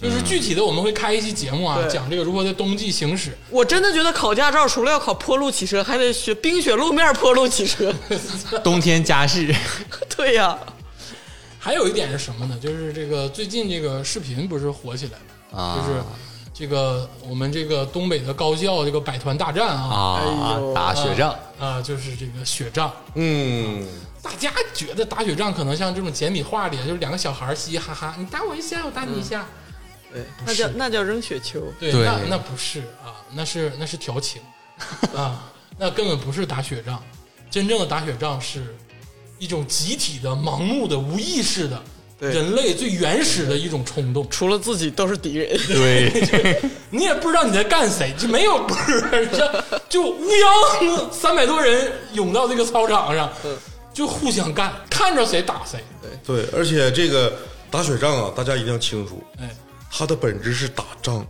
[SPEAKER 1] 就是具体的，我们会开一期节目啊，
[SPEAKER 2] 对
[SPEAKER 1] 讲这个如何在冬季行驶。
[SPEAKER 2] 我真的觉得考驾照除了要考坡路骑车，还得学冰雪路面坡路骑车。 (laughs)
[SPEAKER 4] 冬天家事，
[SPEAKER 2] 对呀、
[SPEAKER 1] 还有一点是什么呢？就是这个最近这个视频不是火起来了
[SPEAKER 4] 啊
[SPEAKER 1] 就是这个我们这个东北的高校这个百团大战啊
[SPEAKER 2] 哎呦
[SPEAKER 4] 啊，打雪仗，
[SPEAKER 1] 啊，就是这个雪仗。
[SPEAKER 3] 嗯，
[SPEAKER 1] 大家觉得打雪仗可能像这种简笔画里，就是两个小孩儿嘻嘻哈哈，你打我一下，我打你一下。
[SPEAKER 2] 对，那叫那叫扔雪球。
[SPEAKER 1] 对，
[SPEAKER 4] 对
[SPEAKER 1] 那那不是啊，那是那是调情。啊，那根本不是打雪仗，真正的打雪仗是一种集体的、盲目的、无意识的。
[SPEAKER 2] 对
[SPEAKER 1] 人类最原始的一种冲动，
[SPEAKER 2] 除了自己都是敌人。
[SPEAKER 4] 对，
[SPEAKER 1] 你也不知道你在干谁，就没有不是， (laughs) 这就乌泱三百多人涌到这个操场上，就互相干，看着谁打谁。
[SPEAKER 3] 对，而且这个打雪仗啊，大家一定要清楚，
[SPEAKER 1] 哎
[SPEAKER 3] 它的本质是打仗，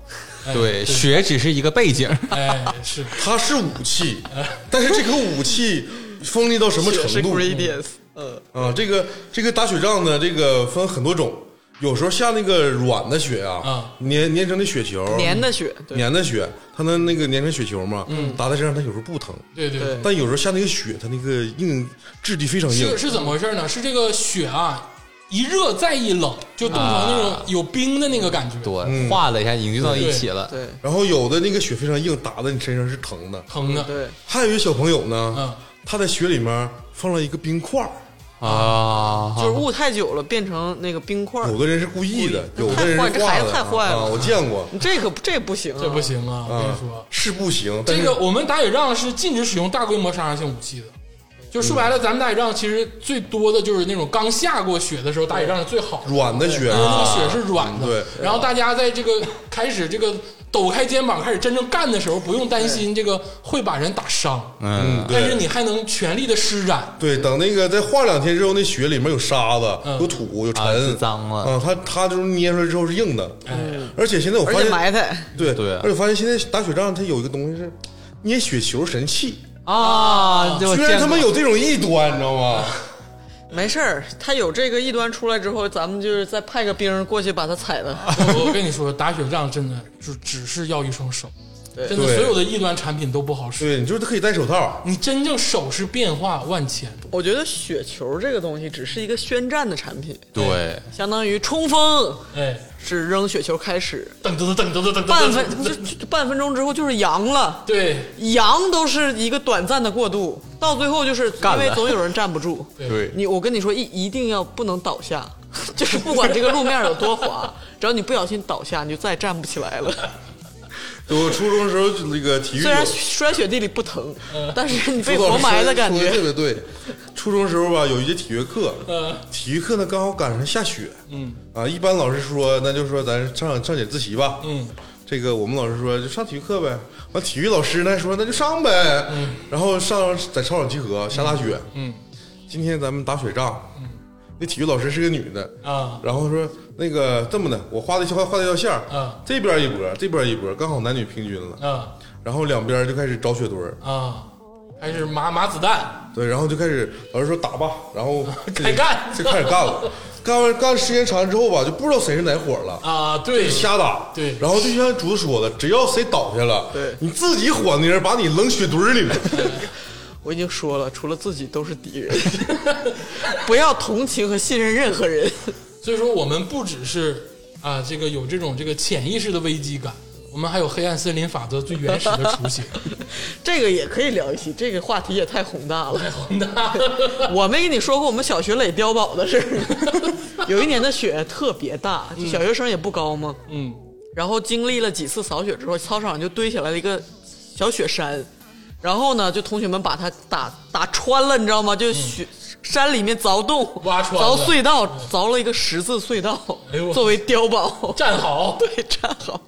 [SPEAKER 1] 哎
[SPEAKER 4] 对，雪只是一个背景，
[SPEAKER 1] 哎是
[SPEAKER 3] 它是武器，但是这个武器锋利到什么程
[SPEAKER 2] 是
[SPEAKER 3] 度？
[SPEAKER 2] gradients，嗯，
[SPEAKER 3] 啊，这个这个打雪仗呢，这个分很多种，有时候下那个软的雪啊
[SPEAKER 1] 啊，
[SPEAKER 3] 粘粘成的雪球，
[SPEAKER 2] 粘的雪，对
[SPEAKER 3] 嗯
[SPEAKER 2] 嗯
[SPEAKER 3] 粘的雪，它能那个粘成雪球嘛，打在身上它有时候不疼，
[SPEAKER 1] 对对
[SPEAKER 2] 对
[SPEAKER 3] 但有时候下那个雪，它那个硬质地非常硬
[SPEAKER 1] 是，是怎么回事呢？是这个雪啊，一热再一冷，就冻成那种有冰的那个感觉，
[SPEAKER 4] 对，化了一下凝聚到一起了，
[SPEAKER 2] 对
[SPEAKER 3] 然后有的那个雪非常硬，打在你身上是疼的。
[SPEAKER 1] 疼啊的。
[SPEAKER 2] 对，
[SPEAKER 3] 还有一个小朋友呢，
[SPEAKER 1] 嗯
[SPEAKER 3] 他在雪里面放了一个冰块儿，
[SPEAKER 4] 啊，
[SPEAKER 2] 就是捂太久了变成那个冰块儿
[SPEAKER 3] 有。的人是故意的，
[SPEAKER 2] 故意
[SPEAKER 3] 有的人
[SPEAKER 2] 太坏
[SPEAKER 3] 是
[SPEAKER 2] 这
[SPEAKER 3] 画
[SPEAKER 2] 孩
[SPEAKER 3] 的
[SPEAKER 2] 子太坏了
[SPEAKER 3] 啊，我见过，
[SPEAKER 2] 你这可不这不行啊，
[SPEAKER 1] 这不行啊！我跟你说
[SPEAKER 3] 啊，，是不行，但
[SPEAKER 1] 这
[SPEAKER 3] 是
[SPEAKER 1] 个我们打雪仗是禁止使用大规模杀伤性武器的。就说白了，咱们打雪仗其实最多的就是那种刚下过雪的时候打雪仗是最好的，
[SPEAKER 3] 软的啊雪
[SPEAKER 1] 因为那个雪是软的。
[SPEAKER 3] 嗯对
[SPEAKER 1] 然后大家在这个开始这个抖开肩膀开始真正干的时候，不用担心这个会把人打伤，
[SPEAKER 4] 嗯，
[SPEAKER 1] 但是
[SPEAKER 3] 对
[SPEAKER 1] 你还能全力的施展。
[SPEAKER 3] 对，等那个再化两天之后，那雪里面有沙子、
[SPEAKER 1] 嗯
[SPEAKER 3] 有土、有
[SPEAKER 4] 啊
[SPEAKER 3] 尘，
[SPEAKER 4] 是脏了
[SPEAKER 3] 啊，它它就是捏出来之后是硬的，而且现在我
[SPEAKER 2] 而
[SPEAKER 3] 发
[SPEAKER 2] 且
[SPEAKER 3] 现，
[SPEAKER 2] 埋汰
[SPEAKER 3] 对
[SPEAKER 4] 对
[SPEAKER 3] 而且发现现在打雪仗它有一个东西是捏雪球神器，
[SPEAKER 4] 啊，就
[SPEAKER 3] 居然他妈有这种异端，你知道
[SPEAKER 4] (laughs)
[SPEAKER 3] 吗？
[SPEAKER 2] 没事儿，他有这个异端出来之后，咱们就是再派个兵儿过去把他踩
[SPEAKER 3] 啊
[SPEAKER 2] 了。
[SPEAKER 1] 我我跟你说，打雪仗真的就只是要一双手，真的
[SPEAKER 3] 对
[SPEAKER 1] 所有的异端产品都不好使。
[SPEAKER 3] 对，你就是可以戴手套，
[SPEAKER 1] 你真正手是变化万千，
[SPEAKER 2] 我觉得雪球这个东西只是一个宣战的产品，
[SPEAKER 4] 对，
[SPEAKER 2] 相当于冲锋
[SPEAKER 1] 哎，
[SPEAKER 2] 是扔雪球开始，
[SPEAKER 1] 噔噔噔噔噔噔噔
[SPEAKER 2] 半
[SPEAKER 1] 噔
[SPEAKER 2] 分就就半分钟之后就是阳了。
[SPEAKER 1] 对
[SPEAKER 2] 阳都是一个短暂的过渡，到最后就是
[SPEAKER 4] 干
[SPEAKER 2] 因为
[SPEAKER 4] 了
[SPEAKER 2] 总有人站不住。
[SPEAKER 4] 对
[SPEAKER 2] 你我跟你说，一一定要不能倒下， (laughs) 就是不管这个路面有多滑，只要你不小心倒下，你就再也站不起来了。
[SPEAKER 3] 对我初中的时候就那个体育
[SPEAKER 2] 虽然
[SPEAKER 3] 有。
[SPEAKER 2] 摔雪地里不疼，但
[SPEAKER 3] (laughs)
[SPEAKER 2] 是你被
[SPEAKER 3] 朱老师
[SPEAKER 2] 活埋的感
[SPEAKER 3] 说得特
[SPEAKER 2] 觉。
[SPEAKER 3] 别对。初中时候吧，有一节体育课，体育课呢刚好赶上下雪，嗯啊，一般老师说那就说咱上上点自习吧，嗯，这个我们老师说就上体育课呗，完体育老师呢说那就上呗，然后上在操场集合，下大雪，嗯，今天咱们打雪仗，那体育老师是个女的
[SPEAKER 1] 啊
[SPEAKER 3] 然后说那个这么的，我画了一条画了一条线儿
[SPEAKER 1] 啊
[SPEAKER 3] 这边一波，这边一波，刚好男女平均了，
[SPEAKER 1] 啊
[SPEAKER 3] 然后两边就开始找雪堆儿，
[SPEAKER 1] 啊，还是麻麻子弹，
[SPEAKER 3] 对，然后就开始老师说打吧，然
[SPEAKER 1] (laughs)
[SPEAKER 3] 后
[SPEAKER 1] 开干
[SPEAKER 3] (laughs) 就开始干了。干完干时间长了之后吧，就不知道谁是哪伙了，
[SPEAKER 1] 啊，对，
[SPEAKER 3] 瞎打。
[SPEAKER 1] 对
[SPEAKER 3] 然后就像竹子说的，只要谁倒下了，
[SPEAKER 2] 对
[SPEAKER 3] 你自己火那人把你扔雪堆里了。
[SPEAKER 2] 我已经说了，除了自己都是敌人， (laughs) 不要同情和信任任何人。
[SPEAKER 1] 所以说我们不只是啊这个有这种这个潜意识的危机感，我们还有黑暗森林法则最原始的雏
[SPEAKER 2] (laughs)
[SPEAKER 1] 形。
[SPEAKER 2] 这个也可以聊一期，这个话题也太宏大了。
[SPEAKER 1] 那
[SPEAKER 2] 我没跟你说过我们小学垒碉堡的事儿。有一年的雪特别大，就小学生也不高嘛。
[SPEAKER 1] 嗯，
[SPEAKER 2] 然后经历了几次扫雪之后，操场就堆起来了一个小雪山。然后呢，就同学们把它打打穿了，你知道吗？就雪、山里面凿洞、
[SPEAKER 1] 挖穿了
[SPEAKER 2] 凿隧道，凿了一个十字隧道，
[SPEAKER 1] 哎呦我
[SPEAKER 2] 作为碉堡， (laughs)
[SPEAKER 1] 战壕，
[SPEAKER 2] 对站好。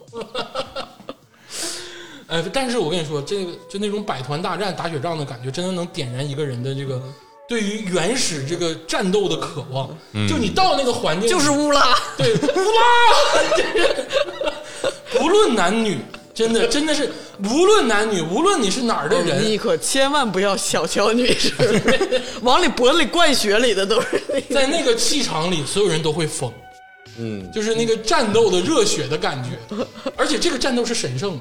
[SPEAKER 1] 哎，但是我跟你说，这个就那种百团大战、打雪仗的感觉，真的能点燃一个人的这个对于原始这个战斗的渴望。就你到那个环境里，
[SPEAKER 2] 嗯就是乌拉，
[SPEAKER 1] 对，乌拉，不论男女，真的真的是无论男女，无论你是哪儿的人，
[SPEAKER 2] 你可千万不要小瞧女生，往里脖子里灌雪里的都是那
[SPEAKER 1] (laughs)
[SPEAKER 2] 个。
[SPEAKER 1] 在那个气场里，所有人都会疯。
[SPEAKER 3] 嗯，
[SPEAKER 1] 就是那个战斗的热血的感
[SPEAKER 3] (laughs)
[SPEAKER 1] 觉，而且这个战斗是神圣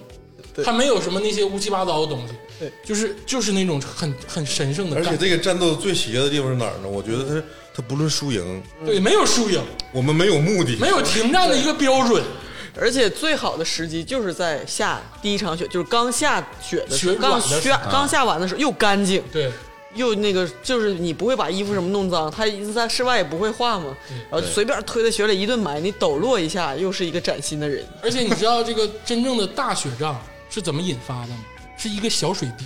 [SPEAKER 1] 的，它没有什么那些乌七八糟的东西，
[SPEAKER 2] 对，
[SPEAKER 1] 就是就是那种很很神圣的
[SPEAKER 3] (laughs) 而
[SPEAKER 1] 感觉，
[SPEAKER 3] 且这个战斗最邪的地方是哪儿呢？我觉得他他不论输赢，
[SPEAKER 1] 对，没有输赢，
[SPEAKER 3] 我们没有目的，
[SPEAKER 1] 没有停战的一个标准，
[SPEAKER 2] 而且最好的时机就是在下第一场雪，就是刚下雪的时候，啊
[SPEAKER 1] 雪
[SPEAKER 2] 刚
[SPEAKER 1] 软的时
[SPEAKER 2] 下刚下完的时候又干净
[SPEAKER 1] 对，
[SPEAKER 2] 又那个，就是你不会把衣服什么弄脏，它在室外也不会化嘛，然后随便推在雪里一顿埋，你抖落一下又是一个崭新的人。
[SPEAKER 1] 而且你知道这个真正的大雪仗是怎么引发的吗？是一个小水滴。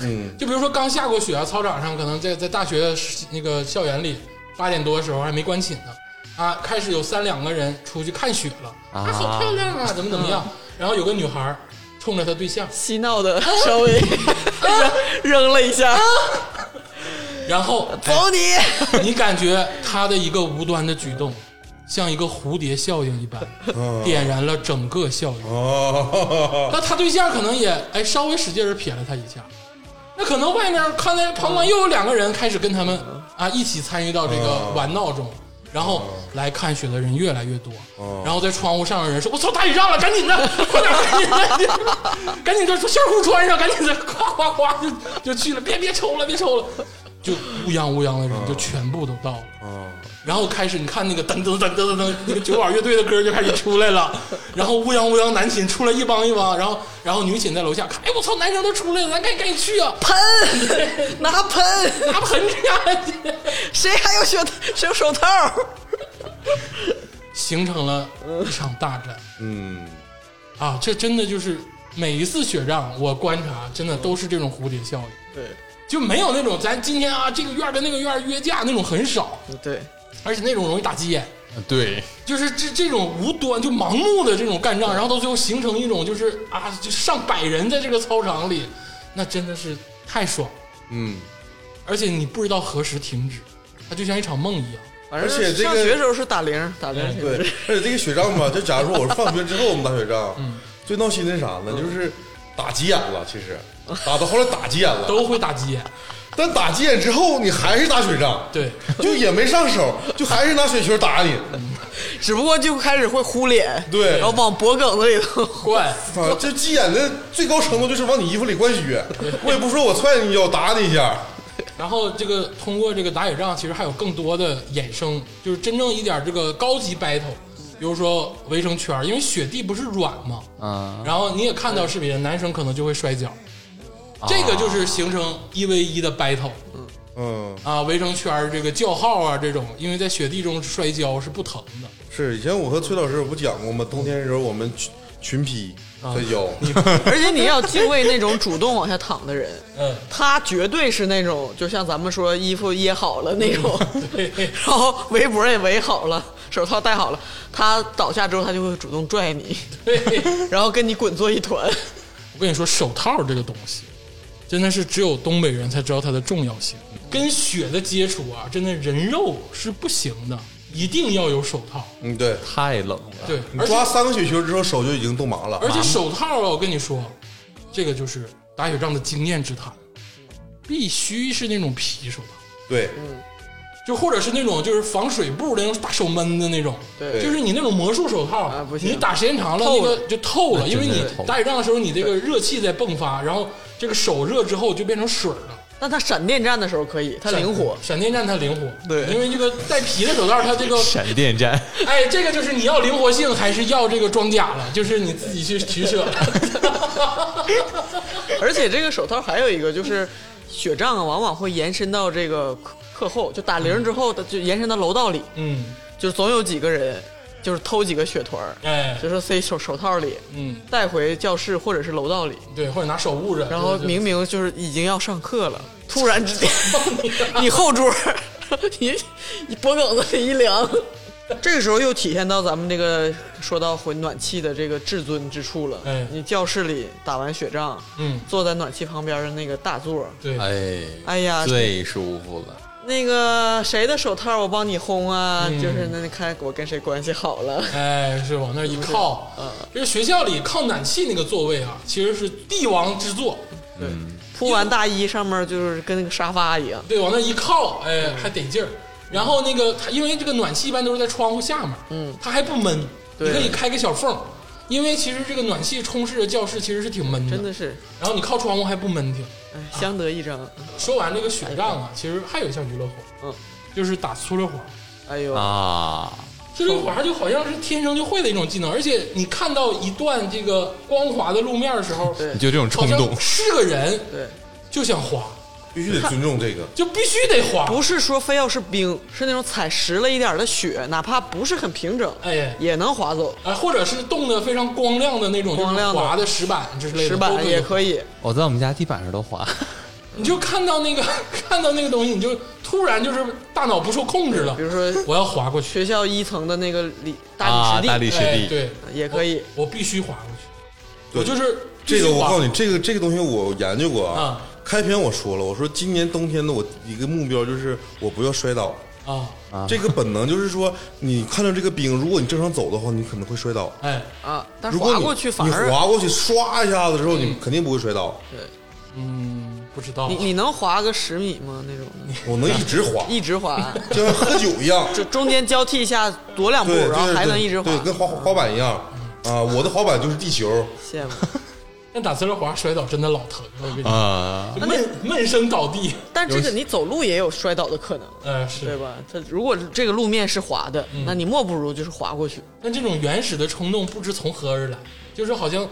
[SPEAKER 3] 嗯，
[SPEAKER 1] 就比如说刚下过雪啊，操场上可能在在大学那个校园里，八点多的时候还没关寝呢，啊，开始有三两个人出去看雪了，啊，好漂亮啊，怎么怎么样？然后有个女孩冲着她对象，
[SPEAKER 2] 嬉闹的稍微扔扔了一下，
[SPEAKER 1] 然后
[SPEAKER 2] 走你！
[SPEAKER 1] 你感觉她的一个无端的举动，像一个蝴蝶效应一般，点燃了整个校园。
[SPEAKER 3] (laughs) 哦，
[SPEAKER 1] 那他对象可能也哎稍微使劲儿撇了他一下，那可能外面看在旁观又有两个人开始跟他们啊一起参与到这个玩闹中，然后来看雪的人越来越多，然后在窗户上的人说：“我操，打雨仗了，赶紧的，快点，赶紧的， (laughs) 赶紧的，线裤穿上，赶紧的，夸夸夸就就去了，别别抽了，别抽了。”就乌泱乌泱的人就全部都到了，然后开始你看那个噔噔噔噔噔噔，那个酒馆乐队的歌就开始出来了，然后乌泱乌泱男寝出来一帮一帮，然后然后女寝在楼下看，哎我操，男生都出来了，咱赶紧赶紧去啊，
[SPEAKER 2] (laughs) 喷，拿喷，
[SPEAKER 1] 拿盆去啊，
[SPEAKER 2] 谁还有手谁有手套？
[SPEAKER 1] 形成了一场大战
[SPEAKER 3] 嗯，
[SPEAKER 1] 啊！这真的就是每一次雪仗，我观察真的都是这种蝴蝶效应，
[SPEAKER 2] 对
[SPEAKER 1] 就没有那种咱今天啊这个院儿跟那个院儿约架那种很少，
[SPEAKER 2] 对，
[SPEAKER 1] 而且那种容易打急眼。
[SPEAKER 4] 对，
[SPEAKER 1] 就是这这种无端就盲目的这种干仗，然后到最后形成一种就是啊，就上百人在这个操场里，那真的是太爽，
[SPEAKER 3] 嗯，
[SPEAKER 1] 而且你不知道何时停止，它就像一场梦一样。
[SPEAKER 2] 反正
[SPEAKER 3] 而且这个嗯
[SPEAKER 2] 上学的时候是打铃，打铃
[SPEAKER 3] 对，而且这个雪仗吧，就假如说我是放学之后我们打雪仗，
[SPEAKER 1] 嗯
[SPEAKER 3] 最闹心的是啥呢？就是打急眼了，其实打到后来打急眼了，
[SPEAKER 1] 都会打急眼，
[SPEAKER 3] 但打急眼之后你还是打雪仗，
[SPEAKER 1] 对，
[SPEAKER 3] 就也没上手，就还是拿雪球打你，
[SPEAKER 1] 嗯
[SPEAKER 2] 只不过就开始会呼脸，
[SPEAKER 3] 对
[SPEAKER 2] 然后往脖梗子里头，
[SPEAKER 3] (laughs)
[SPEAKER 1] 怪
[SPEAKER 3] 啊，就急眼的最高程度就是往你衣服里灌血，我也不说我踹你一脚打你一下，
[SPEAKER 1] 然后这个通过这个打野仗，其实还有更多的衍生，就是真正一点这个高级 battle，比如说围成圈儿，因为雪地不是软嘛，
[SPEAKER 4] 啊，
[SPEAKER 1] 然后你也看到视频，男生可能就会摔跤，这个就是形成一 v 一的 battle。
[SPEAKER 3] 嗯，
[SPEAKER 1] 啊，围成圈儿这个叫号啊，这种，因为在雪地中摔跤是不疼的。
[SPEAKER 3] 是以前我和崔老师不讲过吗？冬天的时候我们群群批
[SPEAKER 1] 啊
[SPEAKER 3] 摔跤，
[SPEAKER 2] 而且你要敬畏那种主动往下躺的人，
[SPEAKER 1] 嗯，
[SPEAKER 2] 他绝对是那种就像咱们说衣服掖好了那种，
[SPEAKER 3] 嗯
[SPEAKER 2] (laughs)
[SPEAKER 1] 对
[SPEAKER 2] 然后围脖也围好了，手套戴好了，他倒下之后他就会主动拽你，
[SPEAKER 1] 对，
[SPEAKER 2] 然后跟你滚作一团。 (laughs)
[SPEAKER 1] 我跟你说，手套这个东西，真的是只有东北人才知道它的重要性。跟雪的接触啊，真的人肉是不行的，一定要有手套。
[SPEAKER 3] 嗯，对，
[SPEAKER 4] 太冷了，
[SPEAKER 1] 对，
[SPEAKER 3] 你
[SPEAKER 1] 而且
[SPEAKER 3] 抓三个雪球之后手就已经冻麻了，
[SPEAKER 1] 而且手套啊，我跟你说，这个就是打雪仗的经验之谈，必须是那种皮手套。
[SPEAKER 3] 对，
[SPEAKER 1] 就或者是那种就是防水布的那种把手闷的那种，
[SPEAKER 2] 对
[SPEAKER 1] 就是你那种魔术手套，
[SPEAKER 2] 啊不行
[SPEAKER 1] 你打时间长了
[SPEAKER 2] 透
[SPEAKER 1] 那
[SPEAKER 2] 了
[SPEAKER 1] 个就透了，
[SPEAKER 4] 那
[SPEAKER 1] 因为
[SPEAKER 4] 真的
[SPEAKER 1] 你
[SPEAKER 4] 是透了
[SPEAKER 1] 打雪仗的时候你这个热气在迸发，然后这个手热之后就变成水了。
[SPEAKER 2] 但他闪电战的时候可以，他灵活，
[SPEAKER 1] 闪电战它灵活，
[SPEAKER 2] 对
[SPEAKER 1] 因为这个带皮的手套它这
[SPEAKER 2] (laughs)
[SPEAKER 1] 个，
[SPEAKER 4] 闪电战，
[SPEAKER 1] 哎，这个就是你要灵活性还是要这个装甲了，就是你自己去取
[SPEAKER 2] (laughs)
[SPEAKER 1] 舍。
[SPEAKER 2] 而且这个手套还有一个就是，雪仗啊，往往会延伸到这个课课后，就打铃之后的就延伸到楼道里，
[SPEAKER 1] 嗯，
[SPEAKER 2] 就总有几个人就是偷几个雪团儿，
[SPEAKER 1] 哎，
[SPEAKER 2] 就是塞手手套里，
[SPEAKER 1] 嗯，
[SPEAKER 2] 带回教室或者是楼道里，
[SPEAKER 1] 对，或者拿手捂着，
[SPEAKER 2] 然后
[SPEAKER 1] 对对
[SPEAKER 2] 明明就是已经要上课 (laughs) 了，突然之间你后桌， (laughs) 你你脖梗子里一凉， (laughs) 这个时候又体现到咱们这个说到回暖气的这个至尊之处了。
[SPEAKER 1] 哎
[SPEAKER 2] 你教室里打完雪仗，
[SPEAKER 1] 嗯
[SPEAKER 2] 坐在暖气旁边的那个大座，
[SPEAKER 1] 对，
[SPEAKER 4] (laughs) 哎，
[SPEAKER 2] 哎呀
[SPEAKER 4] 最舒服了，
[SPEAKER 2] 那个谁的手套我帮你烘啊，
[SPEAKER 1] 嗯
[SPEAKER 2] 就是那你看我跟谁关系好了。
[SPEAKER 1] 哎，是往那儿一靠，
[SPEAKER 2] 嗯
[SPEAKER 1] 就是学校里靠暖气那个座位啊，其实是帝王之座，
[SPEAKER 2] 铺完大衣上面就是跟那个沙发一样，
[SPEAKER 1] 对，往那一靠，
[SPEAKER 2] 嗯
[SPEAKER 1] 哎，还得劲儿。然后那个，它因为这个暖气一般都是在窗户下面，嗯，它还不闷，你
[SPEAKER 2] 对
[SPEAKER 1] 可以开个小缝儿，因为其实这个暖气充斥着教室，其实是挺闷的。
[SPEAKER 2] 真的是
[SPEAKER 1] 然后你靠窗户还不闷挺。
[SPEAKER 2] 哎相得益彰。
[SPEAKER 1] 说完这个雪仗啊，其实还有一项娱乐活，
[SPEAKER 2] 哎嗯，
[SPEAKER 1] 就是打粗溜滑。
[SPEAKER 2] 哎呦，
[SPEAKER 4] 啊，
[SPEAKER 1] 这溜滑就好像是天生就会的一种技能，而且你看到一段这个光滑的路面的时候，
[SPEAKER 2] 对
[SPEAKER 4] 你就这种冲
[SPEAKER 1] 好
[SPEAKER 4] 动
[SPEAKER 1] 像，是个人
[SPEAKER 2] 对，
[SPEAKER 1] 就想滑，
[SPEAKER 3] 必须得尊重这个。
[SPEAKER 1] 就必须得滑。
[SPEAKER 2] 不是说非要是冰，是那种踩实了一点儿的雪，哪怕不是很平整，
[SPEAKER 1] 哎
[SPEAKER 2] 也能滑走。
[SPEAKER 1] 哎，或者是冻得非常光亮的那种，
[SPEAKER 2] 光亮
[SPEAKER 1] 就
[SPEAKER 2] 的
[SPEAKER 1] 是滑的石板之类的，
[SPEAKER 2] 石板也
[SPEAKER 1] 以。
[SPEAKER 2] 可以，
[SPEAKER 4] 我在我们家地板上都滑，
[SPEAKER 1] 你就看到那个 (laughs) 看到那个东西，你就突然就是大脑不受控制了
[SPEAKER 2] 比。如说
[SPEAKER 1] 我要滑过去，
[SPEAKER 2] 学校一层的那个理大
[SPEAKER 4] 啊，
[SPEAKER 2] 理
[SPEAKER 4] 大
[SPEAKER 2] 石
[SPEAKER 4] 理
[SPEAKER 2] 地，
[SPEAKER 4] 石
[SPEAKER 1] 哎
[SPEAKER 4] 地，
[SPEAKER 1] 对，
[SPEAKER 2] 也可以
[SPEAKER 1] 我，我必须滑过去。
[SPEAKER 3] 对
[SPEAKER 1] 我就是
[SPEAKER 3] 这个我告诉
[SPEAKER 1] 你，
[SPEAKER 3] 你，这个这个东西我研究过啊。
[SPEAKER 1] 啊
[SPEAKER 3] 开篇我说了，我说今年冬天的我一个目标就是我不要摔倒。
[SPEAKER 1] 啊，
[SPEAKER 3] 这个本能就是说，你看到这个冰，如果你正常走的话，你可能会摔倒。
[SPEAKER 1] 哎，
[SPEAKER 2] 啊，但是
[SPEAKER 3] 如果
[SPEAKER 2] 滑
[SPEAKER 3] 你
[SPEAKER 2] 过去反
[SPEAKER 3] 你
[SPEAKER 2] 而
[SPEAKER 3] 滑过去唰一下子之后，你肯定不会摔倒。
[SPEAKER 1] 不知道
[SPEAKER 2] 你你能滑个十米吗？那种的
[SPEAKER 3] 我能一直
[SPEAKER 2] (laughs)
[SPEAKER 3] 滑，
[SPEAKER 2] 一直滑，
[SPEAKER 3] 就像喝酒一样，
[SPEAKER 2] (laughs) 就中间交替一下躲两步，
[SPEAKER 3] 对，
[SPEAKER 2] 然后
[SPEAKER 3] 对
[SPEAKER 2] 还
[SPEAKER 3] 对
[SPEAKER 2] 能一直滑，
[SPEAKER 3] 对，跟滑滑板一样啊。我的滑板就是地球，
[SPEAKER 2] 羡慕。
[SPEAKER 1] 但打自由滑摔倒真的老疼了，我跟你说
[SPEAKER 4] 啊，
[SPEAKER 1] 就闷闷声倒地。
[SPEAKER 2] 但这个你走路也有摔倒的可能，
[SPEAKER 1] 呃，
[SPEAKER 2] 对
[SPEAKER 1] 是，
[SPEAKER 2] 吧？它如果这个路面是滑的，
[SPEAKER 1] 嗯
[SPEAKER 2] 那你莫不如就是滑过去。
[SPEAKER 1] 但这种原始的冲动不知从何而来，就是好像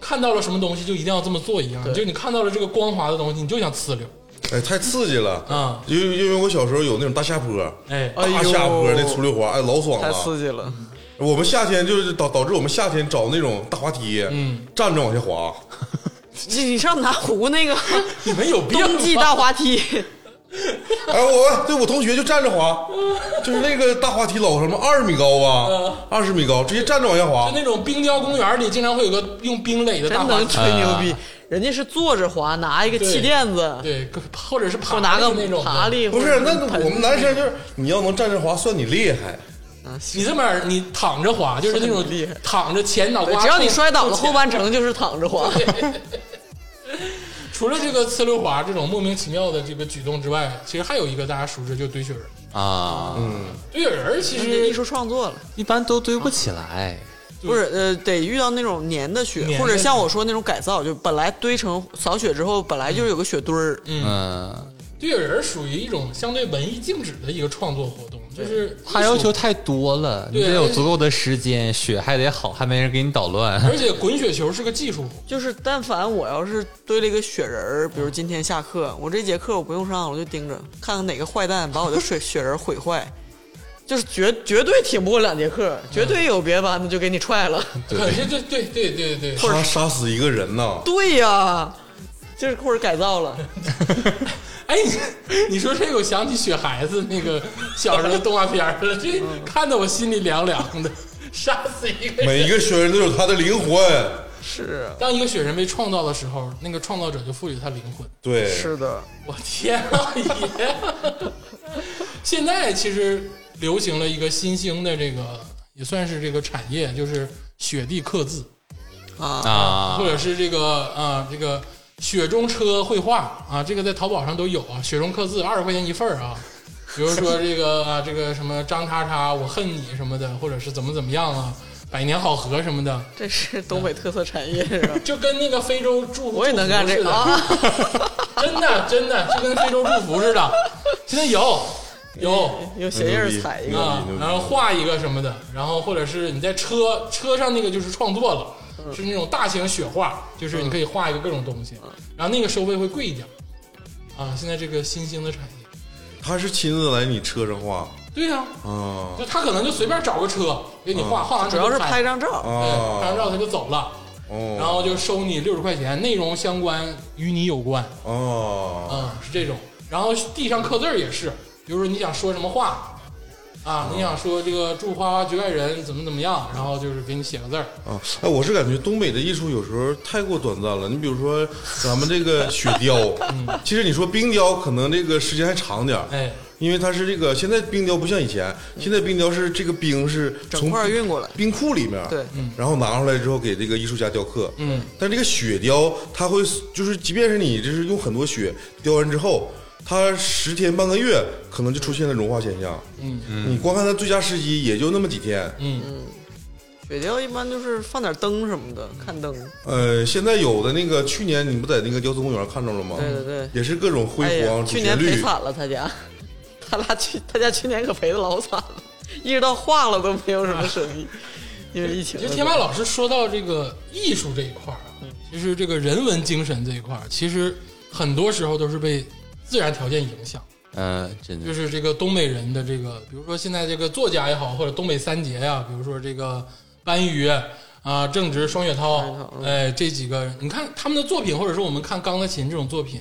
[SPEAKER 1] 看到了什么东西就一定要这么做一样。就你看到了这个光滑的东西，你就想呲溜。
[SPEAKER 3] 哎，太刺激了
[SPEAKER 1] 啊
[SPEAKER 3] 因为因为我小时候有那种大下坡，
[SPEAKER 1] 哎，
[SPEAKER 2] 哎呦
[SPEAKER 3] 大下坡那出溜滑，哎，老爽
[SPEAKER 2] 太刺
[SPEAKER 3] 了。
[SPEAKER 2] 激了，
[SPEAKER 3] 我们夏天就是导导致我们夏天找那种大滑梯，嗯，站着往下滑，
[SPEAKER 2] 你你上南湖
[SPEAKER 1] (laughs)
[SPEAKER 2] 那个
[SPEAKER 1] 你们有病吧？
[SPEAKER 2] 冬季大滑梯，
[SPEAKER 3] 哎，我对我同学就站着滑，就是那个大滑梯老什么二十米高吧，二十米高，直接站着往下滑
[SPEAKER 1] 嗯就。 (laughs) 那种冰雕公园里经常会有个用冰垒的大
[SPEAKER 2] 真
[SPEAKER 1] 滑
[SPEAKER 2] 能
[SPEAKER 1] 梯，
[SPEAKER 2] 吹牛逼。人家是坐着滑，拿一个气垫子，
[SPEAKER 1] 对，或者是爬
[SPEAKER 2] 或拿个
[SPEAKER 1] 的那种的
[SPEAKER 2] 爬。犁，
[SPEAKER 3] 不是，那
[SPEAKER 2] 盆
[SPEAKER 3] 我们男生就是你要能站着滑，算你厉害。
[SPEAKER 2] 啊，
[SPEAKER 1] 你这么儿你躺着滑，就是那种
[SPEAKER 2] 很厉害
[SPEAKER 1] 躺着前脑
[SPEAKER 2] 对
[SPEAKER 1] 瓜，
[SPEAKER 2] 只要你摔倒了，
[SPEAKER 1] 冲
[SPEAKER 2] 后半程就是躺着滑。
[SPEAKER 1] 除了这个呲溜滑这种莫名其妙的这个举动之外，其实还有一个大家熟知，就是堆雪人。
[SPEAKER 4] 啊，
[SPEAKER 1] 堆雪人其
[SPEAKER 2] 人家艺
[SPEAKER 1] 实
[SPEAKER 2] 术创作了，
[SPEAKER 4] 一般都堆不起来，
[SPEAKER 2] 不是呃，得遇到那种粘的雪
[SPEAKER 1] 粘，的
[SPEAKER 2] 或者像我说那种改造，就本来堆成扫雪之后，本来就是有个雪堆儿，
[SPEAKER 4] 嗯，
[SPEAKER 1] 堆雪人属于一种相对文艺静止的一个创作活动，就是
[SPEAKER 4] 他要求太多了，你
[SPEAKER 1] 对
[SPEAKER 4] 得有足够的时间，雪还得好，还没人给你捣
[SPEAKER 1] (laughs)
[SPEAKER 4] 乱，
[SPEAKER 1] 而且滚雪球是个技术活，
[SPEAKER 2] 就是但凡我要是堆了一个雪人儿，比如今天下课，我这节课我不用上了，我就盯着看看哪个坏蛋把我的水 (laughs) 雪人毁坏，就是绝绝对挺不过两节课，绝对有别班的就给你踹了。 (laughs)
[SPEAKER 1] 肯定对对对对对对，
[SPEAKER 3] 他杀死一个人呐，
[SPEAKER 2] 对呀、就是或者改造了，
[SPEAKER 1] 哎，你你说这个，我想起雪孩子那个小时候的动画片儿了，这
[SPEAKER 4] 嗯
[SPEAKER 1] 看得我心里凉凉的。杀死一个人，
[SPEAKER 3] 每一个学生都有他的灵魂。
[SPEAKER 2] 是
[SPEAKER 1] 当一个雪人被创造的时候，那个创造者就赋予他灵魂。
[SPEAKER 3] 对，
[SPEAKER 2] 是的，
[SPEAKER 1] 我天啊，爷！现在其实流行了一个新兴的这个，也算是这个产业，就是雪地刻字，
[SPEAKER 4] 啊
[SPEAKER 1] 或，者是这个啊、这个雪中车绘画啊，这个在淘宝上都有啊，雪中刻字二十块钱一份儿啊。比如说这个啊，这个什么张叉叉，我恨你什么的，或者是怎么怎么样啊，百年好合什么的，
[SPEAKER 2] 这是东北特色产业是吧？ (laughs)
[SPEAKER 1] 就跟那个非洲祝
[SPEAKER 2] 我也能干这
[SPEAKER 1] 祝
[SPEAKER 2] 个
[SPEAKER 1] 福似的
[SPEAKER 2] 啊！ (laughs)
[SPEAKER 1] 真的真的就跟非洲祝福似的，现在有有。
[SPEAKER 2] 用鞋印儿踩一个，
[SPEAKER 1] 啊
[SPEAKER 3] 牛逼牛，逼
[SPEAKER 1] 然后画一个什么的，然后或者是你在车车上那个就是创作了，是那种大型雪画，就是你可以画一个各种东西，然后那个收费会贵一点啊。现在这个新兴的产业，
[SPEAKER 3] 他是亲自来你车上画
[SPEAKER 1] 对呀、
[SPEAKER 3] 啊
[SPEAKER 1] 就他可能就随便找个车给你画，画完
[SPEAKER 2] 主要是
[SPEAKER 1] 拍
[SPEAKER 2] 拍，张照，
[SPEAKER 1] 对，
[SPEAKER 3] 啊，
[SPEAKER 1] 拍张照他就走了，
[SPEAKER 3] 哦，
[SPEAKER 1] 然后就收你六十块钱，内容相关与你有关，
[SPEAKER 3] 哦，
[SPEAKER 1] 嗯，是这种。然后地上刻字儿也是，比如说你想说什么话啊，你想说这个祝花花局外人怎么怎么样，然后就是给你写个字儿。
[SPEAKER 3] 啊，哎，我是感觉东北的艺术有时候太过短暂了。你比如说咱们这个雪雕， (laughs) 其实你说冰雕可能这个时间还长点儿，
[SPEAKER 1] 哎，
[SPEAKER 3] 因为它是这个现在冰雕不像以前，现在冰雕是这个冰是
[SPEAKER 2] 整
[SPEAKER 3] 从
[SPEAKER 2] 块儿运过来。
[SPEAKER 3] 冰库里面，
[SPEAKER 2] 对，
[SPEAKER 3] 然后拿出来之后给这个艺术家雕刻，嗯，但这个雪雕它会就是，即便是你就是用很多雪雕完之后。它十天半个月可能就出现了融化现象，嗯，你光看它最佳时机也就那么几天，
[SPEAKER 2] 雪雕一般就是放点灯什么的，看灯。
[SPEAKER 3] 呃，现在有的那个去年你不在那个雕塑公园看着了吗？
[SPEAKER 2] 对对对
[SPEAKER 3] 也是各种
[SPEAKER 2] 哎
[SPEAKER 3] 辉
[SPEAKER 2] 呀，
[SPEAKER 3] 煌、
[SPEAKER 2] 去
[SPEAKER 3] 主
[SPEAKER 2] 年
[SPEAKER 3] 旋
[SPEAKER 2] 赔
[SPEAKER 3] 律，
[SPEAKER 2] 惨了他家，他俩去他家去年可赔的老惨了，一直到化了都没有什么生意，因为疫情
[SPEAKER 1] 其
[SPEAKER 2] 的
[SPEAKER 1] 实
[SPEAKER 2] 关系。
[SPEAKER 1] 天霸老师说到这个艺术
[SPEAKER 2] 嗯
[SPEAKER 1] 这一块儿啊，就是这个人文精神这一块儿，其实很多时候都是被自然条件影响，
[SPEAKER 4] 呃，真
[SPEAKER 1] 就
[SPEAKER 4] 的，
[SPEAKER 1] 是这个东北人的这个，比如说现在这个作家也好，或者东北三杰呀、比如说这个班宇啊、郑执、双雪
[SPEAKER 2] 双雪
[SPEAKER 1] 涛
[SPEAKER 2] 涛，嗯
[SPEAKER 1] 哎，这几个人，你看他们的作品，或者说我们看钢的琴这种作品，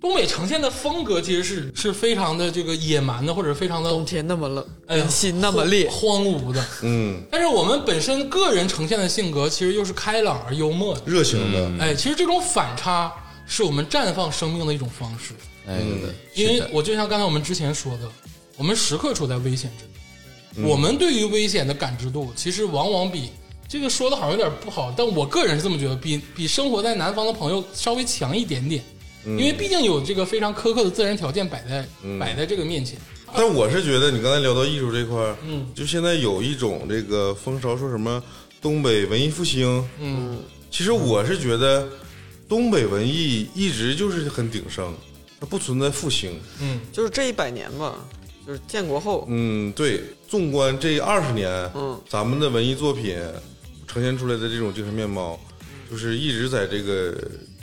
[SPEAKER 1] 东北呈现的风格其实是是非常的这个野蛮的，或者非常的
[SPEAKER 2] 冬天那么冷，
[SPEAKER 1] 哎
[SPEAKER 2] 人心那么烈，
[SPEAKER 1] 荒芜的。
[SPEAKER 3] 嗯，
[SPEAKER 1] 但是我们本身个人呈现的性格，其实又是开朗而幽默的。
[SPEAKER 3] 热情的，
[SPEAKER 4] 嗯
[SPEAKER 1] 哎，其实这种反差是我们绽放生命的一种方式，
[SPEAKER 4] 哎，
[SPEAKER 1] 因
[SPEAKER 4] 是
[SPEAKER 1] 为
[SPEAKER 4] 的
[SPEAKER 1] 我就像刚才我们之前说的，我们时刻处在危险之中，
[SPEAKER 4] 嗯
[SPEAKER 1] 我们对于危险的感知度，其实往往比这个说的好像有点不好，但我个人是这么觉得，比比生活在南方的朋友稍微强一点点，
[SPEAKER 4] 嗯
[SPEAKER 1] 因为毕竟有这个非常苛刻的自然条件摆在摆在这个面前，
[SPEAKER 3] 但我是觉得你刚才聊到艺术这块儿，嗯，就现在有一种这个风潮，说什么东北文艺复兴，
[SPEAKER 1] 嗯，
[SPEAKER 3] 其实我是觉得东北文艺一直就是很鼎盛，它不存在复兴。
[SPEAKER 4] 嗯
[SPEAKER 2] 就是这一百年吧，就是建国后，
[SPEAKER 3] 嗯，对，纵观这二十年，
[SPEAKER 2] 嗯，
[SPEAKER 3] 咱们的文艺作品呈现出来的这种精神面貌，就是一直在这个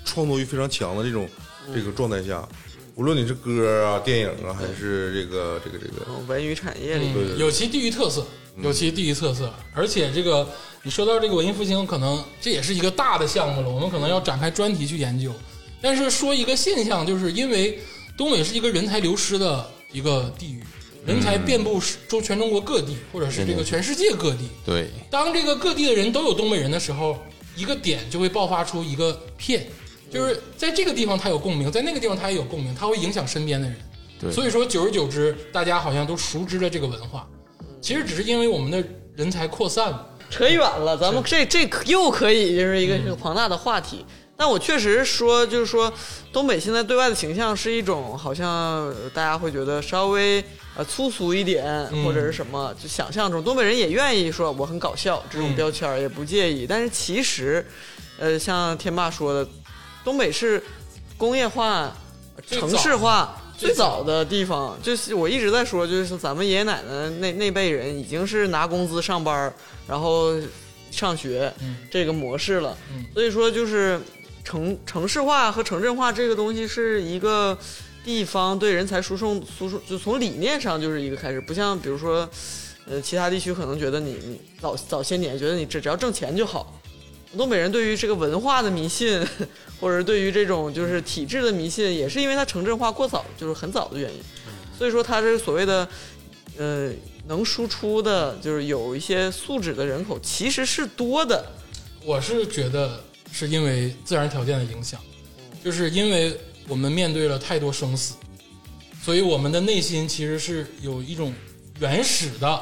[SPEAKER 3] 创作欲非常强的这种这个状态下，无论你是歌啊、电影啊，还是这个这个这个，
[SPEAKER 2] 嗯文娱产业里，
[SPEAKER 3] 对对对嗯
[SPEAKER 1] 有其地域特色，有其地域特色。而且这个你说到这个文艺复兴，可能这也是一个大的项目了，我们可能要展开专题去研究。但是说一个现象，就是因为东北是一个人才流失的一个地域，人才遍
[SPEAKER 3] 嗯
[SPEAKER 1] 布中全中国各地，或者是这个全世界各地。
[SPEAKER 4] 对，
[SPEAKER 1] 当这个各地的人都有东北人的时候，一个点就会爆发出一个片，就是在这个地方他有共鸣，在那个地方他也有共鸣，他会影响身边的人。
[SPEAKER 4] 对
[SPEAKER 1] 所以说久而久之，大家好像都熟知了这个文化，其实只是因为我们的人才扩散了。
[SPEAKER 2] 扯远了，咱们这这可又可以就是一个这个庞大的话题。但我确实说，就是说，东北现在对外的形象是一种好像呃大家会觉得稍微呃粗俗一点，
[SPEAKER 1] 嗯
[SPEAKER 2] 或者是什么，就想象中东北人也愿意说我很搞笑这种标签儿也不介
[SPEAKER 1] 嗯
[SPEAKER 2] 意。但是其实，呃，像天霸说的，东北是工业化、
[SPEAKER 1] 最早
[SPEAKER 2] 城市化
[SPEAKER 1] 最
[SPEAKER 2] 最早的地方，就是我一直在说，就是咱们爷爷奶奶那那辈人已经是拿工资上班儿，然后上学、这个模式了。
[SPEAKER 1] 嗯
[SPEAKER 2] 所以说，就是城城市化和城镇化这个东西是一个地方对人才输送输送，就从理念上就是一个开始，不像比如说。呃，其他地区可能觉得你你早早些年觉得你只只要挣钱就好，东北人对于这个文化的迷信，或者是对于这种就是体制的迷信，也是因为它城镇化过早，就是很早的原因。
[SPEAKER 4] 嗯
[SPEAKER 2] 所以说，它这个所谓的呃能输出的，就是有一些素质的人口其实是多的。
[SPEAKER 1] 我是觉得是因为自然条件的影响，就是因为我们面对了太多生死，所以我们的内心其实是有一种原始的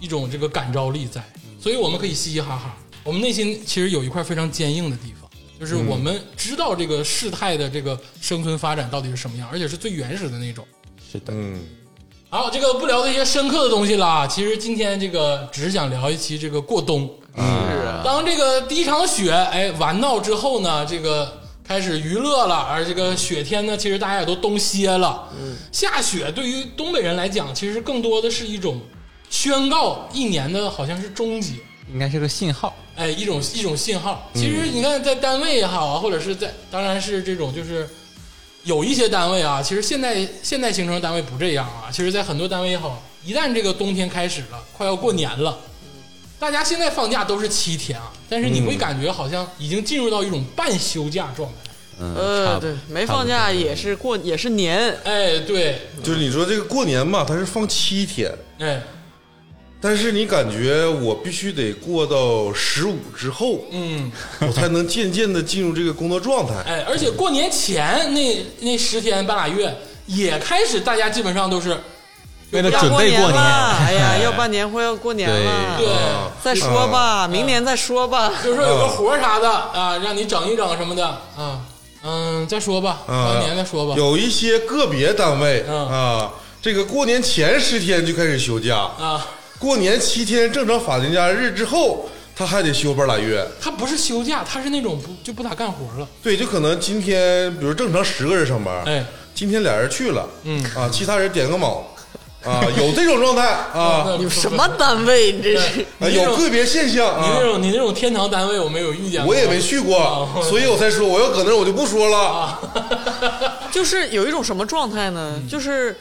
[SPEAKER 1] 一种这个感召力在，所以我们可以嘻嘻哈哈。我们内心其实有一块非常坚硬的地方，就是我们知道这个事态的这个生存发展到底是什么样，而且是最原始的那种。
[SPEAKER 4] 是的，
[SPEAKER 3] 嗯，
[SPEAKER 1] 好，这个不聊那些深刻的东西了啊。其实今天这个只是想聊一期这个过冬。
[SPEAKER 4] 啊，
[SPEAKER 1] 当这个第一场雪哎完闹之后呢，这个开始娱乐了，而这个雪天呢，其实大家也都冬歇了。嗯，下雪对于东北人来讲，其实更多的是一种宣告一年的好像是终结，
[SPEAKER 4] 应该是个信号，
[SPEAKER 1] 哎，一种一种信号。其实你看，在单位也好啊，或者是在，当然是这种就是。有一些单位啊，其实现在现在形成的单位不这样啊。其实，在很多单位也好，一旦这个冬天开始了，快要过年了，大家现在放假都是七天啊，但是你会感觉好像已经进入到一种半休假状态。
[SPEAKER 4] 嗯，差
[SPEAKER 2] 呃，
[SPEAKER 4] 不
[SPEAKER 2] 对，没
[SPEAKER 4] 差不
[SPEAKER 2] 放
[SPEAKER 4] 多
[SPEAKER 2] 假也是过也是年，
[SPEAKER 1] 哎，对，
[SPEAKER 3] 就是你说这个过年吧，它是放七天，
[SPEAKER 1] 哎，
[SPEAKER 3] 但是你感觉我必须得过到十五之后，
[SPEAKER 1] 嗯，
[SPEAKER 3] 我才能渐渐的进入这个工作状态。
[SPEAKER 1] 哎，而且过年前那那十天半拉月也开始，大家基本上都是
[SPEAKER 4] 为了
[SPEAKER 2] 要
[SPEAKER 4] 准备
[SPEAKER 2] 年
[SPEAKER 4] 过
[SPEAKER 2] 了，哎
[SPEAKER 4] (laughs)
[SPEAKER 2] 呀，
[SPEAKER 4] 哎
[SPEAKER 2] 要办年货，要过年了，
[SPEAKER 1] 对，
[SPEAKER 3] 啊
[SPEAKER 2] 再说吧，明年再说吧。
[SPEAKER 4] 嗯
[SPEAKER 1] 就是说有个活儿啥的啊，让你整一整什么的啊，嗯，再说吧，
[SPEAKER 3] 啊
[SPEAKER 1] 过年再说吧。
[SPEAKER 3] 有一些个别单位、
[SPEAKER 1] 嗯
[SPEAKER 3] 啊，这个过年前十天就开始休假，
[SPEAKER 1] 啊，
[SPEAKER 3] 过年七天正常法定假日之后，他还得休半拉月。
[SPEAKER 1] 他不是休假，他是那种不就不咋干活了。
[SPEAKER 3] 对，就可能今天比如正常十个人上班，
[SPEAKER 1] 哎，
[SPEAKER 3] 今天俩人去了，嗯啊，其他人点个卯，啊，有这种状态
[SPEAKER 1] (laughs)
[SPEAKER 3] 啊，
[SPEAKER 2] (laughs) 你们什么单位？你这
[SPEAKER 1] 哎？
[SPEAKER 2] 是
[SPEAKER 3] 啊有个别现象
[SPEAKER 1] 你那
[SPEAKER 3] 啊，
[SPEAKER 1] 种你那种天堂单位我没有遇见过，哦啊
[SPEAKER 3] 我也没去过，所以我才说我要搁那儿我就不说了。
[SPEAKER 2] 就是有一种什么状态呢？就是，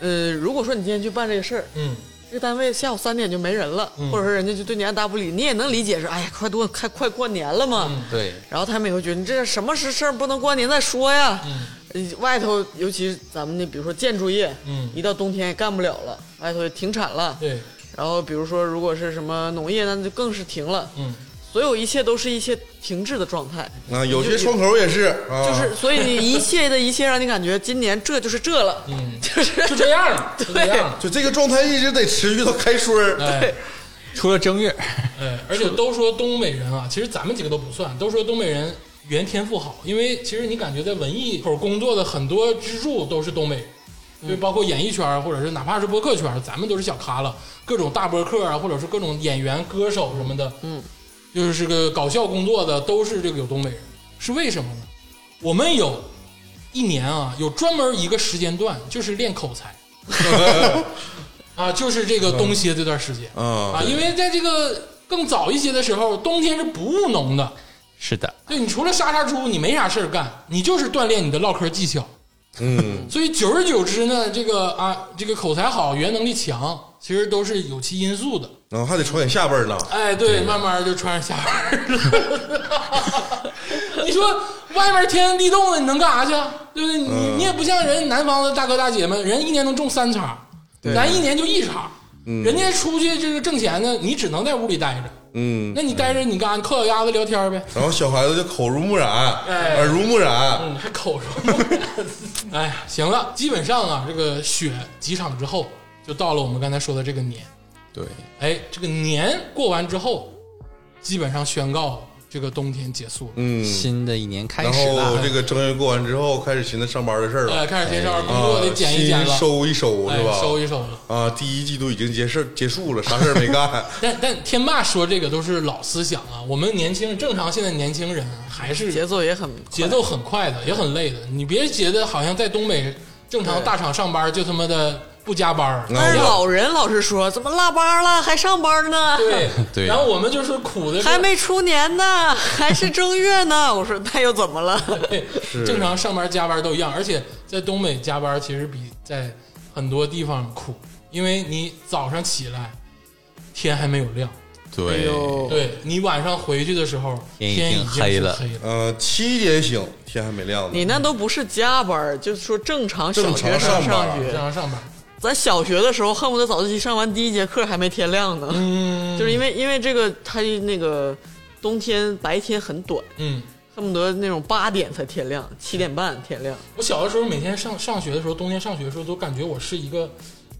[SPEAKER 2] 呃，如果说你今天去办这个事儿，
[SPEAKER 1] 嗯，
[SPEAKER 2] 这个单位下午三点就没人了，或者说人家就对你爱答不理，你也能理解是，哎呀，快多快快过年了
[SPEAKER 1] 嗯
[SPEAKER 2] 嘛。
[SPEAKER 4] 对，
[SPEAKER 2] 然后他们也会觉得你这什么事事儿不能过年再说呀。呃外头尤其是咱们那，比如说建筑业，
[SPEAKER 1] 嗯
[SPEAKER 2] 一到冬天也干不了了，外头也停产了。
[SPEAKER 1] 对，
[SPEAKER 2] 然后比如说如果是什么农业，那就更是停了。
[SPEAKER 1] 嗯，
[SPEAKER 2] 所有一切都是一些停滞的状态。
[SPEAKER 3] 啊，有些窗口也是，啊、
[SPEAKER 2] 就是，
[SPEAKER 1] 嗯
[SPEAKER 2] 所以你一切的一切让你感觉今年这就是这了，嗯，就是
[SPEAKER 1] 就这样了，就这样 (laughs) 了。
[SPEAKER 3] 就这个状态一直得持续到开春儿。
[SPEAKER 1] 哎
[SPEAKER 4] 除了正月，
[SPEAKER 1] 哎，而且都说东北人啊，其实咱们几个都不算，都说东北人语言天赋好，因为其实你感觉在文艺口工作的很多支柱都是东北人。就包括演艺圈儿，或者是哪怕是播客圈儿，咱们都是小咖了，各种大播客啊，或者是各种演员、歌手什么的，嗯，就是这个搞笑工作的，都是这个有东北人，是为什么呢？我们有一年啊，有专门一个时间段，就是练口才， (laughs) 啊，就是这个冬歇这段时间
[SPEAKER 3] 嗯
[SPEAKER 1] 啊，因为在这个更早一些的时候，冬天是不务农的，
[SPEAKER 4] (laughs) 是的，
[SPEAKER 1] 对你除了杀杀猪，你没啥事儿干，你就是锻炼你的唠嗑技巧。
[SPEAKER 3] 嗯，
[SPEAKER 1] 所以久而久之呢，这个啊，这个口才好、语言能力强，其实都是有其因素的。
[SPEAKER 3] 然后还得传点下辈儿呢。
[SPEAKER 1] 哎，对，慢慢就穿上下班了。 (laughs) 你说外面天寒地冻的，你能干啥去？对不对？你、你也不像人南方的大哥大姐们，人一年能种三茬，咱一年就一茬。人家出去就是挣钱呢，你只能在屋里待着。
[SPEAKER 3] 嗯，
[SPEAKER 1] 那你待着你干啥？你扣脚丫子聊天呗。
[SPEAKER 3] 然后小孩子就口濡目染，
[SPEAKER 1] 哎
[SPEAKER 3] 耳濡目染。
[SPEAKER 1] 嗯，还口说。 (laughs) 哎呀，行了，基本上啊，这个雪几场之后，就到了我们刚才说的这个年。
[SPEAKER 3] 对，
[SPEAKER 1] 哎，这个年过完之后，基本上宣告这个冬天结束了。
[SPEAKER 3] 嗯，
[SPEAKER 4] 新的一年开
[SPEAKER 3] 然
[SPEAKER 4] 始
[SPEAKER 3] 后
[SPEAKER 4] 了，
[SPEAKER 3] 这个正月过完之后，开始寻思上班的事儿
[SPEAKER 1] 哎，
[SPEAKER 3] 了。
[SPEAKER 1] 开始先上工作
[SPEAKER 3] 啊，
[SPEAKER 1] 得减一减了
[SPEAKER 3] 心，收一收
[SPEAKER 1] 哎
[SPEAKER 3] 是，吧？
[SPEAKER 1] 收一收了。
[SPEAKER 3] 啊，第一季度已经结事儿结束了，啥事儿没干。 (laughs)
[SPEAKER 1] 但但天霸说这个都是老思想啊，我们年轻人正常现在年轻人啊还是
[SPEAKER 2] 节奏也很
[SPEAKER 1] 节奏很快的，也很累的。你别觉得好像在东北正常大厂上班就他妈的不加班儿，
[SPEAKER 3] 那
[SPEAKER 2] 但是
[SPEAKER 3] 我
[SPEAKER 2] 老人老是说，怎么腊八了还上班呢？
[SPEAKER 1] 对
[SPEAKER 4] 对
[SPEAKER 1] 然后我们就是苦的
[SPEAKER 2] 还没出年呢，还是正月呢。我说那又怎么了？
[SPEAKER 1] 对，正常上班加班都一样，而且在东北加班其实比在很多地方苦，因为你早上起来天还没有亮，
[SPEAKER 2] 哎
[SPEAKER 4] 对，
[SPEAKER 2] 呦，
[SPEAKER 1] 对你晚上回去的时候
[SPEAKER 4] 哦天已
[SPEAKER 1] 天
[SPEAKER 4] 经
[SPEAKER 1] 已经是
[SPEAKER 4] 黑了
[SPEAKER 1] 黑了。
[SPEAKER 3] 呃，七点醒，天还没亮
[SPEAKER 2] 你
[SPEAKER 3] 呢。
[SPEAKER 2] 那都不是加班儿，就是说正常小学
[SPEAKER 3] 正常
[SPEAKER 2] 生
[SPEAKER 3] 上班
[SPEAKER 2] 上
[SPEAKER 1] 正
[SPEAKER 2] 学。
[SPEAKER 1] 常上班，
[SPEAKER 2] 咱小学的时候，恨不得早自习上完第一节课还没天亮呢，
[SPEAKER 1] 嗯，
[SPEAKER 2] 就是因为因为这个他那个冬天白天很短，
[SPEAKER 1] 嗯，
[SPEAKER 2] 恨不得那种八点才天亮，七点半天亮。
[SPEAKER 1] 我小的时候每天上上学的时候，冬天上学的时候都感觉我是一个，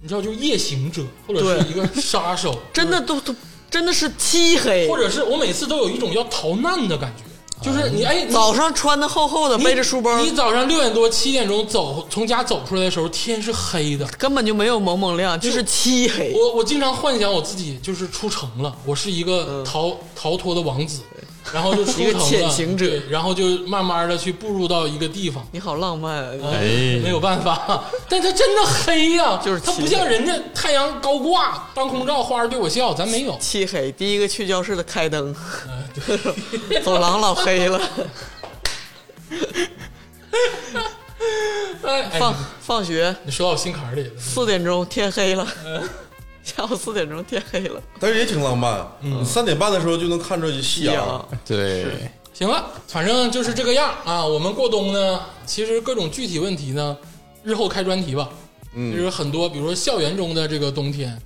[SPEAKER 1] 你知道，就是夜行者或者是
[SPEAKER 2] 对
[SPEAKER 1] 一个杀
[SPEAKER 4] (laughs)
[SPEAKER 1] 手，
[SPEAKER 2] 真的都都真的是漆黑，
[SPEAKER 1] 或者是我每次都有一种要逃难的感觉，
[SPEAKER 4] 啊
[SPEAKER 1] 就是你哎，你
[SPEAKER 2] 早上穿的厚厚的，
[SPEAKER 1] 你
[SPEAKER 2] 背着书包，
[SPEAKER 1] 你早上六点多七点钟走从家走出来的时候，天是黑的。
[SPEAKER 2] 根本就没有蒙蒙亮，就是漆黑。
[SPEAKER 1] 我我经常幻想我自己就是出城了，我是一个逃、逃脱的王子，然
[SPEAKER 2] (laughs)
[SPEAKER 1] 后就出城
[SPEAKER 2] 嗯一
[SPEAKER 1] 了，
[SPEAKER 2] 个潜行者
[SPEAKER 1] 对，然后就慢慢的去步入到一个地方。
[SPEAKER 2] 你好浪漫啊！
[SPEAKER 4] 哎
[SPEAKER 1] 没有办法，但它真的黑呀、
[SPEAKER 2] (laughs) 就是
[SPEAKER 1] 它
[SPEAKER 2] 漆
[SPEAKER 1] 不像人家太阳高挂，当空照，花儿对我笑，咱没有。
[SPEAKER 2] 漆黑，第一个去教室的开灯， (laughs)
[SPEAKER 1] (laughs)
[SPEAKER 2] 走廊老黑了。
[SPEAKER 1] 哎，哎
[SPEAKER 2] 放放学
[SPEAKER 1] 你说到我心坎儿里了，
[SPEAKER 2] 四点钟天黑了，
[SPEAKER 1] 哎
[SPEAKER 2] (laughs) 下午四点钟天黑了，
[SPEAKER 3] 但是也挺浪漫。
[SPEAKER 1] 嗯
[SPEAKER 3] 你三点半的时候就能看着
[SPEAKER 1] 哎
[SPEAKER 3] 夕阳
[SPEAKER 2] 呀。，
[SPEAKER 4] 对，
[SPEAKER 1] 行了，反正就是这个样儿啊。我们过冬呢，其实各种具体问题呢，日后开专题吧。嗯，就是很多，比如说校园中的这个冬天，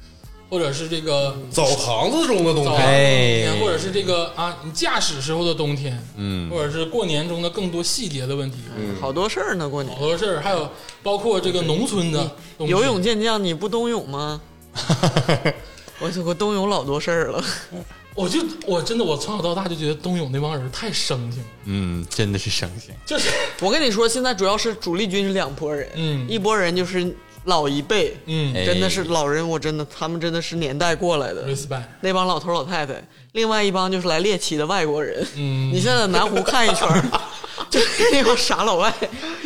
[SPEAKER 1] 或者是这个
[SPEAKER 3] 澡堂子中的冬
[SPEAKER 1] 早安的冬
[SPEAKER 3] 天，
[SPEAKER 1] 天，
[SPEAKER 4] 哎
[SPEAKER 1] 或者是这个啊，你驾驶时候的冬天，
[SPEAKER 4] 嗯，
[SPEAKER 1] 或者是过年中的更多细节的问题，
[SPEAKER 2] 好多事儿呢。过年
[SPEAKER 1] 嗯好多事儿，还有包括这个农村的冬天
[SPEAKER 2] 嗯游泳健将，你不冬
[SPEAKER 1] (laughs)
[SPEAKER 2] 泳吗？我我冬泳老多事儿了，
[SPEAKER 1] 我就我真的我从小到大就觉得冬泳那帮人太生性了，
[SPEAKER 4] 嗯，真的是省心，
[SPEAKER 1] 就是
[SPEAKER 2] 我跟你说，现在主要是主力军是两拨人，
[SPEAKER 1] 嗯
[SPEAKER 2] 一拨人就是老一辈，
[SPEAKER 1] 嗯 (laughs)
[SPEAKER 4] 哎
[SPEAKER 2] 真的是老人，我真的他们真的是年代过来的，
[SPEAKER 1] respect，
[SPEAKER 2] 那帮老头老太太，另外一帮就是来猎奇的外国人。
[SPEAKER 1] 嗯
[SPEAKER 2] 你现在在南湖看一
[SPEAKER 1] (laughs)
[SPEAKER 2] 圈儿，就是那帮傻老外， (laughs)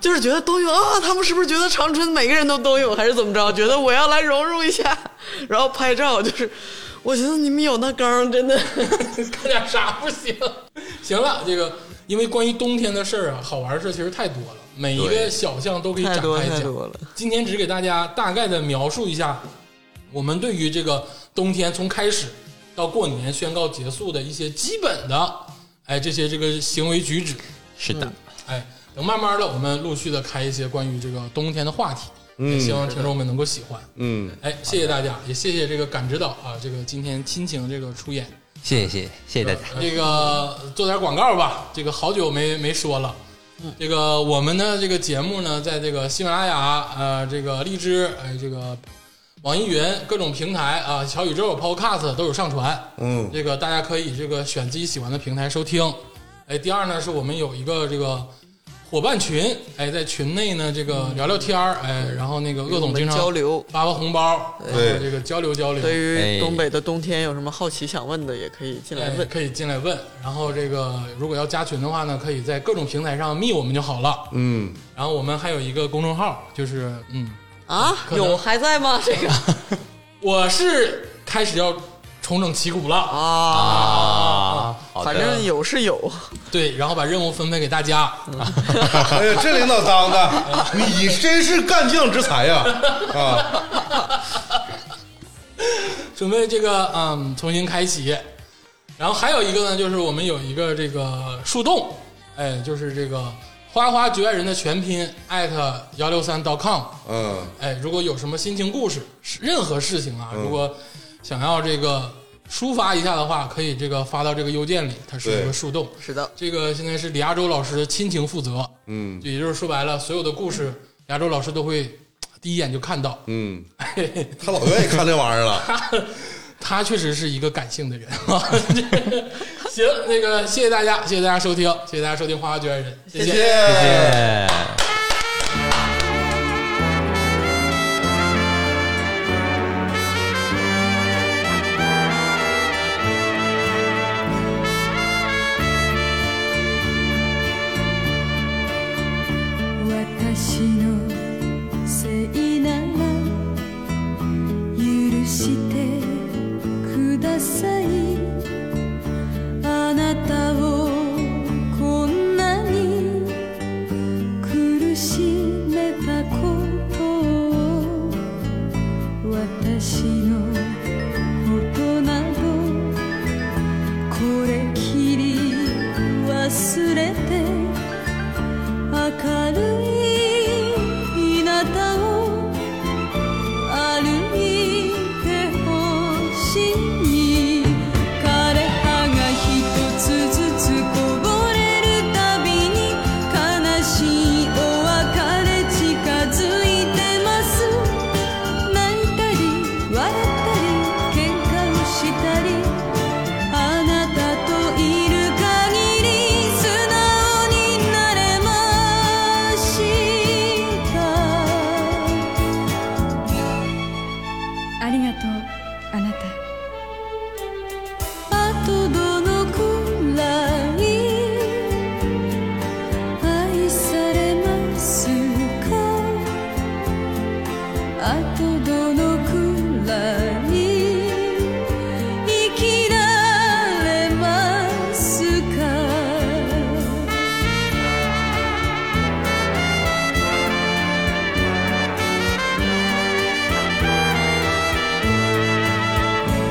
[SPEAKER 2] 就是觉得冬泳啊，他们是不是觉得长春每个人都冬泳还是怎么着？觉得我要来融入一下，然后拍照，就是我觉得你们有那刚真的。
[SPEAKER 1] (laughs) 干点啥不行？行了，这个因为关于冬天的事儿啊，好玩的事儿其实太多了，每一个
[SPEAKER 4] 对
[SPEAKER 1] 小项都可以展
[SPEAKER 2] 太多
[SPEAKER 1] 开
[SPEAKER 2] 太
[SPEAKER 1] 讲。
[SPEAKER 2] 多了。
[SPEAKER 1] 今天只给大家大概的描述一下我们对于这个冬天从开始到过年宣告结束的一些基本的，哎，这些这个行为举止，
[SPEAKER 4] 是
[SPEAKER 2] 嗯
[SPEAKER 4] 的，
[SPEAKER 1] 哎，等慢慢的我们陆续的开一些关于这个冬天的话题，也希望听众们能够喜欢。
[SPEAKER 3] 嗯，
[SPEAKER 1] 哎，谢谢大家，也谢谢这个感指导啊，这个今天亲情这个出演，
[SPEAKER 4] 谢谢谢谢谢谢大家。
[SPEAKER 2] 嗯
[SPEAKER 1] 这个做点广告吧，这个好久没没说了。
[SPEAKER 2] 嗯
[SPEAKER 1] 这个我们的这个节目呢，在这个喜马拉雅、呃，这个荔枝、哎、这个网易云各种平台啊、小宇宙、Podcast 都有上传。
[SPEAKER 3] 嗯
[SPEAKER 1] 这个大家可以这个选自己喜欢的平台收听。哎，第二呢，是我们有一个这个伙伴群，哎，在群内呢这个聊聊天儿，哎，然后那个鄂
[SPEAKER 2] 我
[SPEAKER 1] 总经
[SPEAKER 2] 们
[SPEAKER 1] 常
[SPEAKER 2] 交流，
[SPEAKER 1] 发发红包，
[SPEAKER 3] 对
[SPEAKER 1] 然后这个交流交流。
[SPEAKER 2] 对于
[SPEAKER 4] 哎
[SPEAKER 2] 东北的冬天有什么好奇想问的，也可以进来
[SPEAKER 1] 哎
[SPEAKER 2] 问。
[SPEAKER 1] 可以进来问。然后这个如果要加群的话呢，可以在各种平台上密我们就好了。
[SPEAKER 3] 嗯，
[SPEAKER 1] 然后我们还有一个公众号，就是嗯，
[SPEAKER 2] 啊，
[SPEAKER 1] 可能
[SPEAKER 2] 有还在吗？这个
[SPEAKER 1] 我是开始要重整旗鼓了，
[SPEAKER 2] 啊，
[SPEAKER 4] 啊，好的
[SPEAKER 2] 反正有是有，
[SPEAKER 1] 对，然后把任务分配给大家。
[SPEAKER 3] 哎呀，这领导当的，你真是干将之才呀！啊，
[SPEAKER 1] 准备这个嗯重新开启。然后还有一个呢，就是我们有一个这个树洞，哎，就是这个花花局外人的全拼艾特幺六三 .com，
[SPEAKER 3] 嗯，
[SPEAKER 1] 哎，如果有什么心情故事，是任何事情啊，如果想要这个抒发一下的话，可以这个发到这个邮件里，它是一个
[SPEAKER 3] 对
[SPEAKER 1] 树洞。
[SPEAKER 2] 是的，
[SPEAKER 1] 这个现在是李亚洲老师的亲情负责，
[SPEAKER 3] 嗯，
[SPEAKER 1] 也就是说白了，所有的故事李亚洲老师都会第一眼就看
[SPEAKER 3] (laughs)
[SPEAKER 1] 到。
[SPEAKER 3] 嗯，他老愿意看这玩意儿了。
[SPEAKER 1] 他确实是一个感性的人 (laughs) 啊。行，那个谢谢大家，谢谢大家收听，谢谢大家收听《花花局外人》，谢谢
[SPEAKER 4] 谢
[SPEAKER 3] 谢。
[SPEAKER 4] 谢。
[SPEAKER 6] 私のせいなら許してくださいあなたをこんなに苦しめたことを私のことなどこれきり忘れて明るい日向を歩いてほしい枯れ葉が一つずつこぼれるたびに悲しいお別れ近づいてます泣いたり笑ったり喧嘩をしたり「あなたといる限り素直になれました」「ありがとうあなた」「あとどのくらい愛されますか」「あとどのくらい」「生きられますか」「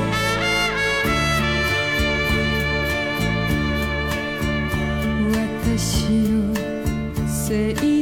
[SPEAKER 6] 私のせい